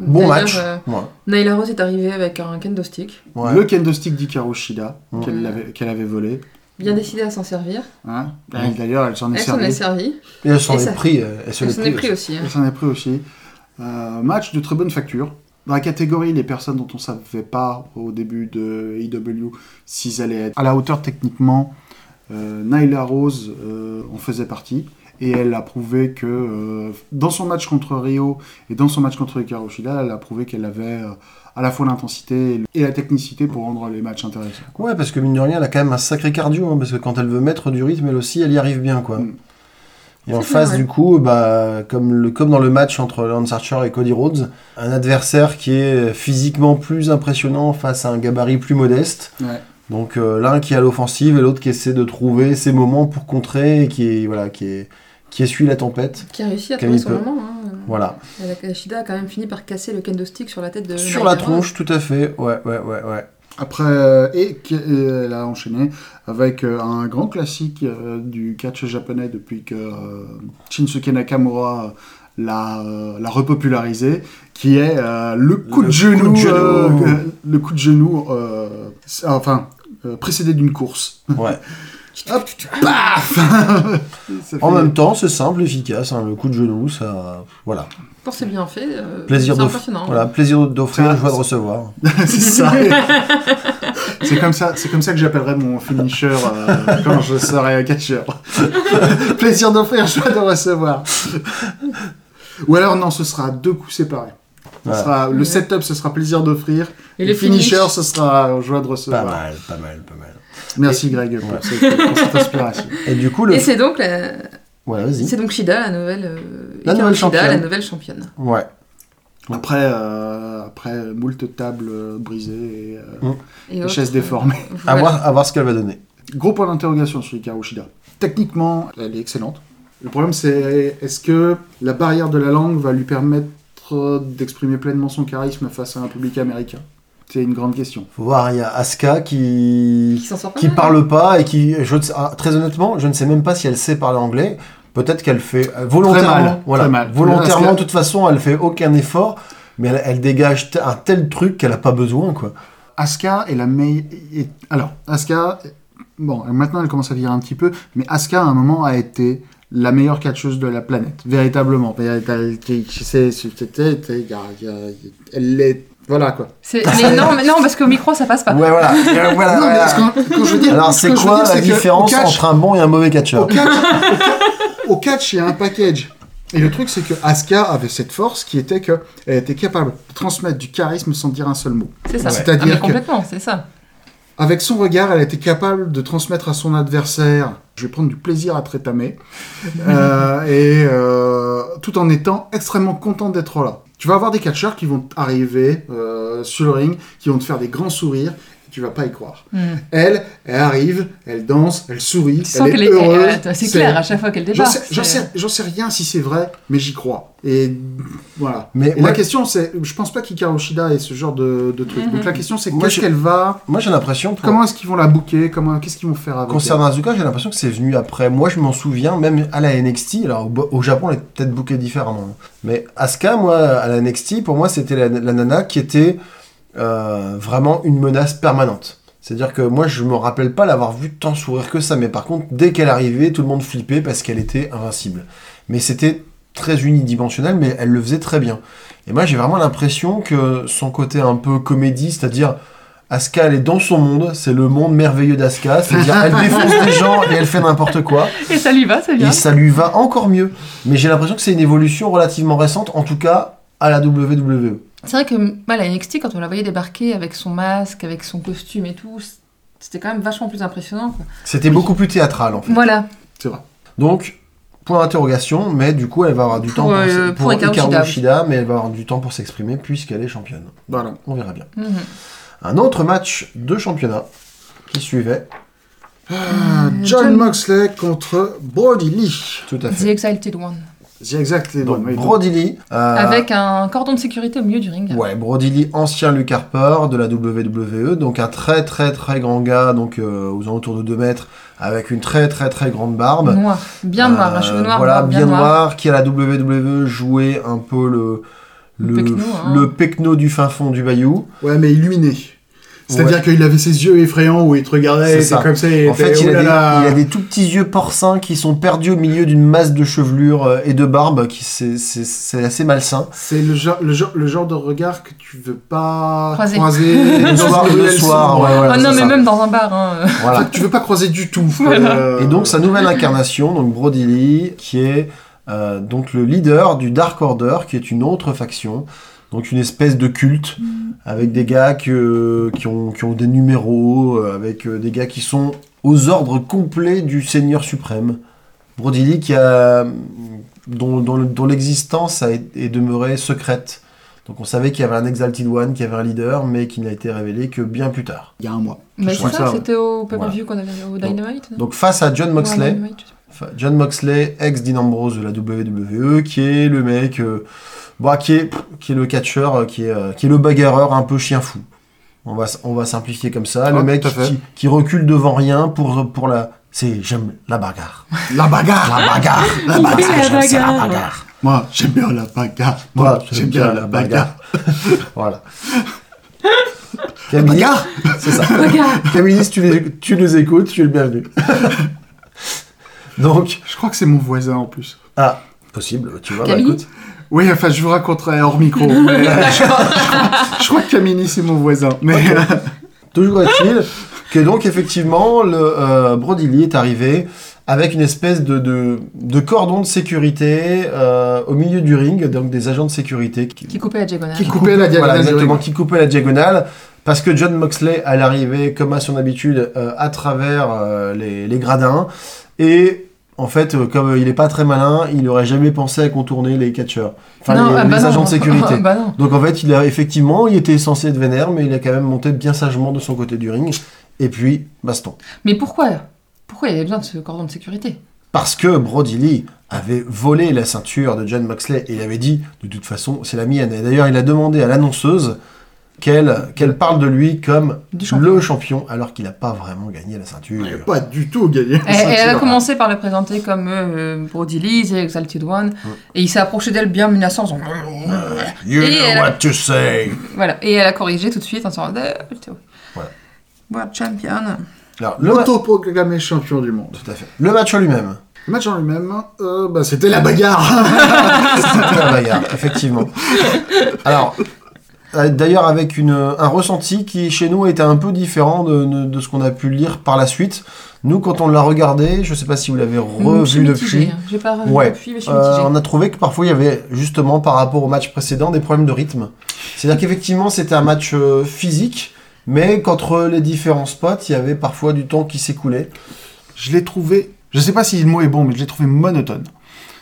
Speaker 1: Bon
Speaker 3: D'ailleurs,
Speaker 1: match.
Speaker 3: euh,
Speaker 1: Ouais.
Speaker 3: Naila Rose est arrivée avec un kendo stick,
Speaker 1: Ouais.
Speaker 2: Le kendo stick d'Hikaru Shida,
Speaker 1: Mm.
Speaker 2: qu'elle avait- qu'elle avait volé.
Speaker 3: bien décidée à s'en servir.
Speaker 2: Hein
Speaker 1: Mm.
Speaker 2: Et D'ailleurs, elle s'en est
Speaker 3: Elle s'en est
Speaker 2: servie.
Speaker 3: servie.
Speaker 1: Et elles sont
Speaker 3: Et
Speaker 1: les
Speaker 3: ça-
Speaker 1: prix. euh, Elles sont
Speaker 3: Elle
Speaker 1: les
Speaker 3: s'en est
Speaker 1: prix.
Speaker 3: pris
Speaker 1: aussi.
Speaker 3: aussi. hein.
Speaker 2: Elle s'en est pris aussi. Euh, match de très bonne facture. Dans la catégorie, les personnes dont on ne savait pas au début de IW s'ils allaient être à la hauteur techniquement, euh, Nyla Rose euh, en faisait partie. Et elle a prouvé que euh, dans son match contre Rio et dans son match contre Hikaru Shida, elle a prouvé qu'elle avait euh, à la fois l'intensité et le- et la technicité pour rendre les matchs intéressants.
Speaker 1: Ouais, parce que mine de rien, elle a quand même un sacré cardio, hein, parce que quand elle veut mettre du rythme, elle aussi, elle y arrive bien, quoi.
Speaker 2: Mm.
Speaker 1: Et en
Speaker 3: C'est
Speaker 1: face,
Speaker 3: vrai.
Speaker 1: du coup, bah, comme, le, comme dans le match entre Lance Archer et Cody Rhodes, un adversaire qui est physiquement plus impressionnant face à un gabarit plus modeste.
Speaker 2: Ouais.
Speaker 1: Donc euh, l'un qui est à l'offensive et l'autre qui essaie de trouver ses moments pour contrer et qui, voilà, qui, est, qui essuie la tempête.
Speaker 3: Qui a réussi à
Speaker 1: Camille
Speaker 3: trouver son
Speaker 1: peut.
Speaker 3: moment. hein.
Speaker 1: Voilà.
Speaker 3: Elle a- Ashida a quand même fini par casser le kendo stick sur Euh, la tête de.
Speaker 1: Sur
Speaker 3: Nyla
Speaker 1: la
Speaker 3: Rose.
Speaker 1: tronche, tout à fait. Ouais, ouais, ouais, ouais.
Speaker 2: Après, euh, et, que- et elle a enchaîné avec euh, un grand classique euh, du catch japonais depuis que euh, Shinsuke Nakamura l'a, euh, l'a repopularisé, qui est euh, le coup
Speaker 1: Le
Speaker 2: de genou,
Speaker 1: coup de genou.
Speaker 2: euh, euh, le coup de genou, euh, c'est- enfin euh, précédé d'une
Speaker 1: <laughs>
Speaker 2: course.
Speaker 1: ouais.
Speaker 2: Hop, paf. <laughs> Ça fait-
Speaker 1: En même temps, c'est simple, efficace. hein, le coup de genou, ça. Voilà.
Speaker 3: Pour c'est bien fait. euh,
Speaker 1: Plaisir
Speaker 3: c'est
Speaker 1: d'offrir.
Speaker 3: impressionnant.
Speaker 1: Voilà, plaisir d'offrir,
Speaker 2: Ah. Ça,
Speaker 1: joie de
Speaker 2: c'est-
Speaker 1: recevoir.
Speaker 2: <laughs> c'est ça. c'est comme ça, c'est comme ça que j'appellerai mon finisher euh, quand je serai catcheur. <laughs> Plaisir d'offrir, joie de recevoir. Ou alors non, ce sera deux coups séparés. Ce
Speaker 1: Voilà.
Speaker 2: sera- le
Speaker 3: Ouais.
Speaker 2: setup, ce sera plaisir d'offrir.
Speaker 3: Et
Speaker 2: le
Speaker 3: le finish.
Speaker 2: finisher, ce sera joie de
Speaker 1: Pas
Speaker 2: recevoir.
Speaker 1: mal, pas mal, pas mal.
Speaker 2: Merci Greg pour,
Speaker 1: Ouais.
Speaker 2: cette, pour cette inspiration.
Speaker 1: Et du coup, le.
Speaker 3: Et c'est donc, la...
Speaker 1: Ouais, vas-y.
Speaker 3: c'est donc Shida, la nouvelle. euh,
Speaker 1: La
Speaker 3: Hikaru Shida,
Speaker 1: nouvelle championne.
Speaker 3: la nouvelle championne.
Speaker 1: Ouais.
Speaker 2: Après, euh, après moult tables euh, brisées et euh,
Speaker 3: Et
Speaker 2: des
Speaker 3: autres,
Speaker 2: chaises
Speaker 3: euh,
Speaker 2: déformées.
Speaker 1: À
Speaker 3: voilà.
Speaker 1: voir, à voir ce qu'elle va donner.
Speaker 2: Gros point d'interrogation sur Hikaru Shida. Techniquement, elle est excellente. Le problème, c'est est-ce que la barrière de la langue va lui permettre euh, d'exprimer pleinement son charisme face à un public américain C'est une grande question.
Speaker 1: Faut voir, il y a Asuka
Speaker 3: euh, Qui
Speaker 1: qui.
Speaker 3: s'en sort pas
Speaker 1: qui
Speaker 2: Ah.
Speaker 3: mal.
Speaker 1: parle pas et qui. je ne sais- ah, très honnêtement, je ne sais même pas si elle sait parler anglais. Peut-être qu'elle fait euh, volontairement.
Speaker 2: Très mal,
Speaker 1: voilà.
Speaker 2: très mal.
Speaker 1: Volontairement,
Speaker 2: Asuka-
Speaker 1: de toute façon, elle fait aucun effort, mais elle, elle dégage t- un tel truc qu'elle a pas besoin, quoi.
Speaker 2: Asuka est la meilleure. est- Alors, Asuka. Bon, maintenant elle commence à virer un petit peu, mais Asuka à un moment a été la meilleure catcheuse de la planète, véritablement. Véritable- c'est- c'est- c'était- c'était- Elle est. Voilà quoi.
Speaker 1: <laughs>
Speaker 3: C'est- mais non, mais non, parce qu'au micro, ça passe pas.
Speaker 1: Ouais,
Speaker 2: <laughs>
Speaker 1: voilà. Euh, voilà,
Speaker 2: Ah. Non, mais
Speaker 1: voilà.
Speaker 2: ce qu'on- ce que je veux dire-
Speaker 1: Alors,
Speaker 2: ce que
Speaker 1: c'est
Speaker 2: je veux
Speaker 1: quoi
Speaker 2: dire,
Speaker 1: la
Speaker 2: c'est que au
Speaker 1: différence
Speaker 2: catch,
Speaker 1: entre un bon et un mauvais
Speaker 2: au
Speaker 1: catcheur
Speaker 2: catch, au ca- au catch, il y a un package. Et le truc, c'est que Asuka avait cette force qui était que elle était capable de transmettre du charisme sans dire un seul mot.
Speaker 3: C'est ça.
Speaker 2: C'est-à-dire
Speaker 3: Ah, mais
Speaker 2: que-
Speaker 3: complètement, c'est ça.
Speaker 2: Avec son regard, elle était capable de transmettre à son adversaire Je vais prendre du plaisir à te rétamer. Euh, et euh, tout en étant extrêmement content d'être là. Tu vas avoir des catcheurs qui vont arriver euh, sur le ring, qui vont te faire des grands sourires, et tu vas pas y croire.
Speaker 3: Mm.
Speaker 2: Elle, elle arrive, elle danse, elle sourit,
Speaker 3: Tu
Speaker 2: elle
Speaker 3: sens
Speaker 2: est,
Speaker 3: qu'elle est-
Speaker 2: heureuse.
Speaker 3: elle- C'est clair, à chaque fois qu'elle
Speaker 2: J'en
Speaker 3: débarque.
Speaker 2: sais, j'en
Speaker 3: Eh ben, c'est-
Speaker 2: sais- j'en sais rien si c'est vrai, mais j'y crois. Et voilà.
Speaker 1: Mais
Speaker 2: Et
Speaker 1: moi-
Speaker 2: la question, c'est, je pense pas qu'Hikaru Shida ait ce genre de, de truc.
Speaker 3: Mhm.
Speaker 2: Donc la question, c'est
Speaker 1: Moi,
Speaker 2: qu'est-ce
Speaker 1: je-
Speaker 2: qu'elle va,
Speaker 1: Moi, j'ai l'impression que.
Speaker 2: comment est-ce qu'ils vont la bouquer, comment, qu'est-ce qu'ils vont faire avec
Speaker 1: Concernant Azuka, j'ai l'impression que c'est venu après. Moi, je m'en souviens, même à la NXT, alors au- au Japon, elle est peut-être bookée différemment. hein. Mais Asuka, moi, à la NXT, pour moi, c'était la, la nana qui était euh, vraiment une menace permanente. C'est-à-dire que moi, je me rappelle pas l'avoir vue tant sourire que ça, mais par contre, dès qu'elle arrivait, tout le monde flippait parce qu'elle était invincible. Mais c'était très unidimensionnel, mais elle le faisait très bien. Et moi, j'ai vraiment l'impression que son côté un peu comédie, c'est-à-dire Asuka, elle est dans son monde, c'est le monde merveilleux d'Asuka, c'est-à-dire
Speaker 3: <laughs>
Speaker 1: elle défonce les gens et elle fait n'importe quoi,
Speaker 3: Et ça lui va, c'est bien.
Speaker 1: et ça lui va encore mieux. Mais j'ai l'impression que c'est une évolution relativement récente, en tout cas à la E. WWE.
Speaker 3: C'est vrai que moi, la NXT, quand on la voyait débarquer avec son masque, avec son costume et tout, c'était quand même vachement plus impressionnant. quoi.
Speaker 1: C'était beaucoup plus théâtral, en fait.
Speaker 3: Voilà.
Speaker 2: C'est vrai.
Speaker 1: Donc, point d'interrogation, mais du coup, elle va avoir du
Speaker 3: Pour,
Speaker 1: temps pour,
Speaker 3: euh,
Speaker 1: s-
Speaker 3: pour Hikaru Shida, oui.
Speaker 1: Shida, mais elle va avoir du temps pour s'exprimer puisqu'elle est championne.
Speaker 3: Hmm.
Speaker 2: Voilà.
Speaker 1: On verra bien.
Speaker 3: Mhm.
Speaker 1: Un autre match de championnat Qui suivait
Speaker 2: Ah, John
Speaker 3: John-
Speaker 2: Moxley contre Brody Lee.
Speaker 1: Tout à
Speaker 3: The
Speaker 1: fait.
Speaker 3: Exalted One.
Speaker 2: C'est exact les
Speaker 1: Donc
Speaker 2: noms, oui.
Speaker 1: Brody Lee. euh,
Speaker 3: Avec un cordon de sécurité au milieu du ring.
Speaker 1: Ouais, Brody Lee, ancien Luke Harper de la WWE, donc un très très très grand gars, donc euh, aux alentours de 2 mètres, avec une très très très grande barbe.
Speaker 3: Noir. Bien noir.
Speaker 1: Euh,
Speaker 3: Un cheveu noir.
Speaker 1: Voilà,
Speaker 3: noir,
Speaker 1: bien, noir. qui à la WWE jouait un peu le
Speaker 3: Le pecno, hein.
Speaker 1: le pecno du fin fond du bayou.
Speaker 2: Ouais, mais illuminé. C'est-à-dire qu'il avait ses yeux effrayants où il te regardait,
Speaker 1: C'est
Speaker 2: il était
Speaker 1: ça.
Speaker 2: comme ça, il
Speaker 1: en
Speaker 2: était,
Speaker 1: fait, il
Speaker 2: oh
Speaker 1: a,
Speaker 2: là
Speaker 1: des,
Speaker 2: là.
Speaker 1: il a des tout petits yeux porcins qui sont perdus au milieu d'une masse de chevelure euh, et de barbe, qui c'est- c'est c'est
Speaker 3: <laughs>
Speaker 1: assez malsain.
Speaker 2: C'est le genre, le, genre, le genre de regard que tu veux pas croiser.
Speaker 3: Croiser.
Speaker 1: Le
Speaker 2: <laughs>
Speaker 1: soir,
Speaker 2: Dans
Speaker 1: le
Speaker 2: une
Speaker 1: soir,
Speaker 2: sombre.
Speaker 1: ouais, voilà,
Speaker 3: Ah non,
Speaker 1: c'est
Speaker 3: mais
Speaker 1: ça.
Speaker 3: même dans un bar. hein.
Speaker 1: Voilà.
Speaker 2: Tu veux pas croiser du tout. Euh,
Speaker 1: Et donc sa nouvelle incarnation, donc Brody Lee, qui est euh, donc le leader du Dark Order, qui est une autre faction, donc une espèce de culte avec des gars que- qui, ont, qui ont des numéros, euh, avec euh, des gars qui sont aux ordres complets du Seigneur suprême. Brody Lee qui a, mm, dont, dont- dont l'existence a- est demeurée secrète. Donc on savait qu'il y avait un Exalted One, qu'il y avait un leader, mais qui n'a été révélé que bien plus tard.
Speaker 2: Il y a un mois.
Speaker 3: Mais
Speaker 2: Je
Speaker 3: c'est
Speaker 2: crois que
Speaker 3: ça,
Speaker 2: ça,
Speaker 3: c'était au pay-per-view qu'on avait au Dynamite. non
Speaker 1: Donc face à John
Speaker 3: Ou à
Speaker 1: Moxley,
Speaker 3: Dynamite, je sais pas.
Speaker 1: Enfin, John Moxley, ex Dean Ambrose de la WWE, qui est le mec, euh, bah, qui est, qui est le catcheur, euh, qui est, euh, qui est le bagarreur un peu chien fou. On va, s- on va simplifier comme ça.
Speaker 2: Ah,
Speaker 1: le mec
Speaker 2: tout à fait.
Speaker 1: qui, qui recule devant rien pour, euh, pour la. C'est j'aime la bagarre.
Speaker 2: La bagarre
Speaker 3: <laughs>
Speaker 1: La bagarre. La
Speaker 3: Il
Speaker 1: bagarre.
Speaker 3: fait la
Speaker 1: j'aime ça, la
Speaker 3: bagarre.
Speaker 1: bagarre.
Speaker 2: Moi, j'aime bien la bagarre. Moi, j'aime bien, la bagarre.
Speaker 1: <laughs> voilà. Camille,
Speaker 2: Bagarre
Speaker 1: c'est ça. <laughs>
Speaker 3: Regarde,
Speaker 1: Camille, si tu les, tu les écoutes, tu es le bienvenu. <laughs> Donc,
Speaker 2: Je crois que c'est mon voisin en plus.
Speaker 1: ah, possible, tu vois. bah,
Speaker 3: Camille
Speaker 1: écoute.
Speaker 2: Oui, enfin, je vous raconterai hors <laughs> micro. mais, euh, je, crois, je crois que Camini, c'est mon voisin. Mais euh,
Speaker 1: Toujours est-il que donc effectivement le euh, Brody Lee est arrivé avec une espèce de, de, de cordon de sécurité euh, au milieu du ring, donc des agents de sécurité qui,
Speaker 3: qui coupait la diagonale.
Speaker 2: qui coupait la
Speaker 1: voilà,
Speaker 2: diagonale du
Speaker 1: exactement,
Speaker 2: ring.
Speaker 1: qui coupaient la diagonale. Parce que John Moxley allait arriver, comme à son habitude, euh, à travers euh, les, les gradins. Et en fait, euh, comme il n'est pas très malin, il n'aurait jamais pensé à contourner les catcheurs. Enfin,
Speaker 3: Non,
Speaker 1: les,
Speaker 3: ah bah
Speaker 1: les
Speaker 3: non.
Speaker 1: agents de sécurité.
Speaker 3: <laughs> Ah bah non.
Speaker 1: Donc en fait, il a effectivement, il était censé être vénère, mais il a quand même monté bien sagement de son côté du ring. Et puis, baston.
Speaker 3: Mais pourquoi Pourquoi il y avait besoin de ce cordon de sécurité
Speaker 1: Parce que Brody Lee avait volé la ceinture de John Moxley et il avait dit, de toute façon, c'est la mienne. Et d'ailleurs, il a demandé à l'annonceuse qu'elle qu'elle parle de lui comme
Speaker 3: Du champion.
Speaker 1: le champion, alors qu'il n'a pas vraiment gagné la ceinture.
Speaker 2: Il a Pas du tout gagné.
Speaker 3: Et- et elle a
Speaker 2: ceinture.
Speaker 3: commencé par le présenter comme euh, Brody Lee, The Exalted One, et il s'est approché d'elle bien menaçant. en faisant-
Speaker 1: You
Speaker 3: Et elle
Speaker 1: know
Speaker 3: a-
Speaker 1: what to say.
Speaker 3: Voilà, et elle a corrigé tout de suite en se rendant
Speaker 1: Voilà.
Speaker 3: World Champion.
Speaker 1: Alors, le, ma-
Speaker 2: L'autoproclamé champion du monde.
Speaker 1: tout à fait. le match en lui-même.
Speaker 2: Le match en lui-même, euh, bah, c'était la bagarre.
Speaker 1: C'était la bagarre, effectivement. Alors, euh, d'ailleurs, avec une, un ressenti qui, chez nous, était un peu différent de, de- de ce qu'on a pu lire par la suite. Nous, quand on l'a regardé, je ne sais pas si vous l'avez
Speaker 3: Hmm, Je suis
Speaker 1: revu
Speaker 3: mitigée,
Speaker 1: depuis.
Speaker 3: hein. J'ai pas revu
Speaker 1: Ouais.
Speaker 3: depuis, mais je suis
Speaker 1: euh,
Speaker 3: mitigée.
Speaker 1: on a trouvé que parfois il y avait justement par rapport au match précédent des problèmes de rythme. C'est-à-dire qu'effectivement c'était un match euh, physique, mais qu'entre les différents spots il y avait parfois du temps qui s'écoulait.
Speaker 2: je l'ai trouvé. Je sais pas si le mot est bon, mais je l'ai trouvé monotone.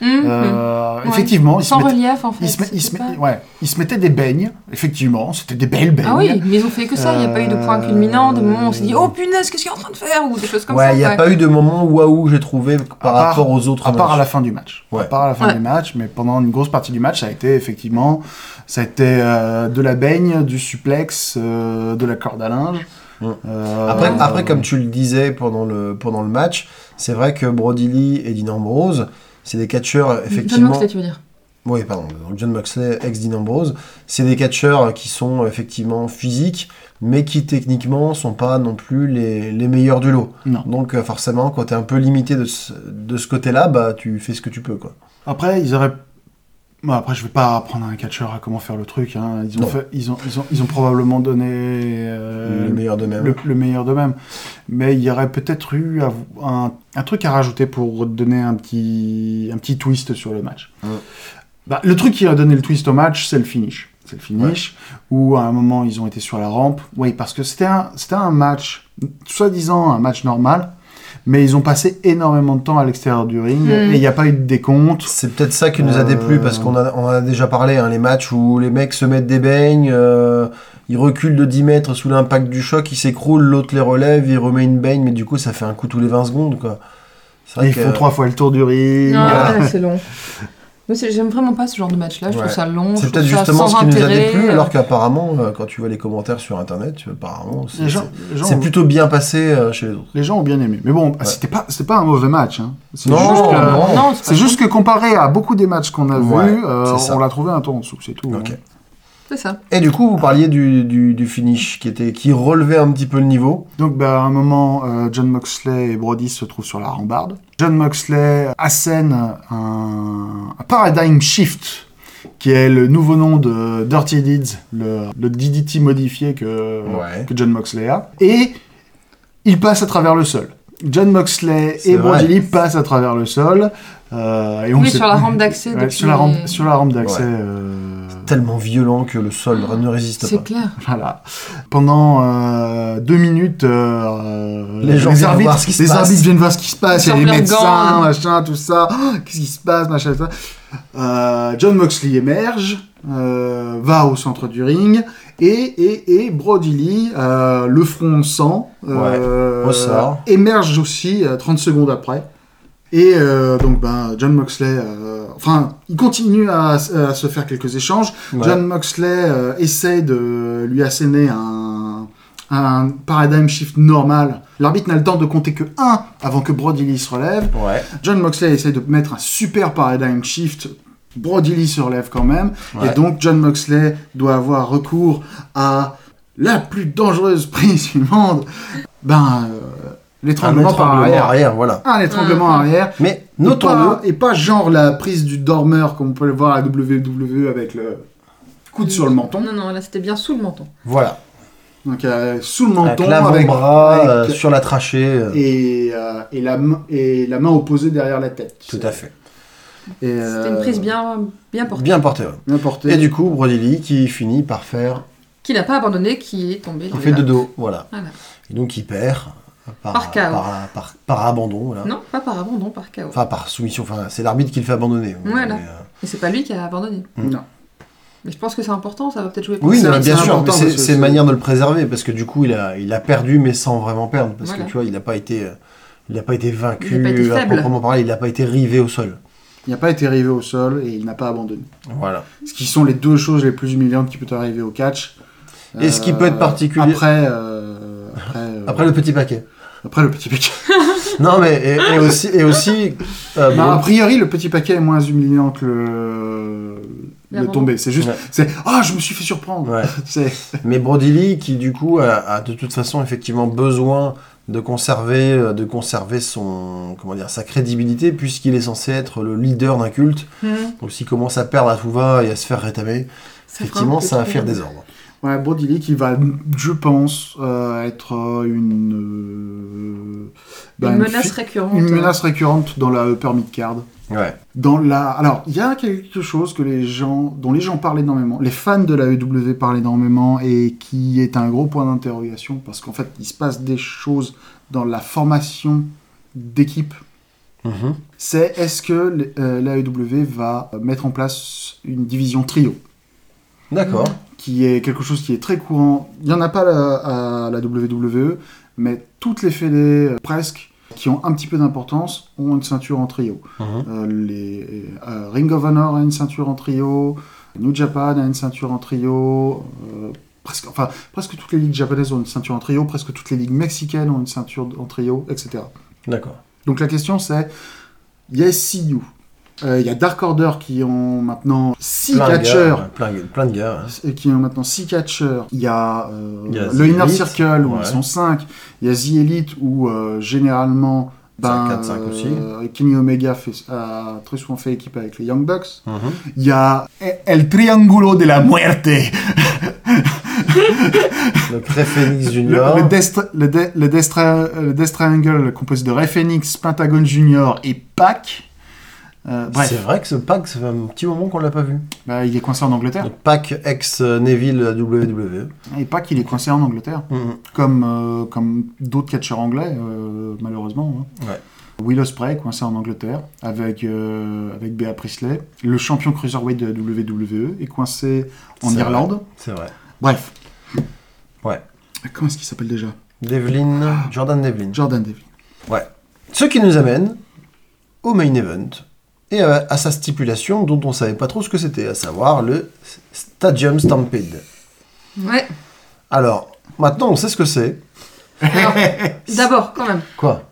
Speaker 3: Hum, hum.
Speaker 2: Euh,
Speaker 3: Ouais.
Speaker 2: Effectivement, il se
Speaker 3: Sans
Speaker 2: mettait-
Speaker 3: relief en fait.
Speaker 2: Il se, met- il, se
Speaker 3: c'était
Speaker 2: met-
Speaker 3: pas-
Speaker 2: ouais, il se mettait des beignes, effectivement, c'était des belles beignes.
Speaker 3: Ah oui, mais ils ont fait que ça, il n'y a pas eu de point
Speaker 2: Euh,
Speaker 3: culminant, de moment où on s'est dit oh punaise, qu'est-ce qu'il est en train de faire ou des choses comme
Speaker 1: ouais,
Speaker 3: ça.
Speaker 1: il n'y a
Speaker 3: quoi.
Speaker 1: pas eu de moment waouh j'ai trouvé par
Speaker 2: part-
Speaker 1: rapport aux autres
Speaker 2: À part à
Speaker 1: matchs.
Speaker 2: la fin du match.
Speaker 1: Ouais.
Speaker 2: À part à la fin
Speaker 3: Ouais.
Speaker 2: du match, mais pendant une grosse partie du match, ça a été effectivement ça a été, euh, de la baigne, du suplex, euh, de la corde à linge.
Speaker 1: Mm.
Speaker 2: Euh,
Speaker 1: Après, après, comme tu le disais pendant le, pendant le match, c'est vrai que Brody Lee et Dean Ambrose, c'est des catcheurs
Speaker 3: John
Speaker 1: effectivement.
Speaker 3: Moxley, tu veux dire.
Speaker 1: Oui, pardon, donc John Moxley, ex Dean Ambrose, c'est des catcheurs qui sont effectivement physiques, mais qui techniquement sont pas non plus les, les meilleurs du lot.
Speaker 2: Non.
Speaker 1: Donc euh, forcément, quand tu es un peu limité de ce, de ce côté-là, bah tu fais ce que tu peux quoi.
Speaker 2: Après, ils auraient. Bon, après, je vais pas apprendre à un catcheur à comment faire le truc. hein. Ils, ont
Speaker 1: Non.
Speaker 2: fait- ils, ont, ils, ont, ils ont probablement donné euh,
Speaker 1: le meilleur de même.
Speaker 2: le, le meilleur d'eux-mêmes. Mais il y aurait peut-être eu à- un, un truc à rajouter pour donner un petit, un petit twist sur le match.
Speaker 1: Mm.
Speaker 2: Bah, le truc qui a donné le twist au match, c'est le finish. C'est le finish, où à un moment ils ont été sur la rampe. Oui, parce que c'était un, c'était un match, soi-disant un match normal, Mais ils ont passé énormément de temps à l'extérieur du ring
Speaker 3: Mm.
Speaker 2: et il n'y a pas eu de décompte.
Speaker 1: C'est peut-être ça qui nous a
Speaker 2: Euh,
Speaker 1: déplu, parce qu'on a- on en a déjà parlé, hein, les matchs où les mecs se mettent des beignes, euh, ils reculent de 10 mètres sous l'impact du choc, ils s'écroulent, l'autre les relève, il remet une baigne, mais du coup ça fait un coup tous les 20 secondes. quoi. C'est
Speaker 2: Et
Speaker 1: vrai
Speaker 2: ils
Speaker 1: que-
Speaker 2: font trois fois le tour du ring.
Speaker 3: Non,
Speaker 1: Voilà.
Speaker 3: ouais, c'est long. Moi, c'est- j'aime vraiment pas ce genre de match-là. Je trouve
Speaker 1: Ouais.
Speaker 3: ça long. je
Speaker 1: C'est
Speaker 3: trouve
Speaker 1: peut-être
Speaker 3: ça
Speaker 1: justement
Speaker 3: sans
Speaker 1: ce qui nous a
Speaker 3: intérêt.
Speaker 1: déplu,
Speaker 2: euh.
Speaker 1: alors qu'apparemment, euh, quand tu vois les commentaires sur internet, tu- apparemment, c'est-
Speaker 2: Les gens,
Speaker 1: c'est
Speaker 2: les gens
Speaker 1: c'est
Speaker 2: ont-
Speaker 1: plutôt bien passé euh, chez les autres.
Speaker 2: les gens ont bien aimé. Mais bon, c'était pas, c'était pas un mauvais match. hein. C'est
Speaker 1: Non,
Speaker 2: juste que-
Speaker 1: non.
Speaker 3: non, c'est
Speaker 2: C'est
Speaker 3: pas
Speaker 2: juste que comparé à beaucoup des matchs qu'on a
Speaker 1: Ouais,
Speaker 2: vus, euh,
Speaker 1: c'est ça.
Speaker 2: on l'a trouvé un temps en dessous, c'est tout.
Speaker 1: Ok.
Speaker 2: hein.
Speaker 3: C'est ça.
Speaker 1: Et du coup, vous parliez du, du- du finish qui, était, qui relevait un petit peu le niveau.
Speaker 2: Donc bah, à un moment, euh, John Moxley et Brody se trouvent sur la rambarde. John Moxley assène un, un Paradigm Shift, qui est le nouveau nom de Dirty Deeds, le, le DDT modifié que,
Speaker 1: Ouais.
Speaker 2: que John Moxley a. Et il passe à travers le sol. John Moxley
Speaker 1: C'est
Speaker 2: et
Speaker 1: vrai.
Speaker 2: Brody Lee passent à travers le sol. euh, et on
Speaker 3: Oui,
Speaker 2: sait
Speaker 3: sur la
Speaker 2: plus-
Speaker 3: rampe d'accès.
Speaker 2: Ouais,
Speaker 3: depuis-
Speaker 2: sur la rampe, sur la rampe d'accès.
Speaker 1: Ouais.
Speaker 2: euh,
Speaker 1: Tellement violent que le sol ne résiste
Speaker 3: C'est
Speaker 1: pas.
Speaker 3: clair.
Speaker 2: <laughs> Voilà. Pendant euh, deux minutes, euh,
Speaker 1: Les gens viennent
Speaker 2: arbitres,
Speaker 1: voir ce qui se
Speaker 2: les
Speaker 1: passe.
Speaker 2: arbitres viennent voir ce qui se passe. Il y a
Speaker 3: Ils
Speaker 2: les
Speaker 3: sortent leurs
Speaker 2: médecins,
Speaker 3: gants.
Speaker 2: machin, tout ça. Oh, Qu'est-ce qui se passe, machin, tout ça. Euh, John Moxley émerge, euh, va au centre du ring et, et, et Brody Lee, euh, le front en sang, euh,
Speaker 1: Ouais, ressort.
Speaker 2: émerge aussi euh, 30 secondes après. Et euh, donc, ben, John Moxley, euh, enfin, il continue à, à se faire quelques échanges.
Speaker 1: Ouais.
Speaker 2: John Moxley euh, essaie de lui asséner un, un paradigm shift normal. L'arbitre n'a le temps de compter que 1 avant que Brody Lee se relève.
Speaker 1: Ouais.
Speaker 2: John Moxley essaie de mettre un super paradigm shift. Brody Lee se relève quand même.
Speaker 1: Ouais.
Speaker 2: Et donc, John Moxley doit avoir recours à la plus dangereuse prise du monde. Ben, euh,
Speaker 1: Un
Speaker 2: l'étranglement par
Speaker 1: étranglement
Speaker 2: arrière.
Speaker 1: arrière, voilà.
Speaker 2: Un étranglement
Speaker 3: Mhm.
Speaker 2: arrière.
Speaker 1: Mais
Speaker 2: Et
Speaker 1: notons-le,
Speaker 2: pas- hein, Et pas genre la prise du dormeur comme on peut le voir à WWE avec le coude sur le menton.
Speaker 3: Non, non, là, c'était bien sous le menton.
Speaker 1: voilà,
Speaker 2: Donc euh, sous le
Speaker 1: avec
Speaker 2: menton avec,
Speaker 1: l'avant-bras
Speaker 2: avec-
Speaker 1: euh, sur la trachée, euh,
Speaker 2: et, euh, et la, main- et la main opposée derrière la tête.
Speaker 1: tout à fait.
Speaker 3: C'était une prise bien, bien portée.
Speaker 1: Bien porté. ouais.
Speaker 2: euh, N'importe.
Speaker 1: Et du coup, Brody Lee qui finit par faire
Speaker 3: Qui n'a pas abandonné, qui est tombé.
Speaker 1: un fait de dos, voilà.
Speaker 3: Voilà.
Speaker 1: Et donc il perd euh, par,
Speaker 3: Par KO.
Speaker 1: par- par- par abandon, voilà.
Speaker 3: Non, pas par abandon, par chaos.
Speaker 1: Enfin, par soumission, enfin, c'est l'arbitre qui le fait abandonner.
Speaker 3: Voilà.
Speaker 1: Mais, euh,
Speaker 3: Mais c'est pas lui qui a abandonné.
Speaker 2: Non.
Speaker 3: Mais je pense que c'est important, ça va peut-être jouer pour
Speaker 1: Oui,
Speaker 3: ça.
Speaker 1: non, bien
Speaker 2: c'est
Speaker 1: sûr, mais
Speaker 2: important
Speaker 1: c'est
Speaker 2: parce que
Speaker 1: c'est
Speaker 2: c'est-
Speaker 1: une manière de le préserver, parce que du coup, il a, il a perdu, mais sans vraiment perdre, parce
Speaker 3: Voilà.
Speaker 1: que tu vois, il n'a pas été... euh, Il n'a pas été vaincu,
Speaker 3: Il a pas été
Speaker 1: à
Speaker 3: faible.
Speaker 1: proprement parler, il n'a pas été rivé au sol.
Speaker 2: Il n'a pas été rivé au sol et il n'a pas abandonné.
Speaker 1: Voilà.
Speaker 2: Ce qui sont les deux choses les plus humiliantes qui peuvent arriver au catch.
Speaker 1: Et ce qui peut être particulier-
Speaker 2: Après, euh, après, euh,
Speaker 1: Après le petit paquet.
Speaker 2: après le petit paquet.
Speaker 1: Non, mais et, et aussi, et aussi euh,
Speaker 2: Non,
Speaker 1: bon,
Speaker 2: Ah, a priori, le petit paquet est moins humiliant que le, le
Speaker 3: L'abandon.
Speaker 2: tombé. C'est juste,
Speaker 1: Ouais.
Speaker 2: c'est ah, je me suis fait surprendre.
Speaker 1: Ouais.
Speaker 2: C'est
Speaker 1: Mais Brody Lee, qui du coup a, a de toute façon effectivement besoin de conserver, euh, de conserver son, comment dire, sa crédibilité, puisqu'il est censé être le leader d'un culte.
Speaker 3: Hum,
Speaker 1: Donc s'il commence à perdre à tout va et à se faire rétamer,
Speaker 3: ça fera un
Speaker 1: effectivement,
Speaker 3: peu
Speaker 1: ça
Speaker 3: de
Speaker 1: infère
Speaker 3: problème.
Speaker 1: des ordres.
Speaker 2: ouais, Brody Lee qui va, je pense, euh, être euh, une, euh, bah,
Speaker 3: une
Speaker 2: fi-
Speaker 3: menace récurrente.
Speaker 2: une
Speaker 3: euh,
Speaker 2: menace récurrente dans la upper mid card.
Speaker 1: Ouais.
Speaker 2: Dans la, alors il y a quelque chose que les gens, dont les gens parlent énormément, les fans de la EW parlent énormément et qui est un gros point d'interrogation parce qu'en fait, il se passe des choses dans la formation d'équipe
Speaker 1: Mhm.
Speaker 2: c'est est-ce que euh, l'AEW va euh, mettre en place une division trio,
Speaker 1: D'accord.
Speaker 2: qui est quelque chose qui est très courant. Il n'y en a pas la- à la WWE, mais toutes les fédés, euh, presque, qui ont un petit peu d'importance, ont une ceinture en trio.
Speaker 1: Mhm.
Speaker 2: Euh, les, euh, Ring of Honor a une ceinture en trio, New Japan a une ceinture en trio, euh, presque, enfin, presque toutes les ligues japonaises ont une ceinture en trio, presque toutes les ligues mexicaines ont une ceinture en trio, etc.
Speaker 1: D'accord.
Speaker 2: Donc la question c'est, il y a SCU, euh, il y a Dark Order qui ont maintenant 6
Speaker 1: Plein de
Speaker 2: catcheurs,
Speaker 1: gars, plein, plein de gars. hein.
Speaker 2: et qui ont maintenant 6 catcheurs, il y a, euh,
Speaker 1: Il y a The
Speaker 2: le Inner
Speaker 1: Elite,
Speaker 2: Circle où
Speaker 1: ouais.
Speaker 2: ils sont 5, il y a The Elite où euh, généralement ben,
Speaker 1: Cinq, quatre, cinq aussi.
Speaker 2: euh, Kenny Omega fait- a très souvent fait équipe avec les Young Bucks.
Speaker 1: Mhm.
Speaker 2: Il y a El Triángulo de la Muerte,
Speaker 1: Donc Ray Phoenix
Speaker 2: le,
Speaker 1: Junior.
Speaker 2: le Death- le Death- le Death Tri- le Death Triangle composé de Ray Phoenix, Pentagon Junior et Pac. Euh, bref,
Speaker 1: C'est vrai que ce pack, ça fait un petit moment qu'on l'a pas vu.
Speaker 2: bah, il est coincé en Angleterre.
Speaker 1: Donc, pack ex euh, Neville WWE.
Speaker 2: Et pas qu'il est coincé en Angleterre. Comme, euh, comme d'autres catcheurs anglais, euh, malheureusement. hein.
Speaker 1: Ouais.
Speaker 2: Will Ospreay, coincé en Angleterre, avec, euh, avec Bea Priestley. Le champion cruiserweight de la WWE est coincé en
Speaker 1: C'est
Speaker 2: Irlande.
Speaker 1: C'est vrai.
Speaker 2: Bref.
Speaker 1: Ouais.
Speaker 2: Ah, Comment est-ce qu'il s'appelle déjà
Speaker 1: Devlin, Jordan Devlin.
Speaker 2: Jordan <laughs> Devlin.
Speaker 1: Ouais. Ce qui nous amène au main event et à, à sa stipulation dont on savait pas trop ce que c'était, à savoir le Stadium Stampede.
Speaker 3: Ouais.
Speaker 1: Alors, maintenant on sait ce que c'est. <laughs>
Speaker 3: Alors, D'abord, quand même,
Speaker 1: Quoi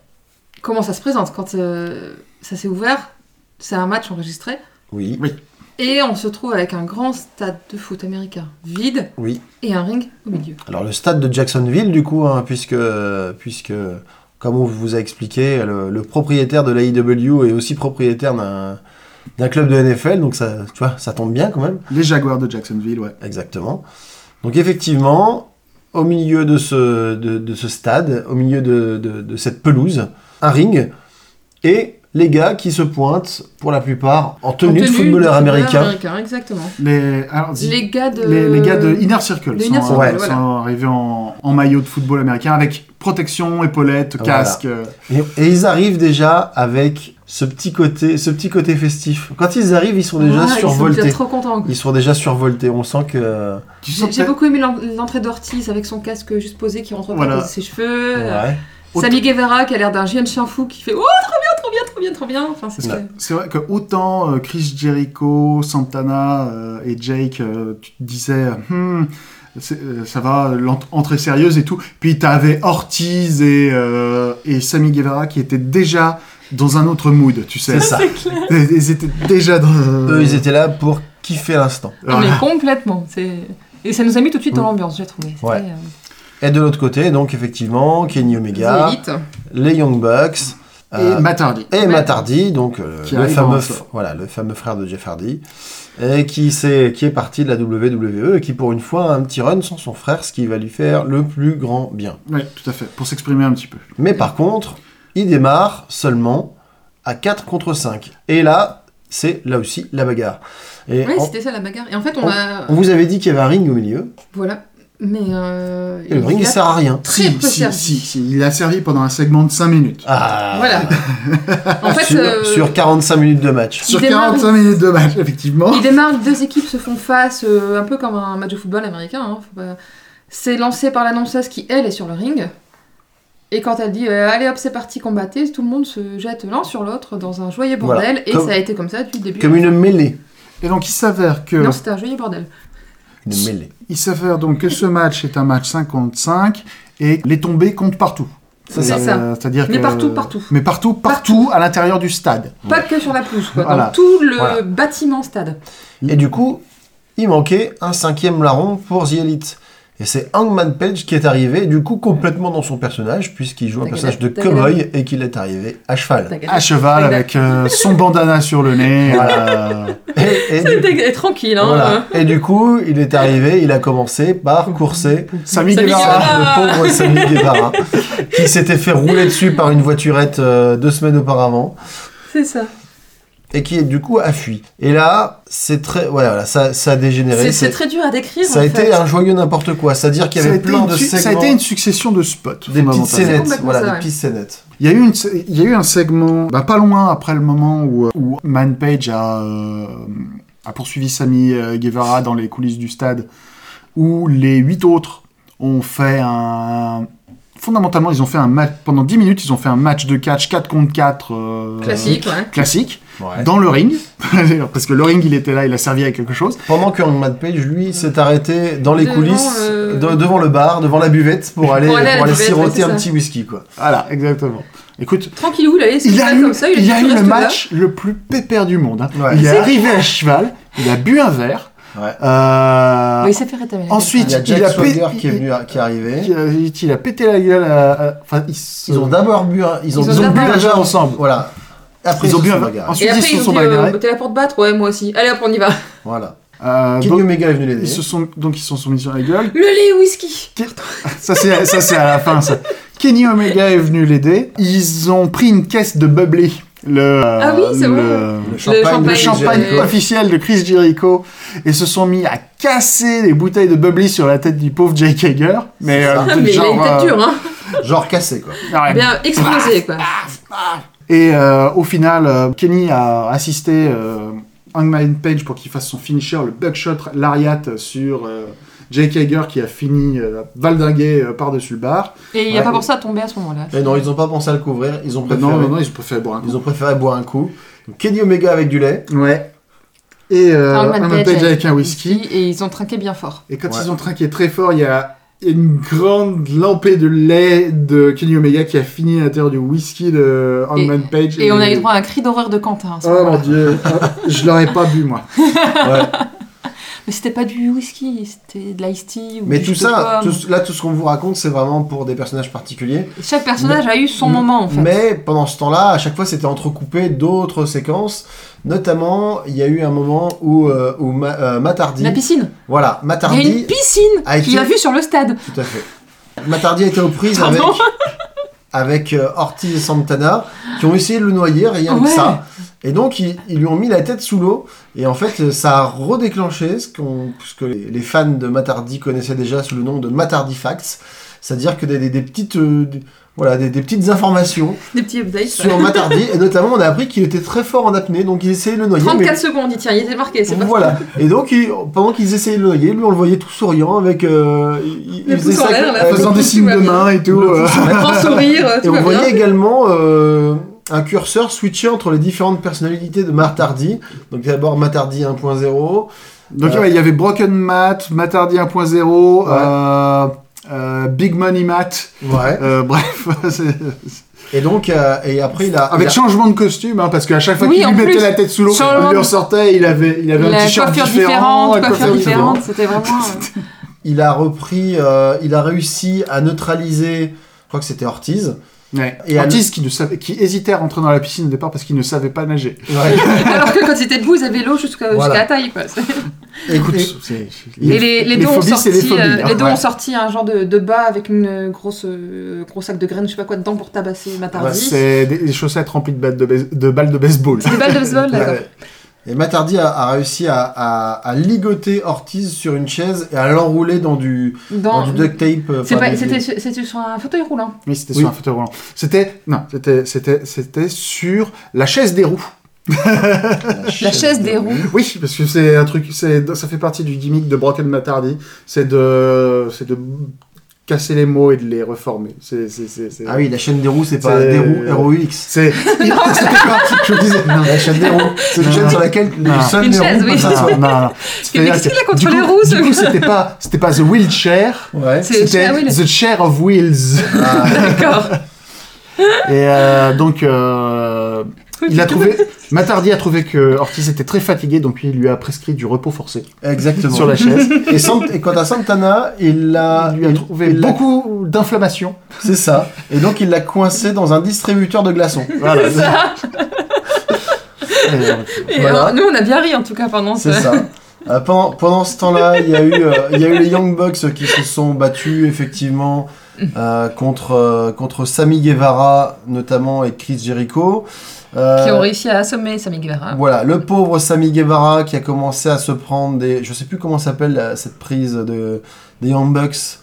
Speaker 3: comment ça se présente quand euh, ça s'est ouvert C'est un match enregistré.
Speaker 1: Oui,
Speaker 3: Et on se trouve avec un grand stade de foot américain vide
Speaker 1: oui.
Speaker 3: et un ring au milieu.
Speaker 1: Alors le stade de Jacksonville, du coup, hein, puisque, puisque, comme on vous a expliqué, le, le propriétaire de l'AIW est aussi propriétaire d'un d'un club de NFL, donc ça, tu vois, ça tombe bien quand même.
Speaker 2: Les Jaguars de Jacksonville, ouais.
Speaker 1: Exactement. Donc effectivement, au milieu de ce, de, de ce stade, au milieu de, de- de cette pelouse, un ring, et les gars qui se pointent, pour la plupart, en tenue, de footballeur américain.
Speaker 3: exactement.
Speaker 2: Les, alors, dis-
Speaker 3: Les gars de.
Speaker 2: les- les gars de Inner Circle
Speaker 3: de
Speaker 2: sont,
Speaker 3: Inner
Speaker 2: euh,
Speaker 1: Circle,
Speaker 2: sont
Speaker 3: voilà.
Speaker 2: arrivés en, en maillot de football américain avec protection, épaulette,
Speaker 1: Voilà.
Speaker 2: casque. euh,
Speaker 1: Et, et ils arrivent déjà avec ce petit côté, ce petit côté festif. Quand ils arrivent, ils sont déjà
Speaker 3: Ah, ils sont
Speaker 1: survoltés.
Speaker 3: déjà trop contents.
Speaker 1: Ils sont déjà survoltés. On sent que.
Speaker 2: Tu
Speaker 3: J'ai
Speaker 2: sens
Speaker 3: j'ai
Speaker 2: peut-être-
Speaker 3: beaucoup aimé l'en- l'entrée d'Ortiz avec son casque juste posé qui rentre pas
Speaker 2: Voilà.
Speaker 3: dans ses cheveux. Euh,
Speaker 1: Ouais.
Speaker 3: Sammy Guevara qui a l'air d'un chien de chien fou qui fait Oh, trop bien, trop bien, trop bien, trop bien. Enfin, c'est ce que-
Speaker 2: C'est vrai que autant euh, Chris Jericho, Santana euh, et Jake, euh, tu te disais, Hmm, c'est- euh, ça va, l'ent- entrée sérieuse et tout. Puis t'avais Ortiz et, euh, et Sammy Guevara qui étaient déjà dans un autre mood, tu sais.
Speaker 1: C'est ça.
Speaker 2: <laughs> Ils étaient déjà dans. un-
Speaker 1: Eux, ils étaient là pour kiffer l'instant.
Speaker 3: Non,
Speaker 2: Voilà.
Speaker 3: mais complètement. c'est- Et ça nous a mis tout de suite dans l'ambiance, j'ai trouvé. C'était,
Speaker 1: Mm. Ouais. Et de l'autre côté, donc effectivement, Kenny Omega,
Speaker 3: euh, élite.
Speaker 1: les Young Bucks. euh,
Speaker 2: Et Matt Hardy.
Speaker 1: Et Matt Hardy, donc euh,
Speaker 2: Qui
Speaker 1: le
Speaker 2: arrive
Speaker 1: fameux,
Speaker 2: en-
Speaker 1: fr- voilà, le fameux frère de Jeff Hardy, et qui, s'est- qui est parti de la WWE et qui pour une fois a un petit run sans son frère, ce qui va lui faire le plus grand bien.
Speaker 2: Oui, tout à fait, pour s'exprimer un petit peu.
Speaker 1: Mais par contre, il démarre seulement à 4 contre 5. Et là, c'est là aussi la bagarre. Et
Speaker 3: Ouais,
Speaker 1: on,
Speaker 3: c'était ça la bagarre. Et en fait, on, a.
Speaker 1: on vous avait dit qu'il y avait un ring au milieu,
Speaker 3: Voilà. Mais. euh,
Speaker 1: et le ring
Speaker 3: il
Speaker 1: il
Speaker 3: a
Speaker 1: sert à rien.
Speaker 3: Très
Speaker 2: si,
Speaker 3: peu
Speaker 2: si,
Speaker 3: servi.
Speaker 2: si, si, il a servi pendant un segment de 5 minutes.
Speaker 1: Ah, <laughs>
Speaker 3: Voilà. En fait,
Speaker 1: sur,
Speaker 3: euh,
Speaker 1: sur 45 minutes de match.
Speaker 2: Sur
Speaker 3: démarre-
Speaker 2: 45 minutes de match, effectivement.
Speaker 3: Il démarre, les deux équipes se font face, euh, un peu comme un match de football américain. hein, faut pas- C'est lancé par l'annonceuse qui, elle, est sur le ring. Et quand elle dit euh, allez hop, c'est parti, combattez, tout le monde se jette l'un sur l'autre dans un joyeux
Speaker 1: Voilà,
Speaker 3: bordel. Et
Speaker 1: comme-
Speaker 3: ça a été comme ça depuis le début.
Speaker 1: Comme une mêlée.
Speaker 2: Et donc, il s'avère que.
Speaker 3: Non, c'était un joyeux bordel.
Speaker 1: Une mêlée.
Speaker 2: Il s'avère donc que ce match est un match 55 et les tombées comptent partout.
Speaker 1: C'est
Speaker 3: ça.
Speaker 2: C'est-à-dire
Speaker 3: Mais
Speaker 2: que-
Speaker 3: partout, partout.
Speaker 2: Mais partout, partout, à l'intérieur du stade.
Speaker 3: Pas que sur la pelouse, quoi.
Speaker 2: Voilà.
Speaker 3: Dans tout le
Speaker 1: Voilà.
Speaker 3: bâtiment stade.
Speaker 1: Et du coup, il manquait un cinquième larron pour The Elite. Et c'est Hangman Page qui est arrivé, du coup, complètement dans son personnage, puisqu'il joue un
Speaker 3: T'inquiète,
Speaker 1: personnage de
Speaker 3: t'inquiète.
Speaker 1: cowboy et qu'il est arrivé
Speaker 3: <laughs>
Speaker 1: à cheval.
Speaker 3: T'inquiète.
Speaker 2: À cheval, avec euh, son bandana sur le
Speaker 3: <laughs>
Speaker 2: nez. euh,
Speaker 1: Et, et du,
Speaker 3: T'inquiète, Tranquille, hein.
Speaker 1: voilà. Et du coup, il est arrivé, il a commencé par courser
Speaker 2: Sami
Speaker 3: Sami
Speaker 2: Guevara.
Speaker 3: Guevara.
Speaker 1: le pauvre Sammy Guevara, qui s'était fait rouler dessus par une voiturette euh, deux semaines auparavant.
Speaker 3: C'est ça.
Speaker 1: Et qui du coup a fui. Et là, c'est très, ouais, voilà, ça, ça a dégénéré.
Speaker 3: C'est-
Speaker 1: C'est-
Speaker 3: C'est très dur à décrire.
Speaker 1: ça
Speaker 3: en
Speaker 1: a
Speaker 3: fait.
Speaker 1: été un joyeux n'importe quoi. C'est-à-dire qu'il y
Speaker 2: Ça a
Speaker 1: avait
Speaker 2: été
Speaker 1: plein
Speaker 2: une
Speaker 1: de
Speaker 2: su-
Speaker 1: segments,
Speaker 2: ça a été une succession de spots.
Speaker 1: des petites
Speaker 2: fondamentalement.
Speaker 3: scénettes.
Speaker 1: scénettes,
Speaker 3: complètement
Speaker 1: voilà,
Speaker 3: ça,
Speaker 1: des
Speaker 3: ouais.
Speaker 1: petites scénettes.
Speaker 2: Il y, a eu une, se- il y a eu un segment, bah, pas loin après le moment où, euh, où Manpage a, euh, a poursuivi Sami euh, Guevara dans les coulisses du stade, où les huit autres ont fait un... Fondamentalement, ils ont fait un match... Pendant 10 minutes, ils ont fait un match de catch 4 contre 4. euh,
Speaker 3: Classique, ouais.
Speaker 2: Classique,
Speaker 1: Ouais.
Speaker 2: dans le ring, <laughs> parce que le ring il était là, il a servi à quelque chose.
Speaker 1: Pendant que Hangman Page, lui, s'est arrêté dans les
Speaker 3: Euh, Devant,
Speaker 1: coulisses,
Speaker 3: euh,
Speaker 1: de- devant le bar, devant la buvette,
Speaker 3: <laughs>
Speaker 1: pour aller,
Speaker 3: aller à la
Speaker 1: pour aller
Speaker 3: buvette, ouais,
Speaker 1: siroter
Speaker 3: c'est
Speaker 1: un
Speaker 3: ça.
Speaker 1: petit whisky, quoi.
Speaker 2: Voilà, exactement. Écoute,
Speaker 3: Tranquillou, il allait se
Speaker 2: il a
Speaker 3: faire
Speaker 2: eu,
Speaker 3: comme ça. Il,
Speaker 2: il
Speaker 3: a
Speaker 2: a
Speaker 3: dit,
Speaker 2: eu
Speaker 3: tu
Speaker 2: le
Speaker 3: restes là.
Speaker 2: match le plus pépère du monde. hein.
Speaker 1: Ouais.
Speaker 2: Il est arrivé à cheval, il a bu un verre.
Speaker 1: Ouais.
Speaker 2: Euh,
Speaker 3: Mais il s'est fait rétablir.
Speaker 2: Ensuite,
Speaker 1: Il y a
Speaker 2: il
Speaker 1: Jack
Speaker 2: a
Speaker 1: Swagger
Speaker 2: pé-
Speaker 1: qui est venu, à- qui est arrivé.
Speaker 2: il a, il a pété la gueule à. à- Enfin, ils, se-
Speaker 1: Ils ont d'abord bu, un- ils ont,
Speaker 3: Ils ont d'abord
Speaker 1: bu
Speaker 2: bu un
Speaker 1: déjà
Speaker 2: verre ensemble.
Speaker 1: Voilà. Après,
Speaker 2: Ils ont
Speaker 1: se
Speaker 2: bu un
Speaker 1: sont
Speaker 2: verre.
Speaker 1: bagarrés.
Speaker 2: Ensuite-
Speaker 3: Et après, ils
Speaker 2: se sont
Speaker 3: ont dit,
Speaker 2: bagarrés.
Speaker 3: euh, t'es là pour te battre Ouais, moi aussi. Allez hop, on y va.
Speaker 1: Voilà.
Speaker 2: euh,
Speaker 1: Kenny
Speaker 2: donc,
Speaker 1: Omega est venu l'aider.
Speaker 2: ils se sont donc ils se sont mis sur la gueule.
Speaker 3: Le lait au whisky <laughs>
Speaker 2: Ça c'est ça c'est à la fin ça. Kenny Omega est venu l'aider. Ils ont pris une caisse de bubbly le, euh,
Speaker 3: Ah oui, c'est
Speaker 2: le-
Speaker 1: Le
Speaker 3: champagne
Speaker 2: le
Speaker 1: de
Speaker 2: champagne
Speaker 1: Jericho.
Speaker 2: <laughs> officiel de Chris Jericho et se sont mis à casser les bouteilles de bubbly sur la tête du pauvre Jake Hager. Mais,
Speaker 1: C'est
Speaker 2: euh,
Speaker 1: ça.
Speaker 2: peut-être
Speaker 3: Ah, mais il a
Speaker 2: genre,
Speaker 3: une tête
Speaker 2: euh, Ah.
Speaker 3: dure, hein.
Speaker 1: Genre cassé, quoi.
Speaker 2: ouais.
Speaker 3: Bien explosé, quoi.
Speaker 2: Et euh, au final, euh, Kenny a assisté euh, Hangman Page pour qu'il fasse son finisher, le buckshot lariat sur euh, Jake Hager qui a fini euh, valdingué euh, par-dessus le bar.
Speaker 3: Et il n'y a
Speaker 2: Ouais.
Speaker 3: pas pour ça à tomber à ce moment-là.
Speaker 1: Et Eh non, ils ont pas pensé à le couvrir, ils ont préféré,
Speaker 2: Non, non, non, ils ont préféré boire un coup.
Speaker 1: Ils ont préféré boire un coup. Donc, Kenny Omega avec du lait.
Speaker 2: Ouais. Et euh,
Speaker 3: Hangman
Speaker 2: Hangman Page avec un whisky.
Speaker 3: Et ils ont trinqué bien fort.
Speaker 2: Et quand
Speaker 1: Ouais.
Speaker 2: ils ont trinqué très fort, il y a une grande lampée de lait de Kenny Omega qui a fini à l'intérieur du whisky de Hangman Page.
Speaker 3: Et on a eu droit à un cri d'horreur de Quentin. à ce
Speaker 2: Oh
Speaker 3: moment-là.
Speaker 2: mon dieu, Ah, je l'aurais pas bu moi.
Speaker 1: Ouais.
Speaker 3: Mais c'était pas du whisky, c'était de l'iced tea. Ou
Speaker 1: Mais
Speaker 3: du
Speaker 1: tout
Speaker 3: jus de
Speaker 1: ça,
Speaker 3: pomme.
Speaker 1: tout- là, tout ce qu'on vous raconte, c'est vraiment pour des personnages particuliers.
Speaker 3: Chaque personnage a eu son
Speaker 1: Mais-
Speaker 3: moment, en fait.
Speaker 1: Mais pendant ce temps-là, à chaque fois, c'était entrecoupé d'autres séquences. Notamment, il y a eu un moment où, euh, où Ma- euh, Matt Hardy-
Speaker 3: La piscine.
Speaker 1: Voilà, Matt
Speaker 3: Il y a une
Speaker 1: Hardy-
Speaker 3: piscine
Speaker 1: a
Speaker 3: qu'il
Speaker 1: été-
Speaker 3: a vue sur le stade.
Speaker 1: Tout à fait. Matt Hardy était aux prises avec,
Speaker 3: Pardon
Speaker 1: avec euh, Ortiz et Santana, qui ont essayé de le noyer, rien que
Speaker 3: Ouais.
Speaker 1: ça. Et donc, ils, ils lui ont mis la tête sous l'eau. Et en fait, euh, ça a redéclenché ce, qu'on- ce que les, les fans de Matt Hardy connaissaient déjà sous le nom de Matt Hardy Facts. C'est-à-dire que des, des- des petites... euh, des- voilà, des, des petites informations
Speaker 3: Des petits updates. <laughs>
Speaker 1: sur Matt Hardy. Et notamment, on a appris qu'il était très fort en apnée, donc il essayait de le noyer. mais-
Speaker 3: 34 secondes, il tient, il était marqué, c'est pas
Speaker 1: voilà. Et donc, il- pendant qu'ils essayaient de le noyer, lui, on le voyait tout souriant avec. euh, il,
Speaker 3: Le
Speaker 1: il faisait
Speaker 3: pouce en
Speaker 1: ça-
Speaker 3: l'air, là.
Speaker 1: avec le
Speaker 2: Faisant
Speaker 3: tout
Speaker 2: des
Speaker 3: <laughs>
Speaker 2: signes
Speaker 3: va
Speaker 2: de
Speaker 3: bien.
Speaker 2: main et tout.
Speaker 1: Le
Speaker 2: euh.
Speaker 3: Grand sourire, euh,
Speaker 1: Et
Speaker 3: tout
Speaker 1: on
Speaker 3: va
Speaker 1: voyait
Speaker 3: bien.
Speaker 1: également euh, un curseur switcher entre les différentes personnalités de Matt Hardy. Donc d'abord Matt Hardy 1.0,
Speaker 2: Donc
Speaker 1: Euh.
Speaker 2: ouais, il y avait Broken Matt, Matt Hardy 1.0,
Speaker 1: Ouais.
Speaker 2: euh, euh, Big Money Matt,
Speaker 1: ouais.
Speaker 2: euh, bref, <laughs> c'est-
Speaker 1: Et donc euh, et après il a
Speaker 2: avec
Speaker 1: il a-
Speaker 2: changement de costume, hein, parce qu'à chaque fois
Speaker 3: Oui,
Speaker 2: qu'il
Speaker 3: en
Speaker 2: lui mettait
Speaker 3: plus.
Speaker 2: la tête sous l'eau,
Speaker 3: Changement
Speaker 2: il lui
Speaker 3: de-
Speaker 2: ressortait, il avait, il avait un
Speaker 3: La
Speaker 2: t-shirt
Speaker 3: coiffure
Speaker 2: différent,
Speaker 3: différente,
Speaker 2: la
Speaker 3: coiffure
Speaker 1: différente.
Speaker 3: différente, c'était vraiment. euh,
Speaker 1: il a repris, euh, il a réussi à neutraliser, je crois que c'était Ortiz.
Speaker 2: Ouais.
Speaker 1: Et
Speaker 2: Et
Speaker 1: à-
Speaker 2: Ortiz qui, ne savait, qui hésitait à rentrer dans la piscine au départ parce qu'il ne savait pas nager.
Speaker 3: Alors que quand ils étaient debout, ils avaient l'eau jusqu'à
Speaker 1: Voilà.
Speaker 3: jusqu'à la taille. Quoi. C'est-
Speaker 1: Et-
Speaker 2: Écoute,
Speaker 1: et-
Speaker 2: c'est-
Speaker 3: Et les, les, deux, ont
Speaker 2: phobies,
Speaker 3: sorti,
Speaker 2: c'est les phobies.
Speaker 3: euh,
Speaker 2: hein.
Speaker 3: les deux
Speaker 1: Ouais.
Speaker 3: ont sorti un genre de, de bas avec une grosse, euh, gros sac de graines, je sais pas quoi, dedans pour tabasser
Speaker 2: Ouais,
Speaker 3: Matardi.
Speaker 2: c'est des, des chaussettes remplies de, balles de bais- de balles de baseball.
Speaker 3: des balles de baseball, Ah, d'accord.
Speaker 1: Ouais. Et Matt Hardy a, a réussi à, à- à ligoter Ortiz sur une chaise et à l'enrouler dans du, dans
Speaker 3: Dans-
Speaker 1: du duct tape. euh,
Speaker 3: c'est
Speaker 1: enfin,
Speaker 3: pas-
Speaker 1: du-
Speaker 3: C'était sur- c'était sur un fauteuil roulant.
Speaker 2: Mais c'était
Speaker 1: Oui.
Speaker 2: sur un fauteuil roulant. C'était non, c'était c'était c'était sur la chaise des roues.
Speaker 3: La chaise des <laughs> roues.
Speaker 2: Oui, parce que c'est un truc, c'est ça fait partie du gimmick de Broken Matardi, c'est de c'est de casser les mots et de les reformer. C'est c'est c'est c'est-
Speaker 1: Ah oui, la chaîne des roues, c'est pas
Speaker 2: C'est-
Speaker 1: des roues ROX.
Speaker 2: C'est c'était <laughs> pas- <laughs> je vous disais non.
Speaker 1: La chaîne
Speaker 2: <laughs>
Speaker 1: des roues, c'est une
Speaker 2: Non,
Speaker 1: chaîne
Speaker 2: non.
Speaker 1: sur laquelle les
Speaker 2: Non.
Speaker 1: seuls
Speaker 3: Une
Speaker 1: des
Speaker 3: chaise,
Speaker 1: roues
Speaker 3: oui.
Speaker 1: passent.
Speaker 2: Non, non, non, non.
Speaker 3: Mais
Speaker 2: C'est-à-dire
Speaker 3: qu'est-ce qu'il a
Speaker 2: que-
Speaker 3: contre
Speaker 2: du
Speaker 3: les
Speaker 2: coup-
Speaker 3: roues, ce
Speaker 2: Du coup,
Speaker 3: gars
Speaker 2: c'était pas c'était pas the wheelchair,
Speaker 3: <laughs>
Speaker 1: Ouais.
Speaker 3: C'est-
Speaker 2: c'était
Speaker 3: ah oui, le-
Speaker 2: the chair of
Speaker 3: <laughs>
Speaker 2: wheels.
Speaker 1: Ah,
Speaker 3: D'accord.
Speaker 2: Et euh, donc, euh, il a trouvé. <laughs> Matardi a trouvé que Ortiz était très fatigué, donc il lui a prescrit du repos forcé
Speaker 1: Ah, exactement.
Speaker 2: sur la chaise.
Speaker 1: <laughs> Et, Sant- et quant à Santana, il l'a.
Speaker 2: Il lui a
Speaker 1: il-
Speaker 2: trouvé
Speaker 1: il l'a-
Speaker 2: beaucoup
Speaker 3: <laughs>
Speaker 2: d'inflammation.
Speaker 1: C'est ça. Et donc il l'a coincé dans un distributeur de glaçons. <laughs>
Speaker 2: Voilà. Et, euh,
Speaker 3: Et
Speaker 1: Voilà.
Speaker 3: alors, nous, on a bien ri en tout cas pendant <laughs> ce.
Speaker 1: C'est ça. Euh, pendant, pendant ce temps-là, il y, a eu, euh, il y a eu les Young Bucks qui se sont battus effectivement
Speaker 3: Mm.
Speaker 1: euh, contre, euh, contre Sammy Guevara notamment et Chris Jericho. Euh,
Speaker 3: Qui ont réussi à assommer Sammy Guevara.
Speaker 1: Voilà, le pauvre Sammy Guevara qui a commencé à se prendre des. Je sais plus comment s'appelle la- cette prise de, des Young Bucks.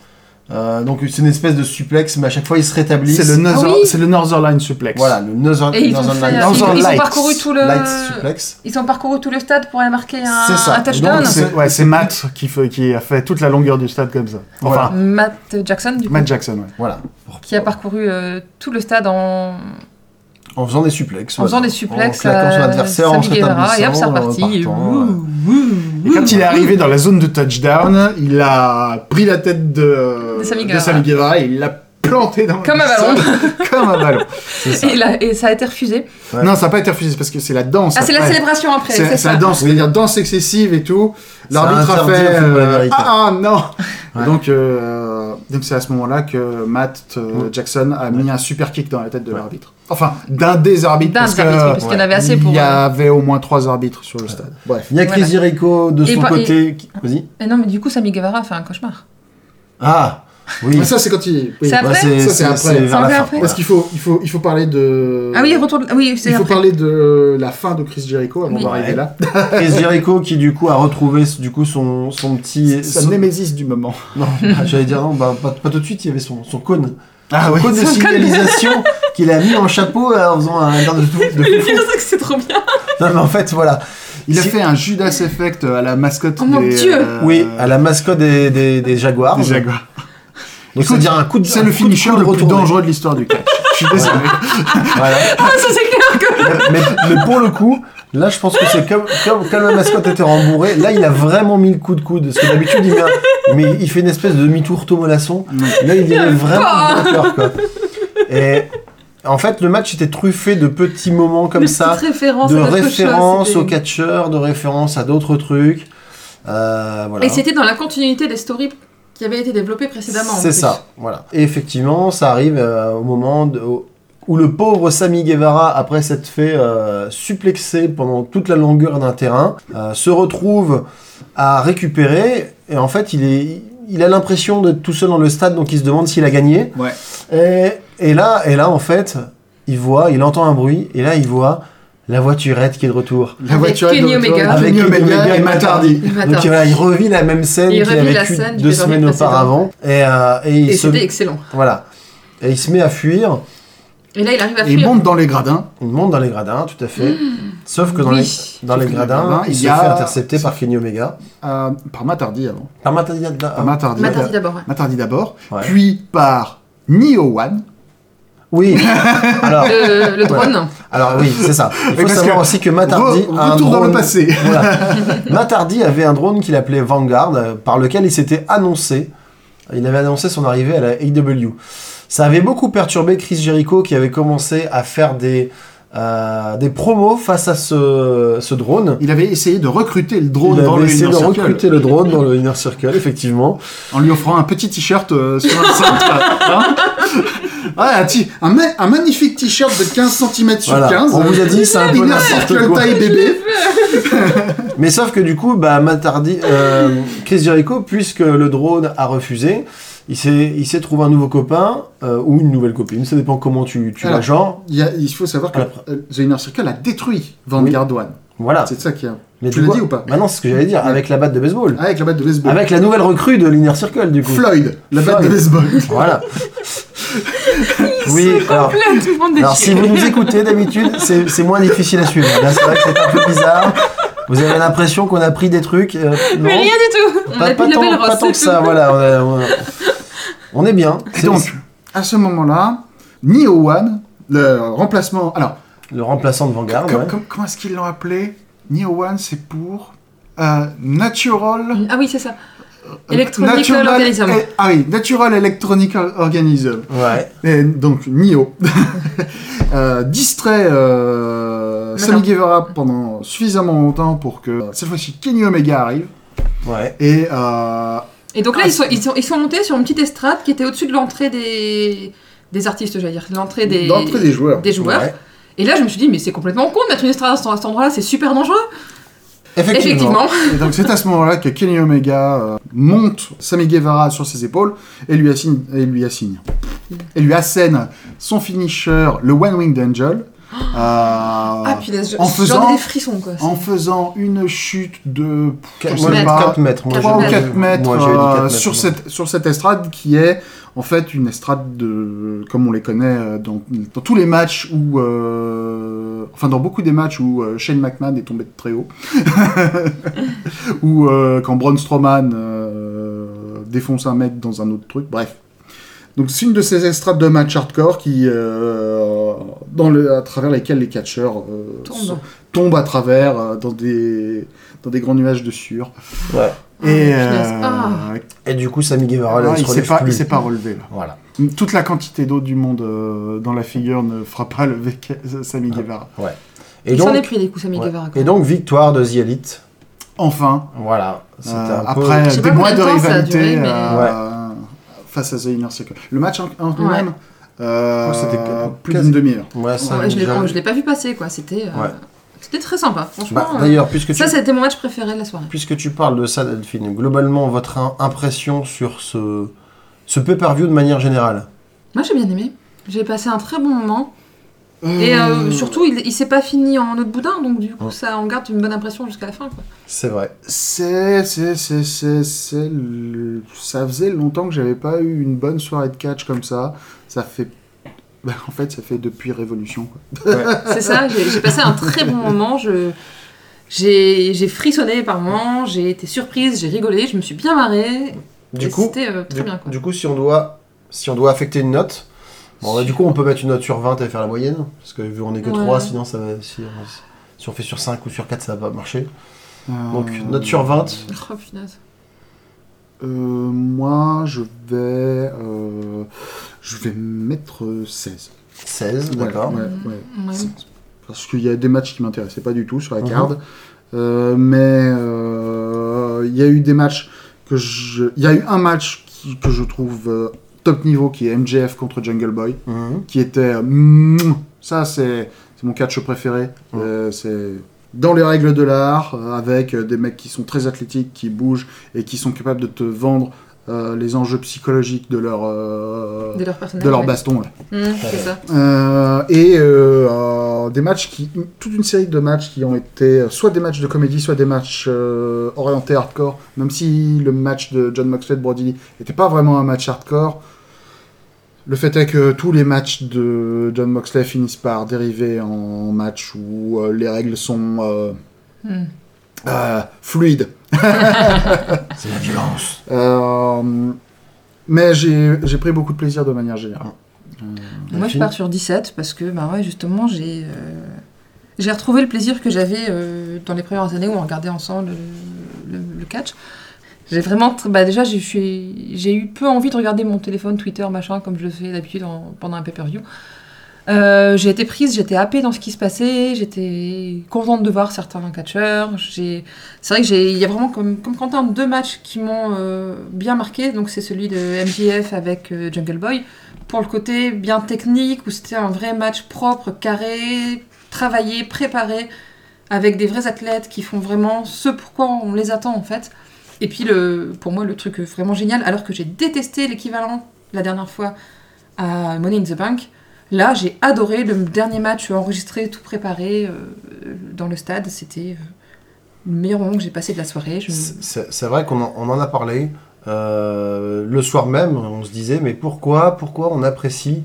Speaker 1: Euh, donc c'est une espèce de suplex, mais à chaque fois ils se rétablissent.
Speaker 2: c'est le, Northern-
Speaker 3: Ah oui.
Speaker 2: c'est le Northern Suplex.
Speaker 1: Voilà, le Northern,
Speaker 3: Et ils ont,
Speaker 1: Northern
Speaker 3: fait- euh,
Speaker 1: Lights-
Speaker 2: Dans
Speaker 3: ils-
Speaker 2: un
Speaker 3: ils ont
Speaker 2: light.
Speaker 3: parcouru tout le.
Speaker 1: Lights suplex.
Speaker 3: Ils ont parcouru tout le stade pour aller marquer un,
Speaker 1: C'est ça.
Speaker 3: un touchdown.
Speaker 1: Donc,
Speaker 2: C'est ouais, c'est Matt qui, fait- qui a fait toute la longueur du stade comme ça. Enfin,
Speaker 3: Matt Jackson, du coup,
Speaker 2: Matt Jackson, ouais.
Speaker 1: Voilà.
Speaker 3: qui a parcouru euh, tout le stade en,
Speaker 1: En faisant des suplex.
Speaker 3: en
Speaker 1: voilà.
Speaker 3: faisant des suplex
Speaker 1: En claquant son
Speaker 3: à
Speaker 1: adversaire, en
Speaker 3: Sammy
Speaker 1: se euh,
Speaker 3: Guevara, et hop, c'est
Speaker 1: rétablissant, en
Speaker 3: reparti.
Speaker 1: repartant,
Speaker 3: Ouh,
Speaker 1: voilà.
Speaker 3: ouh,
Speaker 2: Et quand
Speaker 3: ouh.
Speaker 2: il est arrivé dans la zone de touchdown, il a pris la tête de,
Speaker 3: De Sammy
Speaker 2: de
Speaker 3: Guevara.
Speaker 2: Sammy Guevara et il l'a planté dans
Speaker 3: Comme
Speaker 2: le
Speaker 3: un ballon. <laughs>
Speaker 2: sol, comme un ballon.
Speaker 1: C'est ça.
Speaker 3: Et, il a- et ça a été refusé.
Speaker 1: Ouais.
Speaker 2: Non, ça n'a pas été refusé parce que c'est la danse.
Speaker 3: Ah, c'est la
Speaker 2: après.
Speaker 3: célébration après,
Speaker 2: C'est
Speaker 3: c'est
Speaker 2: c'est la
Speaker 3: ça.
Speaker 2: danse, c'est-à-dire danse excessive et tout.
Speaker 1: C'est
Speaker 2: L'arbitre a
Speaker 1: interdit au
Speaker 2: fait
Speaker 1: football
Speaker 2: euh,
Speaker 1: américain.
Speaker 2: ah, ah, non.
Speaker 1: Ouais.
Speaker 2: Donc euh, donc c'est à ce moment-là que Matt euh,
Speaker 1: Ouais.
Speaker 2: Jackson a mis un super kick dans la tête de
Speaker 1: Ouais.
Speaker 2: l'arbitre. Enfin, d'un des arbitres
Speaker 3: D'un
Speaker 2: parce
Speaker 3: des arbitres, parce
Speaker 2: que
Speaker 3: qu'il y en avait assez
Speaker 2: il
Speaker 3: pour. euh,
Speaker 2: y avait au moins trois arbitres sur le stade. Bref.
Speaker 1: Il y a Chris
Speaker 3: Voilà.
Speaker 1: Jericho de
Speaker 3: Et
Speaker 1: son
Speaker 3: pas-
Speaker 1: côté. qui- Vas-y.
Speaker 3: Et non, mais du coup, Sammy Guevara a fait un cauchemar.
Speaker 1: Ah Oui,
Speaker 4: Ah, ça, c'est quand il. oui.
Speaker 3: Ça-
Speaker 1: Bah,
Speaker 3: Après
Speaker 1: c'est
Speaker 4: Ça, c'est
Speaker 1: c'est-
Speaker 4: après.
Speaker 1: c'est vers
Speaker 3: C'est
Speaker 1: la
Speaker 3: un peu
Speaker 1: fin.
Speaker 3: après.
Speaker 1: Voilà.
Speaker 4: Parce qu'il faut, il faut, il faut parler de.
Speaker 1: Euh,
Speaker 3: Ah oui, retour. de- Oui, c'est
Speaker 4: Il faut
Speaker 3: après.
Speaker 4: parler de la fin de Chris Jericho avant
Speaker 3: Oui.
Speaker 4: d'arriver
Speaker 1: Ouais.
Speaker 4: là.
Speaker 1: Chris Jericho qui du coup a retrouvé du coup son, son petit.
Speaker 4: Sa
Speaker 1: son-
Speaker 4: némésis du moment.
Speaker 1: Non, bah, j'allais dire non, bah, pas, pas tout de suite, il y avait son, son cône.
Speaker 2: Ah
Speaker 3: <laughs>
Speaker 1: Son
Speaker 2: oui.
Speaker 1: cône de
Speaker 3: Son cône.
Speaker 1: signalisation <laughs> qu'il a mis en chapeau euh, en faisant un air de fou.
Speaker 3: <laughs>
Speaker 1: de
Speaker 3: Le
Speaker 1: fou-
Speaker 3: pire, c'est que c'est trop bien.
Speaker 1: Non, mais en fait, voilà.
Speaker 2: Il a
Speaker 1: Si-
Speaker 2: fait un Judas Effect à la mascotte
Speaker 3: Oh mon
Speaker 2: des,
Speaker 3: Dieu.
Speaker 2: euh,
Speaker 1: Oui, à la mascotte des, des, des Jaguars.
Speaker 2: des Jaguars.
Speaker 1: Donc, c'est-à-dire un coup de
Speaker 2: C'est
Speaker 1: un
Speaker 2: le
Speaker 1: coup de
Speaker 2: finisher
Speaker 1: coude
Speaker 2: le plus
Speaker 1: retourné.
Speaker 2: dangereux de l'histoire du catch. <laughs> Je suis désolé.
Speaker 1: Voilà.
Speaker 3: Ah, ça, c'est clair que.
Speaker 1: mais, mais pour le coup, là, je pense que c'est comme, comme quand la mascotte était rembourrée. Là, il a vraiment mis le coup de coude. Parce que d'habitude, il, met un- mais il fait une espèce de demi-tour Tomolasson. Là, il y avait vraiment de peur, quoi. Et en fait, le match était truffé de petits moments comme
Speaker 3: Des
Speaker 1: ça,
Speaker 3: petites références
Speaker 1: de
Speaker 3: à d'autres
Speaker 1: références
Speaker 3: choses,
Speaker 1: aux
Speaker 3: c'était-
Speaker 1: catcheurs, de références à d'autres trucs. Euh, voilà.
Speaker 3: Et c'était dans la continuité des stories qui avaient été développées précédemment. en
Speaker 1: C'est
Speaker 3: plus.
Speaker 1: ça, voilà. Et effectivement, ça arrive euh, au moment de- au- où le pauvre Sami Guevara, après s'être fait euh, suplexer pendant toute la longueur d'un terrain, euh, se retrouve à récupérer. Et en fait, il, est, il a l'impression d'être tout seul dans le stade, donc il se demande s'il a gagné.
Speaker 2: Ouais.
Speaker 1: Et, et là, et là, en fait, il voit, il entend un bruit, et là, il voit la voiturette qui est de retour.
Speaker 2: La voiture
Speaker 3: Kenny Omega.
Speaker 2: Avec Kenny Omega et Matt Hardy.
Speaker 3: Et Matt
Speaker 1: Donc
Speaker 3: Hardy.
Speaker 1: voilà, il revit la même scène
Speaker 3: Il
Speaker 1: qu'il a
Speaker 3: revit la
Speaker 1: vécue
Speaker 3: scène du
Speaker 1: deux
Speaker 3: pay-per-view
Speaker 1: semaines
Speaker 3: précédent.
Speaker 1: auparavant. Et, euh, et il
Speaker 3: Et
Speaker 1: se
Speaker 3: c'était excellent.
Speaker 1: voilà. Et il se met à fuir.
Speaker 3: Et là, il arrive à
Speaker 2: Et il
Speaker 3: fuir.
Speaker 2: monte dans les gradins.
Speaker 1: Il monte dans les gradins, tout à fait. Sauf que dans
Speaker 3: Oui.
Speaker 1: les, dans les
Speaker 2: que dans les
Speaker 1: gradins,
Speaker 2: gradins,
Speaker 1: il
Speaker 2: il
Speaker 1: se
Speaker 2: y a-
Speaker 1: fait intercepter par Kenny Omega.
Speaker 2: euh, par Matt Hardy avant.
Speaker 1: Par Matadiada-
Speaker 2: Par Matt Hardy.
Speaker 3: Matt Hardy d'abord. ouais.
Speaker 1: <laughs>
Speaker 2: Matt Hardy d'abord.
Speaker 1: Ouais.
Speaker 2: Puis par Neo One. <laughs>
Speaker 1: Oui. alors,
Speaker 3: Euh, Le, le drone.
Speaker 1: alors oui, c'est ça. Il
Speaker 2: Mais
Speaker 1: faut
Speaker 2: parce
Speaker 1: savoir
Speaker 2: que-
Speaker 1: aussi que Matardi
Speaker 2: Re-
Speaker 1: a un
Speaker 2: retour dans
Speaker 1: drone-
Speaker 2: le passé. <laughs>
Speaker 1: Voilà. Matt Hardy avait un drone qu'il appelait Vanguard, euh, par lequel il s'était annoncé. Il avait annoncé son arrivée à la AEW. Ça avait beaucoup perturbé Chris Jericho qui avait commencé à faire des, euh, des promos face à ce, ce drone.
Speaker 2: Il avait essayé de recruter le
Speaker 1: Il
Speaker 2: drone dans
Speaker 1: avait
Speaker 2: le
Speaker 1: essayé
Speaker 2: Inner
Speaker 1: de
Speaker 2: Circle
Speaker 1: recruter le drone dans le Inner Circle, effectivement.
Speaker 2: en lui offrant un petit t-shirt euh, sur un
Speaker 1: <laughs>
Speaker 2: cintre. hein. ouais, un, ti- un, ma- un magnifique t-shirt de 15 cm sur
Speaker 1: Voilà.
Speaker 2: 15.
Speaker 1: On
Speaker 2: euh,
Speaker 1: vous a dit, c'est un peu
Speaker 2: Inner
Speaker 1: n'importe
Speaker 2: Circle
Speaker 1: quoi.
Speaker 2: taille bébé.
Speaker 1: Mais sauf que du coup, bah, Matt Hardy- euh, Chris Jericho, puisque le drone a refusé, il s'est il s'est trouvé un nouveau copain euh, ou une nouvelle copine, ça dépend comment tu, tu la
Speaker 2: Alors.
Speaker 1: genre.
Speaker 2: Il, y a- il faut savoir que
Speaker 1: Voilà.
Speaker 2: euh, The Inner Circle a détruit Vanguard One.
Speaker 1: Voilà.
Speaker 2: C'est ça qui a.
Speaker 1: Mais
Speaker 2: tu
Speaker 1: du
Speaker 2: l'as
Speaker 1: coup-
Speaker 2: dit ou pas
Speaker 1: Bah non, c'est ce que j'allais dire, avec la batte de baseball.
Speaker 2: Avec la batte de baseball.
Speaker 1: Avec la nouvelle recrue de l'Inner Circle, du coup.
Speaker 2: Floyd, la batte
Speaker 1: Floyd.
Speaker 2: de baseball. <laughs>
Speaker 1: Voilà. oui, alors,
Speaker 3: Complètement
Speaker 1: alors si
Speaker 3: déchiré.
Speaker 1: vous nous écoutez d'habitude, c'est c'est moins difficile à suivre. Là, c'est vrai que c'est un peu bizarre. Vous avez l'impression qu'on a pris des trucs. euh, non,
Speaker 3: Mais rien du tout. On
Speaker 1: pas,
Speaker 3: a
Speaker 1: pas
Speaker 3: plus la
Speaker 1: tant,
Speaker 3: belle
Speaker 1: pas
Speaker 3: rose.
Speaker 1: tant que ça, voilà. On, a- on a- on est bien.
Speaker 2: Et
Speaker 1: <laughs> C'est-
Speaker 2: donc, à ce moment-là, Neo One, le remplacement. Alors,
Speaker 1: le remplaçant de Vanguard.
Speaker 2: com-
Speaker 1: Ah, ouais.
Speaker 2: com- comment est-ce qu'ils l'ont appelé Neo One, c'est pour euh, Natural.
Speaker 3: Ah oui, c'est ça. Electronical
Speaker 2: Natural-
Speaker 3: Organism.
Speaker 2: eh, ah oui, Natural Electronic Organism.
Speaker 1: Ouais.
Speaker 2: Et donc, Nio <laughs> euh, distrait euh, Sammy
Speaker 3: D'accord.
Speaker 2: Guevara pendant suffisamment longtemps pour que euh, cette fois-ci Kenny Omega arrive.
Speaker 1: Ouais.
Speaker 2: Et euh,
Speaker 3: Et donc là,
Speaker 2: Ah,
Speaker 3: ils, sont, ils, sont, ils sont montés sur une petite estrade qui était au-dessus de l'entrée des, des artistes, j'allais dire. L'entrée des,
Speaker 2: d'entrée des joueurs.
Speaker 3: des joueurs.
Speaker 1: Ouais.
Speaker 3: Et là, je me suis dit, mais c'est complètement con de mettre une estrade à cet à cet endroit-là, c'est super dangereux. Effectivement.
Speaker 1: Effectivement.
Speaker 2: Et donc c'est à ce moment-là que Kenny Omega euh, monte Sammy Guevara sur ses épaules et lui assigne, et lui assigne, et lui assène son finisher, le One Winged Angel, euh,
Speaker 3: Ah, punaise, je-
Speaker 2: en faisant-
Speaker 3: j'en ai des frissons, quoi.
Speaker 2: en faisant une chute de
Speaker 1: Quatre-
Speaker 2: je
Speaker 1: moi,
Speaker 2: sais
Speaker 1: j'ai
Speaker 2: pas,
Speaker 1: 4 mètres. Moi,
Speaker 2: 3 ou
Speaker 1: j'ai-
Speaker 2: 4 mètres,
Speaker 1: moi, j'ai dit
Speaker 2: euh,
Speaker 1: quatre mètres,
Speaker 2: sur,
Speaker 1: moi.
Speaker 2: cette, sur cette estrade qui est en fait une estrade de, comme on les connaît euh, dans, dans tous les matchs où, euh, enfin dans beaucoup des matchs où euh, Shane McMahon est tombé de très haut, <laughs> ou euh, quand Braun Strowman euh, défonce un mec dans un autre truc, bref. Donc c'est une de ces estrades de match hardcore qui, euh, dans le, à travers lesquelles les catcheurs euh,
Speaker 3: Tombe.
Speaker 2: sont- tombent à travers euh, dans des dans des grands nuages de sueur.
Speaker 1: Ouais.
Speaker 2: Et
Speaker 3: Ah, punaise.
Speaker 2: euh,
Speaker 3: Ah.
Speaker 1: Et du coup, Sami Guevara, là,
Speaker 2: ah,
Speaker 1: il
Speaker 2: il
Speaker 1: se
Speaker 2: s'est
Speaker 1: relève
Speaker 2: pas, il
Speaker 1: plus.
Speaker 2: s'est pas relevé. Là.
Speaker 1: Voilà.
Speaker 2: Toute la quantité d'eau du monde euh, dans la figure ne fera pas lever Ke- Sami
Speaker 1: Ah.
Speaker 2: Guevara.
Speaker 1: Et
Speaker 3: il s'en est
Speaker 1: donc,
Speaker 3: pris des coups, Sammy
Speaker 1: ouais.
Speaker 3: Guevara. quoi.
Speaker 1: et donc, victoire de The Elite.
Speaker 2: Enfin,
Speaker 1: Voilà.
Speaker 2: euh,
Speaker 1: C'était un peu-
Speaker 2: après
Speaker 3: Je sais
Speaker 2: des
Speaker 3: pas
Speaker 2: mois de
Speaker 3: combien de temps ça a
Speaker 2: rivalité
Speaker 3: duré, mais-
Speaker 2: euh, face à The Inner Circle. Le match en, en lui-même, euh,
Speaker 1: Oh, c'était
Speaker 2: plus
Speaker 1: quasi-
Speaker 2: d'une demi-heure.
Speaker 1: Ouais, ça,
Speaker 3: Ouais, je l'ai-
Speaker 1: j'avais-
Speaker 3: je l'ai pas vu passer, quoi. C'était euh,
Speaker 1: Ouais.
Speaker 3: c'était très sympa,
Speaker 1: Bah,
Speaker 3: franchement. euh,
Speaker 1: D'ailleurs, puisque tu
Speaker 3: ça, c'était mon match préféré de la soirée.
Speaker 1: Puisque tu parles de ça, Delphine, globalement, votre im- impression sur ce, ce pay-per-view de manière générale.
Speaker 3: Moi, j'ai bien aimé. J'ai passé un très bon moment.
Speaker 4: Euh,
Speaker 3: Et euh, surtout, il, il s'est pas fini en autre boudin, donc du coup,
Speaker 1: Ouais.
Speaker 3: ça on garde une bonne impression jusqu'à la fin. Quoi.
Speaker 1: C'est vrai.
Speaker 2: C'est, c'est, c'est, c'est, c'est le- Ça faisait longtemps que j'avais pas eu une bonne soirée de catch comme ça. Ça fait. <laughs> Bah, en fait, ça fait depuis Révolution. Quoi.
Speaker 3: C'est ça, j'ai j'ai passé un très bon moment. Je, j'ai, j'ai frissonné par moments, j'ai été surprise, j'ai rigolé, je me suis bien marrée.
Speaker 1: Du
Speaker 3: Et
Speaker 1: coup,
Speaker 3: c'était euh, très
Speaker 1: du,
Speaker 3: bien. Quoi.
Speaker 1: du coup, si on doit, si on doit affecter une note, bon, bah, du coup, on peut mettre une note sur 20 et faire la moyenne, parce que vu qu'on est que
Speaker 3: Ouais.
Speaker 1: 3, sinon ça va. Si, on- si on fait sur 5 ou sur 4, ça va pas marcher.
Speaker 2: Euh,
Speaker 1: Donc, note sur 20.
Speaker 3: Oh, punaise.
Speaker 2: euh, moi, je vais. euh, je vais mettre euh, 16.
Speaker 1: 16,
Speaker 2: Voilà,
Speaker 1: d'accord.
Speaker 2: ouais, ouais.
Speaker 3: Ouais.
Speaker 2: parce qu'il y a des matchs qui m'intéressaient pas du tout sur la
Speaker 1: Mhm.
Speaker 2: carte. Euh, mais euh, il y a eu des matchs que je. Il y a eu un match qui- que je trouve euh, top niveau qui est MJF contre Jungle Boy,
Speaker 1: Mhm.
Speaker 2: qui était. euh, mouah. ça, c'est c'est mon catch préféré.
Speaker 1: Ouais.
Speaker 2: Euh, c'est dans les règles de l'art, euh, avec euh, des mecs qui sont très athlétiques, qui bougent et qui sont capables de te vendre euh, les enjeux psychologiques de leur, euh,
Speaker 3: De leur personnage.
Speaker 2: de leur
Speaker 3: ouais.
Speaker 2: baston. là.
Speaker 3: Mmh, c'est ça.
Speaker 2: Euh, et euh, euh, des matchs qui, toute une série de matchs qui ont été euh, soit des matchs de comédie, soit des matchs euh, orientés hardcore. Même si le match de John Moxley de Brody Lee n'était pas vraiment un match hardcore, le fait est que tous les matchs de John Moxley finissent par dériver en match où euh, les règles sont euh,
Speaker 3: Mmh.
Speaker 2: euh, fluides.
Speaker 1: C'est la violence.
Speaker 2: Euh, mais j'ai j'ai pris beaucoup de plaisir de manière générale.
Speaker 3: Moi, je
Speaker 1: Delphine
Speaker 3: pars sur 17 parce que, bah ouais, justement, j'ai euh, j'ai retrouvé le plaisir que j'avais euh, dans les premières années où on regardait ensemble le, le- le catch. J'ai vraiment, tr- bah déjà, j'ai- je suis- j'ai eu peu envie de regarder mon téléphone, Twitter, machin, comme je le fais d'habitude en- pendant un pay-per-view. Euh, j'ai été prise, j'étais happée dans ce qui se passait, j'étais contente de voir certains catcheurs. j'ai- C'est vrai que j'ai, il y a vraiment comme, comme Quentin deux matchs qui m'ont euh, bien marqué. Donc c'est celui de MJF avec euh, Jungle Boy pour le côté bien technique, où c'était un vrai match propre, carré, travaillé, préparé, avec des vrais athlètes qui font vraiment ce pourquoi on les attend en fait. Et puis le, pour moi le truc vraiment génial, alors que j'ai détesté l'équivalent la dernière fois à Money in the Bank, là j'ai adoré le dernier match enregistré, tout préparé euh, dans le stade, c'était euh, le meilleur moment que j'ai passé de la soirée. Je...
Speaker 1: C'est- C'est c'est vrai qu'on en, on en a parlé euh, le soir même. On se disait, mais pourquoi, pourquoi on apprécie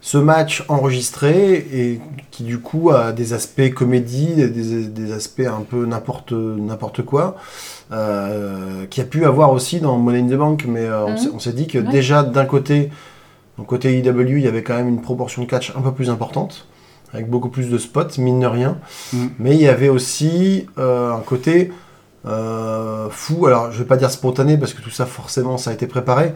Speaker 1: ce match enregistré et qui du coup a des aspects comédie, des, des aspects un peu n'importe n'importe quoi, euh, qui a pu avoir aussi dans Money in the Bank. Mais euh, on
Speaker 3: Mhm.
Speaker 1: s'est- on s'est dit que
Speaker 3: Ouais.
Speaker 1: déjà d'un côté, donc côté IW, il y avait quand même une proportion de catch un peu plus importante, avec beaucoup plus de spots, mine de rien.
Speaker 2: Mhm.
Speaker 1: Mais il y avait aussi euh, un côté euh, fou. Alors, je vais pas dire spontané parce que tout ça, forcément, ça a été préparé.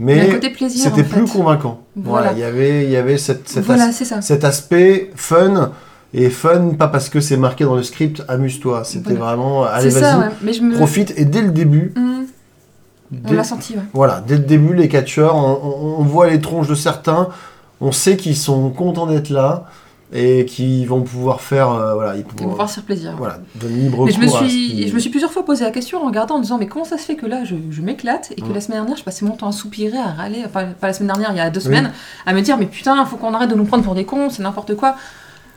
Speaker 3: Il y a un
Speaker 1: Mais
Speaker 3: côté plaisir en
Speaker 1: c'était plus
Speaker 3: fait.
Speaker 1: convaincant. Voilà,
Speaker 3: Voilà.
Speaker 1: il y avait, il y avait cette, cet,
Speaker 3: Voilà,
Speaker 1: as-
Speaker 3: c'est ça.
Speaker 1: cet aspect fun. Et fun, pas parce que c'est marqué dans le script, amuse-toi. C'était
Speaker 3: Voilà.
Speaker 1: vraiment, allez,
Speaker 3: C'est ça,
Speaker 1: vas-y,
Speaker 3: ouais. Mais je me...
Speaker 1: profite. Et dès le début,
Speaker 3: Hmm, on
Speaker 1: dès-
Speaker 3: l'a senti, ouais.
Speaker 1: voilà, dès le début, les catcheurs, on, on- on voit les tronches de certains, on sait qu'ils sont contents d'être là et qu'ils vont pouvoir faire, euh, voilà, ils
Speaker 3: Ils vont
Speaker 1: pourront-
Speaker 3: pouvoir se faire plaisir.
Speaker 1: voilà, donner libre
Speaker 3: Mais je me,
Speaker 1: cours à ce
Speaker 3: suis,
Speaker 1: qui-
Speaker 3: je me suis plusieurs fois posé la question en regardant en disant mais comment ça se fait que là je, je m'éclate et que
Speaker 1: Mm.
Speaker 3: la semaine dernière je passais mon temps à soupirer, à râler, enfin pas la semaine dernière, il y a deux semaines, à me dire mais putain faut qu'on arrête de nous prendre pour des cons, c'est n'importe quoi.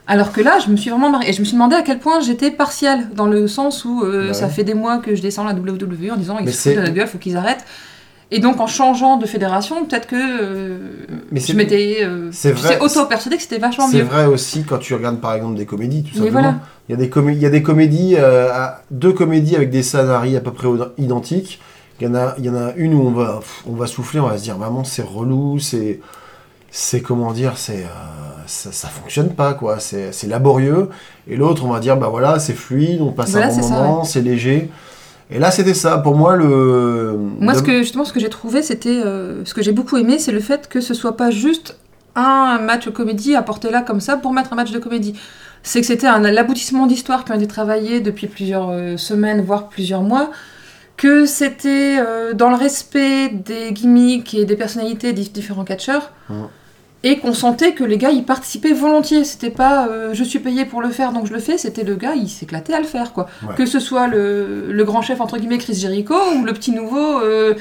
Speaker 3: Alors que là je me suis vraiment marrée et je me suis demandé à quel point j'étais partiale dans le sens où euh,
Speaker 1: Bah
Speaker 3: ça
Speaker 1: ouais.
Speaker 3: fait des mois que je descends la WWE en disant
Speaker 1: Mais
Speaker 3: ils se foutent
Speaker 1: c'est-
Speaker 3: de la gueule, faut qu'ils arrêtent. Et donc en changeant de fédération peut-être que euh,
Speaker 1: Mais c'est-
Speaker 3: je m'étais euh,
Speaker 1: c'est
Speaker 3: j'étais
Speaker 1: vrai.
Speaker 3: auto-persuadée que c'était vachement
Speaker 1: C'est
Speaker 3: mieux.
Speaker 1: vrai aussi quand tu regardes par exemple des comédies, tout
Speaker 3: Mais
Speaker 1: simplement.
Speaker 3: voilà.
Speaker 1: Il y a des, comé- il y a des comédies, euh, à- deux comédies avec des scénarios à peu près au- identiques. Il y, en a, il y en a une où on va, pff, on va souffler, on va se dire vraiment c'est relou, c'est. C'est comment dire, c'est. euh, ça, ça fonctionne pas quoi, c'est c'est laborieux. Et l'autre, on va dire bah voilà, c'est fluide, on passe
Speaker 3: Voilà,
Speaker 1: un bon
Speaker 3: c'est ça,
Speaker 1: moment, c'est léger. Et là, c'était ça. Pour moi, le.
Speaker 3: Moi,
Speaker 1: le-
Speaker 3: ce que, justement, ce que j'ai trouvé, c'était. euh, ce que j'ai beaucoup aimé, c'est le fait que ce soit pas juste un match comédie apporté là comme ça pour mettre un match de comédie. C'est que c'était un l'aboutissement d'histoires qui ont été travaillées depuis plusieurs euh, semaines, voire plusieurs mois. Que c'était euh, dans le respect des gimmicks et des personnalités des différents catcheurs.
Speaker 1: Mhm.
Speaker 3: Et qu'on sentait que les gars, ils participaient volontiers. C'était pas euh, je suis payé pour le faire donc je le fais. C'était le gars, il s'éclatait à le faire quoi.
Speaker 1: Ouais.
Speaker 3: Que ce soit le, le grand chef entre guillemets Chris Jericho ou le petit nouveau euh,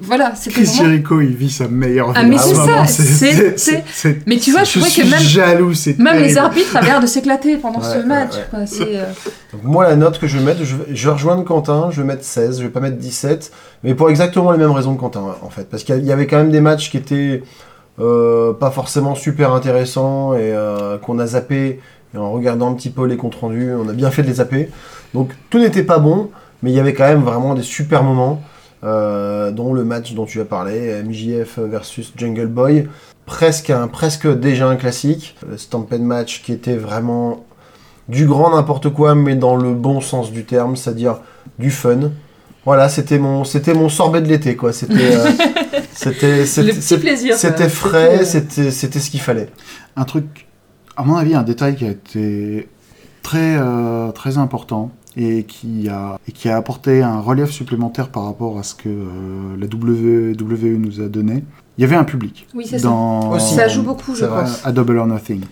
Speaker 3: Voilà, c'était
Speaker 2: Chris
Speaker 3: vraiment...
Speaker 2: Jericho, il vit sa meilleure vie.
Speaker 3: Ah, mais
Speaker 2: en
Speaker 3: c'est
Speaker 2: ce
Speaker 3: ça,
Speaker 2: moment.
Speaker 3: c'est- c'est-
Speaker 2: c'est-
Speaker 3: Mais tu vois, je trouvais
Speaker 2: suis
Speaker 3: que même-
Speaker 2: jaloux, c'est
Speaker 3: Même les
Speaker 2: terrible.
Speaker 3: arbitres avaient l'air de s'éclater pendant
Speaker 1: Ouais,
Speaker 3: ce
Speaker 1: ouais,
Speaker 3: match.
Speaker 1: ouais.
Speaker 3: quoi. C'est, euh,
Speaker 1: Donc moi, la note que je vais mettre, je vais, je vais rejoindre Quentin, je vais mettre 16, je vais pas mettre 17, mais pour exactement les mêmes raisons que Quentin, en fait. Parce qu'il y a- il y avait quand même des matchs qui étaient euh, pas forcément super intéressants et euh, qu'on a zappé. Et en regardant un petit peu les comptes rendus, on a bien fait de les zapper. Donc tout n'était pas bon, mais il y avait quand même vraiment des super moments, euh, dont le match dont tu as parlé, MJF versus Jungle Boy, presque, un, presque déjà un classique. Le Stampede Match qui était vraiment du grand n'importe quoi, mais dans le bon sens du terme, c'est-à-dire du fun. Voilà, c'était mon, c'était mon sorbet de l'été, quoi.
Speaker 3: <laughs>
Speaker 1: C'était, euh, c'était,
Speaker 3: le
Speaker 1: c'était,
Speaker 3: petit plaisir. quoi.
Speaker 1: c'était
Speaker 3: C'était, euh,
Speaker 1: frais, c'était, c'était ce qu'il fallait.
Speaker 2: un truc, à mon avis, un détail qui a été très, euh, très important et qui, a, et qui a apporté un relief supplémentaire par rapport à ce que euh, la WWE nous a donné. Il y avait un public.
Speaker 3: Oui, c'est ça.
Speaker 2: dans,
Speaker 1: Aussi.
Speaker 3: Ça joue beaucoup, je
Speaker 1: C'est vrai.
Speaker 3: pense.
Speaker 2: À Double or Nothing.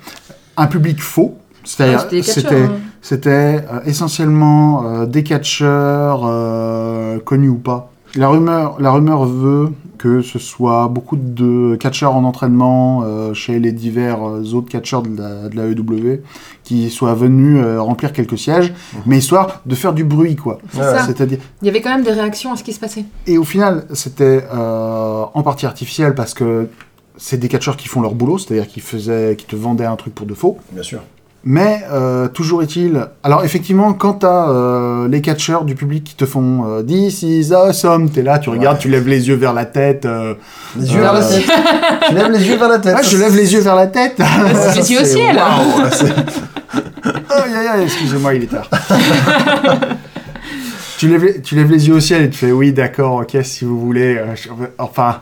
Speaker 2: Un public faux.
Speaker 3: Ah,
Speaker 2: C'est-à-dire,
Speaker 3: C'était des catcheurs,
Speaker 2: c'était,
Speaker 3: hein.
Speaker 2: c'était euh, essentiellement euh, des catcheurs euh, connus ou pas. La rumeur, la rumeur veut que ce soit beaucoup de catcheurs en entraînement euh, chez les divers euh, autres catcheurs de la, de la EW qui soient venus euh, remplir quelques sièges, mais histoire de faire du bruit, quoi. Euh,
Speaker 3: C'est
Speaker 1: Ouais,
Speaker 3: ça.
Speaker 2: C'est-à-dire,
Speaker 3: Il y avait quand même des réactions à ce qui se passait.
Speaker 2: et au final, c'était euh, en partie artificiel parce que c'est des catcheurs qui font leur boulot, c'est-à-dire qui faisaient, qui te vendaient un truc pour de faux.
Speaker 1: Bien sûr.
Speaker 2: Mais euh, toujours est-il. Alors, effectivement, quand t'as euh, les catcheurs du public qui te font euh, This is awesome, t'es là, tu regardes,
Speaker 1: Ouais.
Speaker 2: tu lèves les yeux vers la tête. euh,
Speaker 1: Les yeux
Speaker 2: Euh,
Speaker 3: Ah,
Speaker 1: vers
Speaker 3: bah,
Speaker 1: la tête. tu lèves les yeux vers la tête.
Speaker 2: Ah,
Speaker 1: Ça,
Speaker 2: je lève les yeux vers la tête <laughs>
Speaker 1: ça,
Speaker 3: Les yeux
Speaker 1: c'est-
Speaker 3: au ciel.
Speaker 1: waouh, c'est-
Speaker 2: Aïe, aïe, aïe, excusez-moi, il est tard. <laughs> tu, lèves les, tu lèves les yeux au ciel et tu fais oui, d'accord, ok, si vous voulez. euh, je- enfin,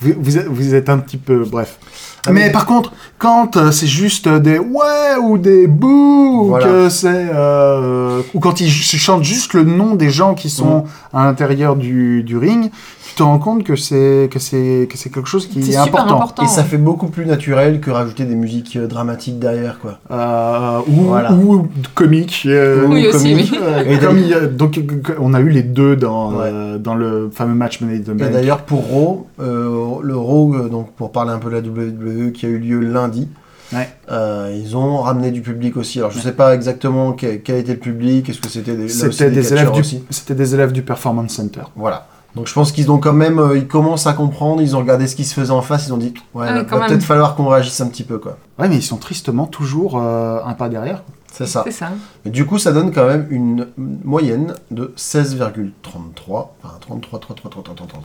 Speaker 2: vous, vous êtes- vous êtes un petit peu. Bref.
Speaker 1: Ah,
Speaker 2: mais
Speaker 1: mais-
Speaker 2: par contre, quand euh, c'est juste des ouais ou des bouh,
Speaker 1: Voilà.
Speaker 2: ou, que c'est, euh, ou quand ils ch- chantent juste le nom des gens qui
Speaker 1: Mm.
Speaker 2: sont à l'intérieur du, du ring, tu te rends compte que c'est, que c'est, que c'est quelque chose qui
Speaker 3: C'est
Speaker 2: est,
Speaker 3: super important.
Speaker 1: Et ça fait beaucoup plus naturel que rajouter des musiques euh, dramatiques derrière, quoi.
Speaker 2: Euh, ou,
Speaker 1: Voilà.
Speaker 2: ou comique. euh,
Speaker 3: Oui, aussi, oui.
Speaker 2: Euh,
Speaker 1: Et
Speaker 2: comme il y a- donc, euh, on a eu les deux dans,
Speaker 1: Ouais.
Speaker 2: euh, dans le fameux match Money in the
Speaker 1: Et
Speaker 2: Bank.
Speaker 1: d'ailleurs, pour Raw, euh, le Raw, euh, donc pour parler un peu de la WWE qui a eu lieu lundi,
Speaker 2: Ouais.
Speaker 1: euh, ils ont ramené du public aussi. Alors, je sais pas exactement quel, quel était le public, est-ce que c'était des, là aussi
Speaker 2: C'était des,
Speaker 1: catcheurs
Speaker 2: élèves du-
Speaker 1: aussi
Speaker 2: c'était des élèves du Performance Center.
Speaker 1: Voilà. Donc, je pense qu'ils ont quand même, euh, ils commencent à comprendre, ils ont regardé ce qui se faisait en face, ils ont dit, ouais,
Speaker 3: Ah oui,
Speaker 1: va-
Speaker 3: quand
Speaker 1: va
Speaker 3: même.
Speaker 1: peut-être falloir qu'on réagisse un petit peu, quoi.
Speaker 2: Ouais, mais ils sont tristement toujours euh, un pas derrière.
Speaker 1: C'est ça.
Speaker 3: C'est ça.
Speaker 1: Et du coup, ça donne quand même une moyenne de 16,33. Enfin, 33, 33, 33, 33,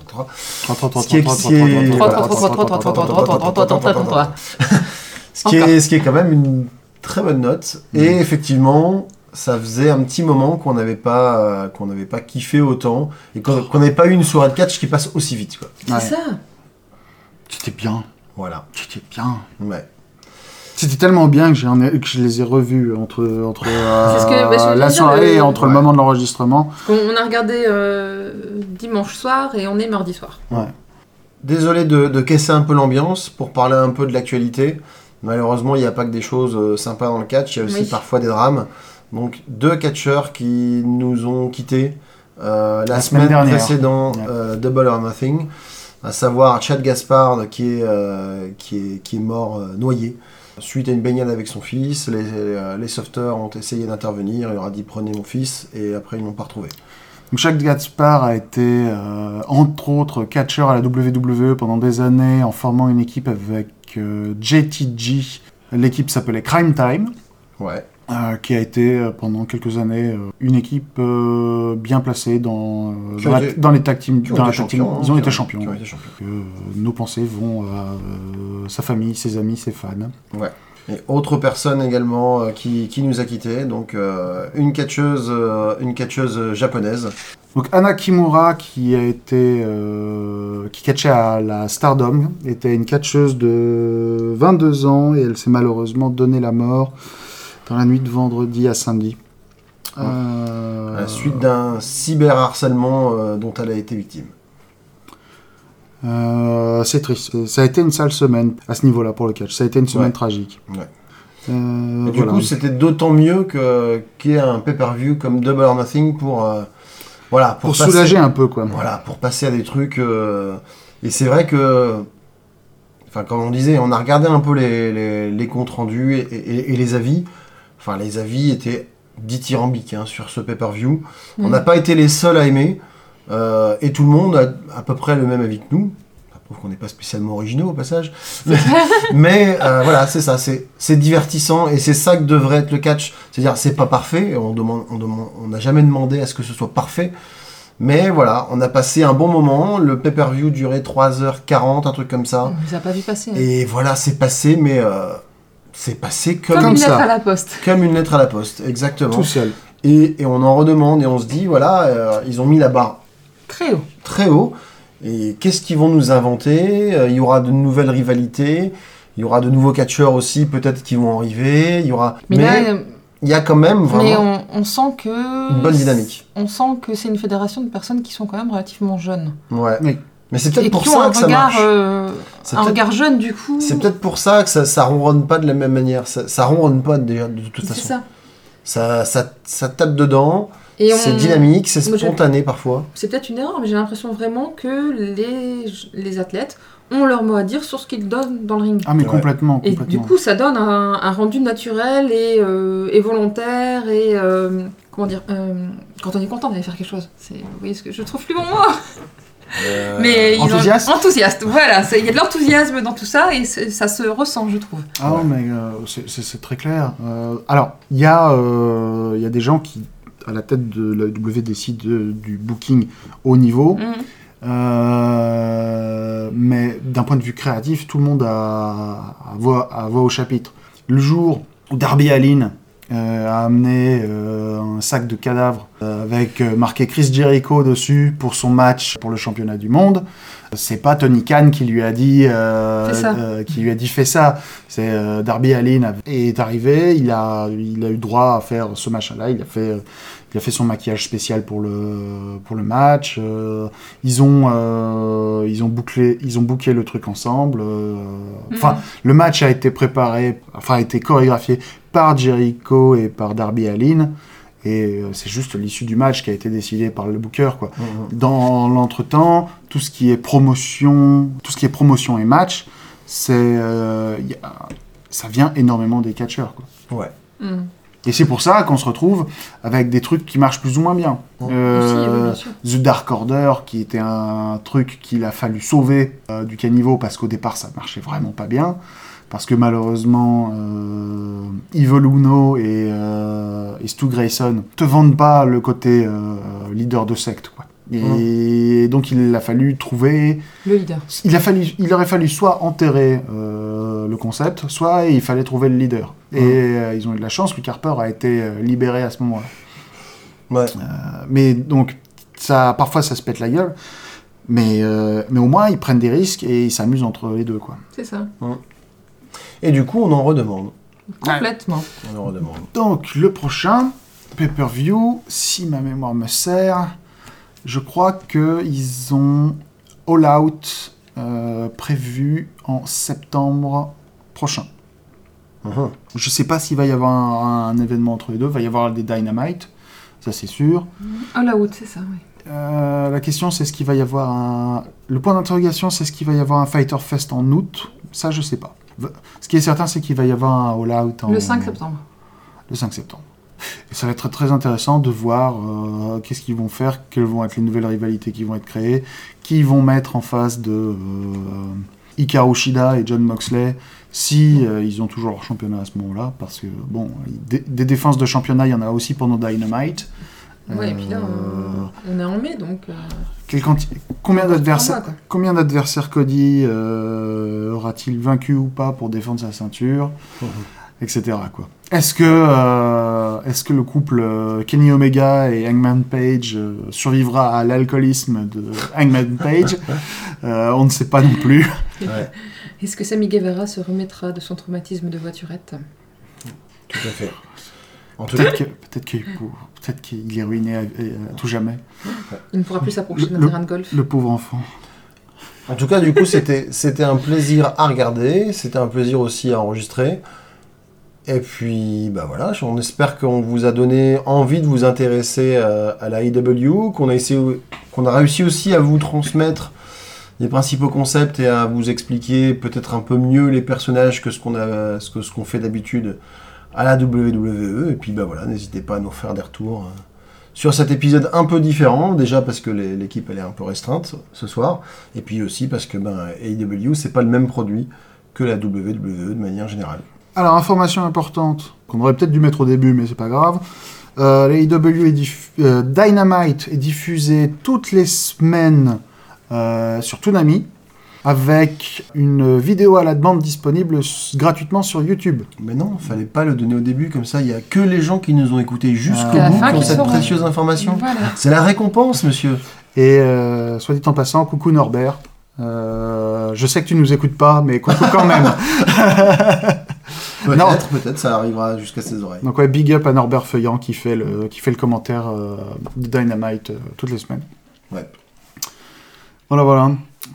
Speaker 1: 33. Ce qui est- ce qui est- <laughs> Ce qui,
Speaker 3: Encore.
Speaker 1: est, ce qui est quand même une très bonne note. Et effectivement, ça faisait un petit moment qu'on n'avait pas, euh, qu'on n'avait pas kiffé autant et qu'on qu'on n'avait pas eu une soirée de catch qui passe aussi vite. Quoi.
Speaker 3: C'est
Speaker 2: Ouais.
Speaker 3: ça.
Speaker 2: C'était bien.
Speaker 1: Voilà.
Speaker 2: C'était bien.
Speaker 1: Ouais.
Speaker 2: C'était tellement bien que, j'en ai- que je les ai revus entre, entre euh,
Speaker 3: C'est ce que- bah, je veux
Speaker 2: la
Speaker 3: dire,
Speaker 2: soirée et
Speaker 3: le-
Speaker 2: entre
Speaker 1: Ouais.
Speaker 2: le moment de l'enregistrement.
Speaker 3: Parce qu'on- On a regardé euh, dimanche soir et on est mardi soir.
Speaker 1: Désolé de, de caisser un peu l'ambiance pour parler un peu de l'actualité. Malheureusement, il n'y a pas que des choses euh, sympas dans le catch, il y a aussi
Speaker 3: Oui.
Speaker 1: parfois des drames. Donc, deux catcheurs qui nous ont quittés euh, la,
Speaker 2: La semaine
Speaker 1: semaine,
Speaker 2: dernière.
Speaker 1: précédente,
Speaker 2: Ouais.
Speaker 1: euh, Double or Nothing, à savoir Chad Gaspard qui est, euh, qui est, qui est mort euh, noyé suite à une baignade avec son fils. Les, euh, les sauveteurs ont essayé d'intervenir, il leur a dit prenez mon fils, et après ils l'ont pas retrouvé.
Speaker 2: Donc Jacques Gaspar a été, euh, entre autres, catcheur à la WWE pendant des années en formant une équipe avec euh, JTG. L'équipe s'appelait Crime Time,
Speaker 1: Ouais,
Speaker 2: euh, qui a été euh, pendant quelques années euh, une équipe euh, bien placée dans, euh,
Speaker 1: Qui
Speaker 2: dans,
Speaker 1: ont
Speaker 2: la-
Speaker 1: été-
Speaker 2: dans les tag teams.
Speaker 1: Qui
Speaker 2: dans la tag team.
Speaker 1: hein,
Speaker 2: Ils ont
Speaker 1: qui
Speaker 2: été champions.
Speaker 1: qui ont été champions.
Speaker 2: Donc, euh, nos pensées vont à euh, sa famille, ses amis, ses fans.
Speaker 1: Et autre personne également euh, qui, qui nous a quittés, donc euh, une catcheuse, euh, une catcheuse japonaise.
Speaker 2: Donc Anna Kimura, qui a été, euh, qui catchait à la Stardom, était une catcheuse de 22 ans et elle s'est malheureusement donné la mort dans la nuit de vendredi à samedi. Euh,
Speaker 1: à la suite d'un cyberharcèlement euh, dont elle a été victime.
Speaker 2: euh, c'est triste. C'est- Ça a été une sale semaine à ce niveau-là pour le catch. Ça a été une semaine
Speaker 1: Ouais.
Speaker 2: tragique.
Speaker 1: Ouais.
Speaker 2: Euh,
Speaker 1: Et du
Speaker 2: voilà.
Speaker 1: coup, c'était d'autant mieux que- qu'il y a un pay-per-view comme Double or Nothing pour, euh, Voilà, pour,
Speaker 2: Pour
Speaker 1: passer-
Speaker 2: soulager un peu, quoi.
Speaker 1: Voilà, pour passer à des trucs. euh, Et c'est vrai que. Enfin, comme on disait, on a regardé un peu les, les- les comptes rendus et, et- et les avis. Enfin, les avis étaient dithyrambiques hein, sur ce pay-per-view. On
Speaker 3: Mm.
Speaker 1: n'a pas été les seuls à aimer. euh, et tout le monde a à peu près le même avis que nous. Ça prouve qu'on n'est pas spécialement originaux
Speaker 3: <laughs>
Speaker 1: au passage. Mais, mais, euh, voilà, c'est ça. C'est c'est divertissant et c'est ça que devrait être le catch. C'est-à-dire, c'est pas parfait. On demande, on demande, on n'a jamais demandé à ce que ce soit parfait. Mais voilà, on a passé un bon moment. Le pay-per-view durait 3h40, un truc comme ça.
Speaker 3: On les a pas vu passer. hein.
Speaker 1: Et voilà, c'est passé, mais euh, c'est passé comme,
Speaker 3: Comme,
Speaker 1: comme
Speaker 3: une
Speaker 1: une...
Speaker 2: ça.
Speaker 3: lettre à la poste.
Speaker 1: lettre à la poste, exactement.
Speaker 2: Tout seul.
Speaker 1: Et, et on en redemande et on se dit, voilà, euh, ils ont mis la barre
Speaker 3: Très haut.
Speaker 1: très haut. Et qu'est-ce qu'ils vont nous inventer Euh, Il y aura de nouvelles rivalités. Il y aura de nouveaux catcheurs aussi, peut-être, qui vont arriver. Il y aura.
Speaker 3: Mais,
Speaker 1: Mais,
Speaker 3: là, euh,
Speaker 1: il y a quand même
Speaker 3: mais
Speaker 1: vraiment
Speaker 3: on, on sent que.
Speaker 1: une bonne dynamique.
Speaker 3: On sent que c'est une fédération de personnes qui sont quand même relativement jeunes.
Speaker 1: Ouais.
Speaker 2: Oui.
Speaker 1: Mais c'est
Speaker 3: Et
Speaker 1: peut-être pour
Speaker 3: qui ont
Speaker 1: ça
Speaker 3: un
Speaker 1: que ça marche.
Speaker 3: regard, euh,
Speaker 1: C'est
Speaker 3: un
Speaker 1: peut-être-
Speaker 3: regard jeune, du coup.
Speaker 1: C'est peut-être pour ça que ça, ça ronronne pas de la même manière. Ça, ça ronronne pas déjà de toute
Speaker 3: C'est
Speaker 1: façon.
Speaker 3: ça.
Speaker 1: Ça, ça, ça tape dedans,
Speaker 3: Et on-
Speaker 1: c'est dynamique, c'est
Speaker 3: Moi, j'ai-
Speaker 1: spontané parfois.
Speaker 3: C'est peut-être une erreur, mais j'ai l'impression vraiment que les, les athlètes ont leur mot à dire sur ce qu'ils donnent dans le ring.
Speaker 2: Ah, mais
Speaker 1: Ouais.
Speaker 2: complètement,
Speaker 3: Et
Speaker 2: complètement.
Speaker 3: du coup, ça donne un, un rendu naturel et, euh, et volontaire et euh, comment dire euh, quand on est content d'aller faire quelque chose. C'est, vous voyez ce que je trouve plus bon moi.
Speaker 1: Euh,
Speaker 3: Mais ils ont-
Speaker 2: enthousiaste
Speaker 3: enthousiaste. Voilà, c'est- il y a de l'enthousiasme dans tout ça et c'est- ça se ressent, je trouve.
Speaker 2: Ah
Speaker 1: Ouais.
Speaker 2: mais euh, c'est- c'est c'est très clair. Euh, alors, il y, a, euh, il y a des gens qui, à la tête de la WDC, de- du booking haut niveau,
Speaker 3: Mm.
Speaker 2: euh, mais d'un point de vue créatif, tout le monde a, a voix, a voix au chapitre. Le jour où Darby Allin euh, a amené euh, un sac de cadavres euh, avec euh, marqué Chris Jericho dessus pour son match pour le championnat du monde, c'est pas Tony Khan qui lui a dit euh,
Speaker 3: Fais ça.
Speaker 2: euh, qui lui a dit fais ça. C'est euh, Darby Allin est arrivé, il a il a eu droit à faire ce machin-là, il a fait euh, il a fait son maquillage spécial pour le pour le match. euh, ils ont euh, ils ont bouclé ils ont bouclé le truc ensemble. euh, Enfin, le match a été préparé, enfin a été chorégraphié par Jericho et par Darby Allin. Et euh, c'est juste l'issue du match qui a été décidée par le booker, quoi.
Speaker 1: mhm.
Speaker 2: Dans l'entretemps, tout ce qui est promotion, tout ce qui est promotion et match, c'est euh, y a- ça vient énormément des catcheurs, quoi.
Speaker 1: Ouais.
Speaker 3: Mm. Mm.
Speaker 2: Et c'est pour ça qu'on se retrouve avec des trucs qui marchent plus ou moins bien.
Speaker 1: Ouais.
Speaker 3: Aussi, oui,
Speaker 2: Euh,
Speaker 3: bien sûr.
Speaker 2: The Dark Order, qui était un truc qu'il a fallu sauver euh, du caniveau parce qu'au départ ça marchait vraiment pas bien. Parce que malheureusement, euh, Evil Uno et, euh, et Stu Grayson te vendent pas le côté euh, leader de secte. Quoi. Et donc il a fallu trouver.
Speaker 3: Le leader.
Speaker 2: Il, a fallu, il aurait fallu soit enterrer euh, le concept, soit il fallait trouver le leader. Et euh, ils ont eu de la chance, Luke Harper a été euh, libéré à ce moment-là. Euh,
Speaker 1: Ouais.
Speaker 2: Mais donc, ça, parfois, ça se pète la gueule. Mais, euh, mais au moins, ils prennent des risques et ils s'amusent entre les deux, quoi.
Speaker 3: C'est ça.
Speaker 1: Et du coup, on en redemande.
Speaker 3: Complètement.
Speaker 1: On en redemande.
Speaker 2: Donc, le prochain, pay-per-view, si ma mémoire me sert, je crois qu'ils ont All Out euh, prévu en septembre prochain.
Speaker 1: Mhm.
Speaker 2: Je sais pas s'il va y avoir un, un événement entre les deux. Il va y avoir des Dynamite, ça c'est sûr.
Speaker 3: All out, c'est ça. Oui.
Speaker 2: Euh, la question, c'est ce qu'il va y avoir un... Le point d'interrogation, c'est ce qu'il va y avoir un Fighter Fest en août. Ça, je sais pas. V- Ce qui est certain, c'est qu'il va y avoir un All Out en...
Speaker 3: Le 5 septembre.
Speaker 2: Le 5 septembre. Et ça va être très intéressant de voir euh, qu'est-ce qu'ils vont faire, quelles vont être les nouvelles rivalités qui vont être créées, qui vont mettre en face de euh, Hikaru Shida et John Moxley, si euh, ils ont toujours leur championnat à ce moment-là, parce que, bon, des, des défenses de championnat, il y en a aussi pendant Dynamite.
Speaker 3: Ouais, et puis là,
Speaker 2: Euh,
Speaker 3: on, on est en mai, donc. euh,
Speaker 2: quelle quanti- combien
Speaker 3: Dans trois
Speaker 2: d'adversaires
Speaker 3: mois, quoi.
Speaker 2: combien d'adversaires Cody euh, aura-t-il vaincu ou pas pour défendre sa ceinture,
Speaker 1: Mhm.
Speaker 2: etc. Quoi. Est-ce que euh, est-ce que le couple euh, Kenny Omega et Hangman Page euh, survivra à l'alcoolisme de Hangman Page Euh, On ne sait pas non plus.
Speaker 1: Ouais,
Speaker 3: Est-ce que Sammy Guevara se remettra de son traumatisme de voiturette
Speaker 1: tout à fait. En tout cas,
Speaker 2: Peut-être que peut-être qu'il pour- peut-être qu'il est ruiné à, à tout jamais.
Speaker 3: Il ne pourra plus s'approcher
Speaker 2: Le-
Speaker 3: d'un
Speaker 2: le-
Speaker 3: terrain de golf.
Speaker 2: Le pauvre enfant.
Speaker 1: En tout cas, du coup, c'était c'était un plaisir à regarder, c'était un plaisir aussi à enregistrer. Et puis, bah voilà, on espère qu'on vous a donné envie de vous intéresser euh, à la IW, qu'on a, essayé, qu'on a réussi aussi à vous transmettre les principaux concepts et à vous expliquer peut-être un peu mieux les personnages que ce qu'on, a, ce que, ce qu'on fait d'habitude à la WWE. Et puis, bah voilà, n'hésitez pas à nous faire des retours euh, sur cet épisode un peu différent, déjà parce que les- l'équipe elle est un peu restreinte ce soir, et puis aussi parce que ben, AEW, c'est pas le même produit que la WWE de manière générale.
Speaker 2: Alors, information importante qu'on aurait peut-être dû mettre au début, mais c'est pas grave. Euh, la IW est diff- euh, Dynamite est diffusée toutes les semaines euh, sur Toonami avec une vidéo à la demande disponible s- gratuitement sur YouTube.
Speaker 1: Mais non, fallait pas le donner au début, comme ça, il y a que les gens qui nous ont écoutés
Speaker 2: Ah. À
Speaker 1: jusqu'au
Speaker 2: la
Speaker 1: bout
Speaker 2: fin
Speaker 1: qui ont
Speaker 2: qui
Speaker 1: cette
Speaker 3: sauront.
Speaker 1: précieuse information.
Speaker 3: Voilà.
Speaker 1: C'est la récompense, monsieur.
Speaker 2: Et euh, soit dit en passant, coucou Norbert. Euh, je sais que tu nous écoutes pas, mais coucou quand même. Non.
Speaker 1: Peut-être, peut-être, ça arrivera jusqu'à ses oreilles.
Speaker 2: Donc ouais, big up à Norbert Feuillant qui fait le, qui fait le commentaire euh, de Dynamite euh, toutes les semaines.
Speaker 1: Ouais.
Speaker 2: Voilà, voilà.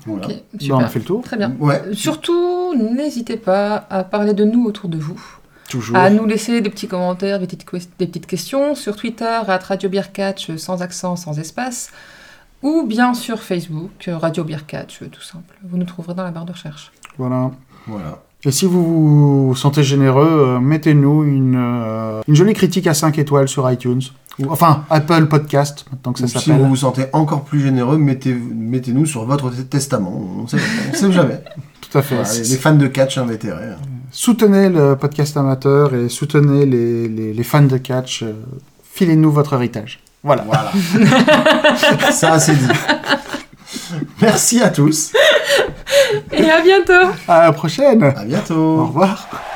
Speaker 1: Voilà.
Speaker 3: Ok,
Speaker 2: Bah, on a
Speaker 3: super.
Speaker 2: fait le tour.
Speaker 3: Très bien.
Speaker 1: Ouais,
Speaker 3: Euh, Surtout, n'hésitez pas à parler de nous autour de vous,
Speaker 2: Toujours.
Speaker 3: à nous laisser des petits commentaires, des petites, quest- des petites questions sur Twitter, à Radio Beer Catch, euh, sans accent, sans espace, ou bien sur Facebook, euh, Radio Beer Catch, euh, tout simple. Vous nous trouverez dans la barre de recherche.
Speaker 2: Voilà.
Speaker 1: voilà.
Speaker 2: Et si vous vous sentez généreux, euh, mettez-nous une, euh, une jolie critique à 5 étoiles sur iTunes. Ou, enfin, Apple Podcast, maintenant que ça
Speaker 1: Ou si vous
Speaker 2: s'appelle.
Speaker 1: vous sentez encore plus généreux, mettez, mettez-nous sur votre testament. On sait, on
Speaker 2: <laughs>
Speaker 1: sait jamais.
Speaker 2: Tout à fait.
Speaker 1: Voilà, les, les fans de catch invétérés. hein.
Speaker 2: Soutenez le podcast amateur et soutenez les, les- les fans de catch. euh, Filez-nous votre héritage. Voilà. <laughs>
Speaker 1: Voilà. ça, c'est dit. <laughs> Merci à tous.
Speaker 3: Et à bientôt
Speaker 2: À la prochaine.
Speaker 1: À
Speaker 2: Au
Speaker 1: bientôt.
Speaker 2: revoir.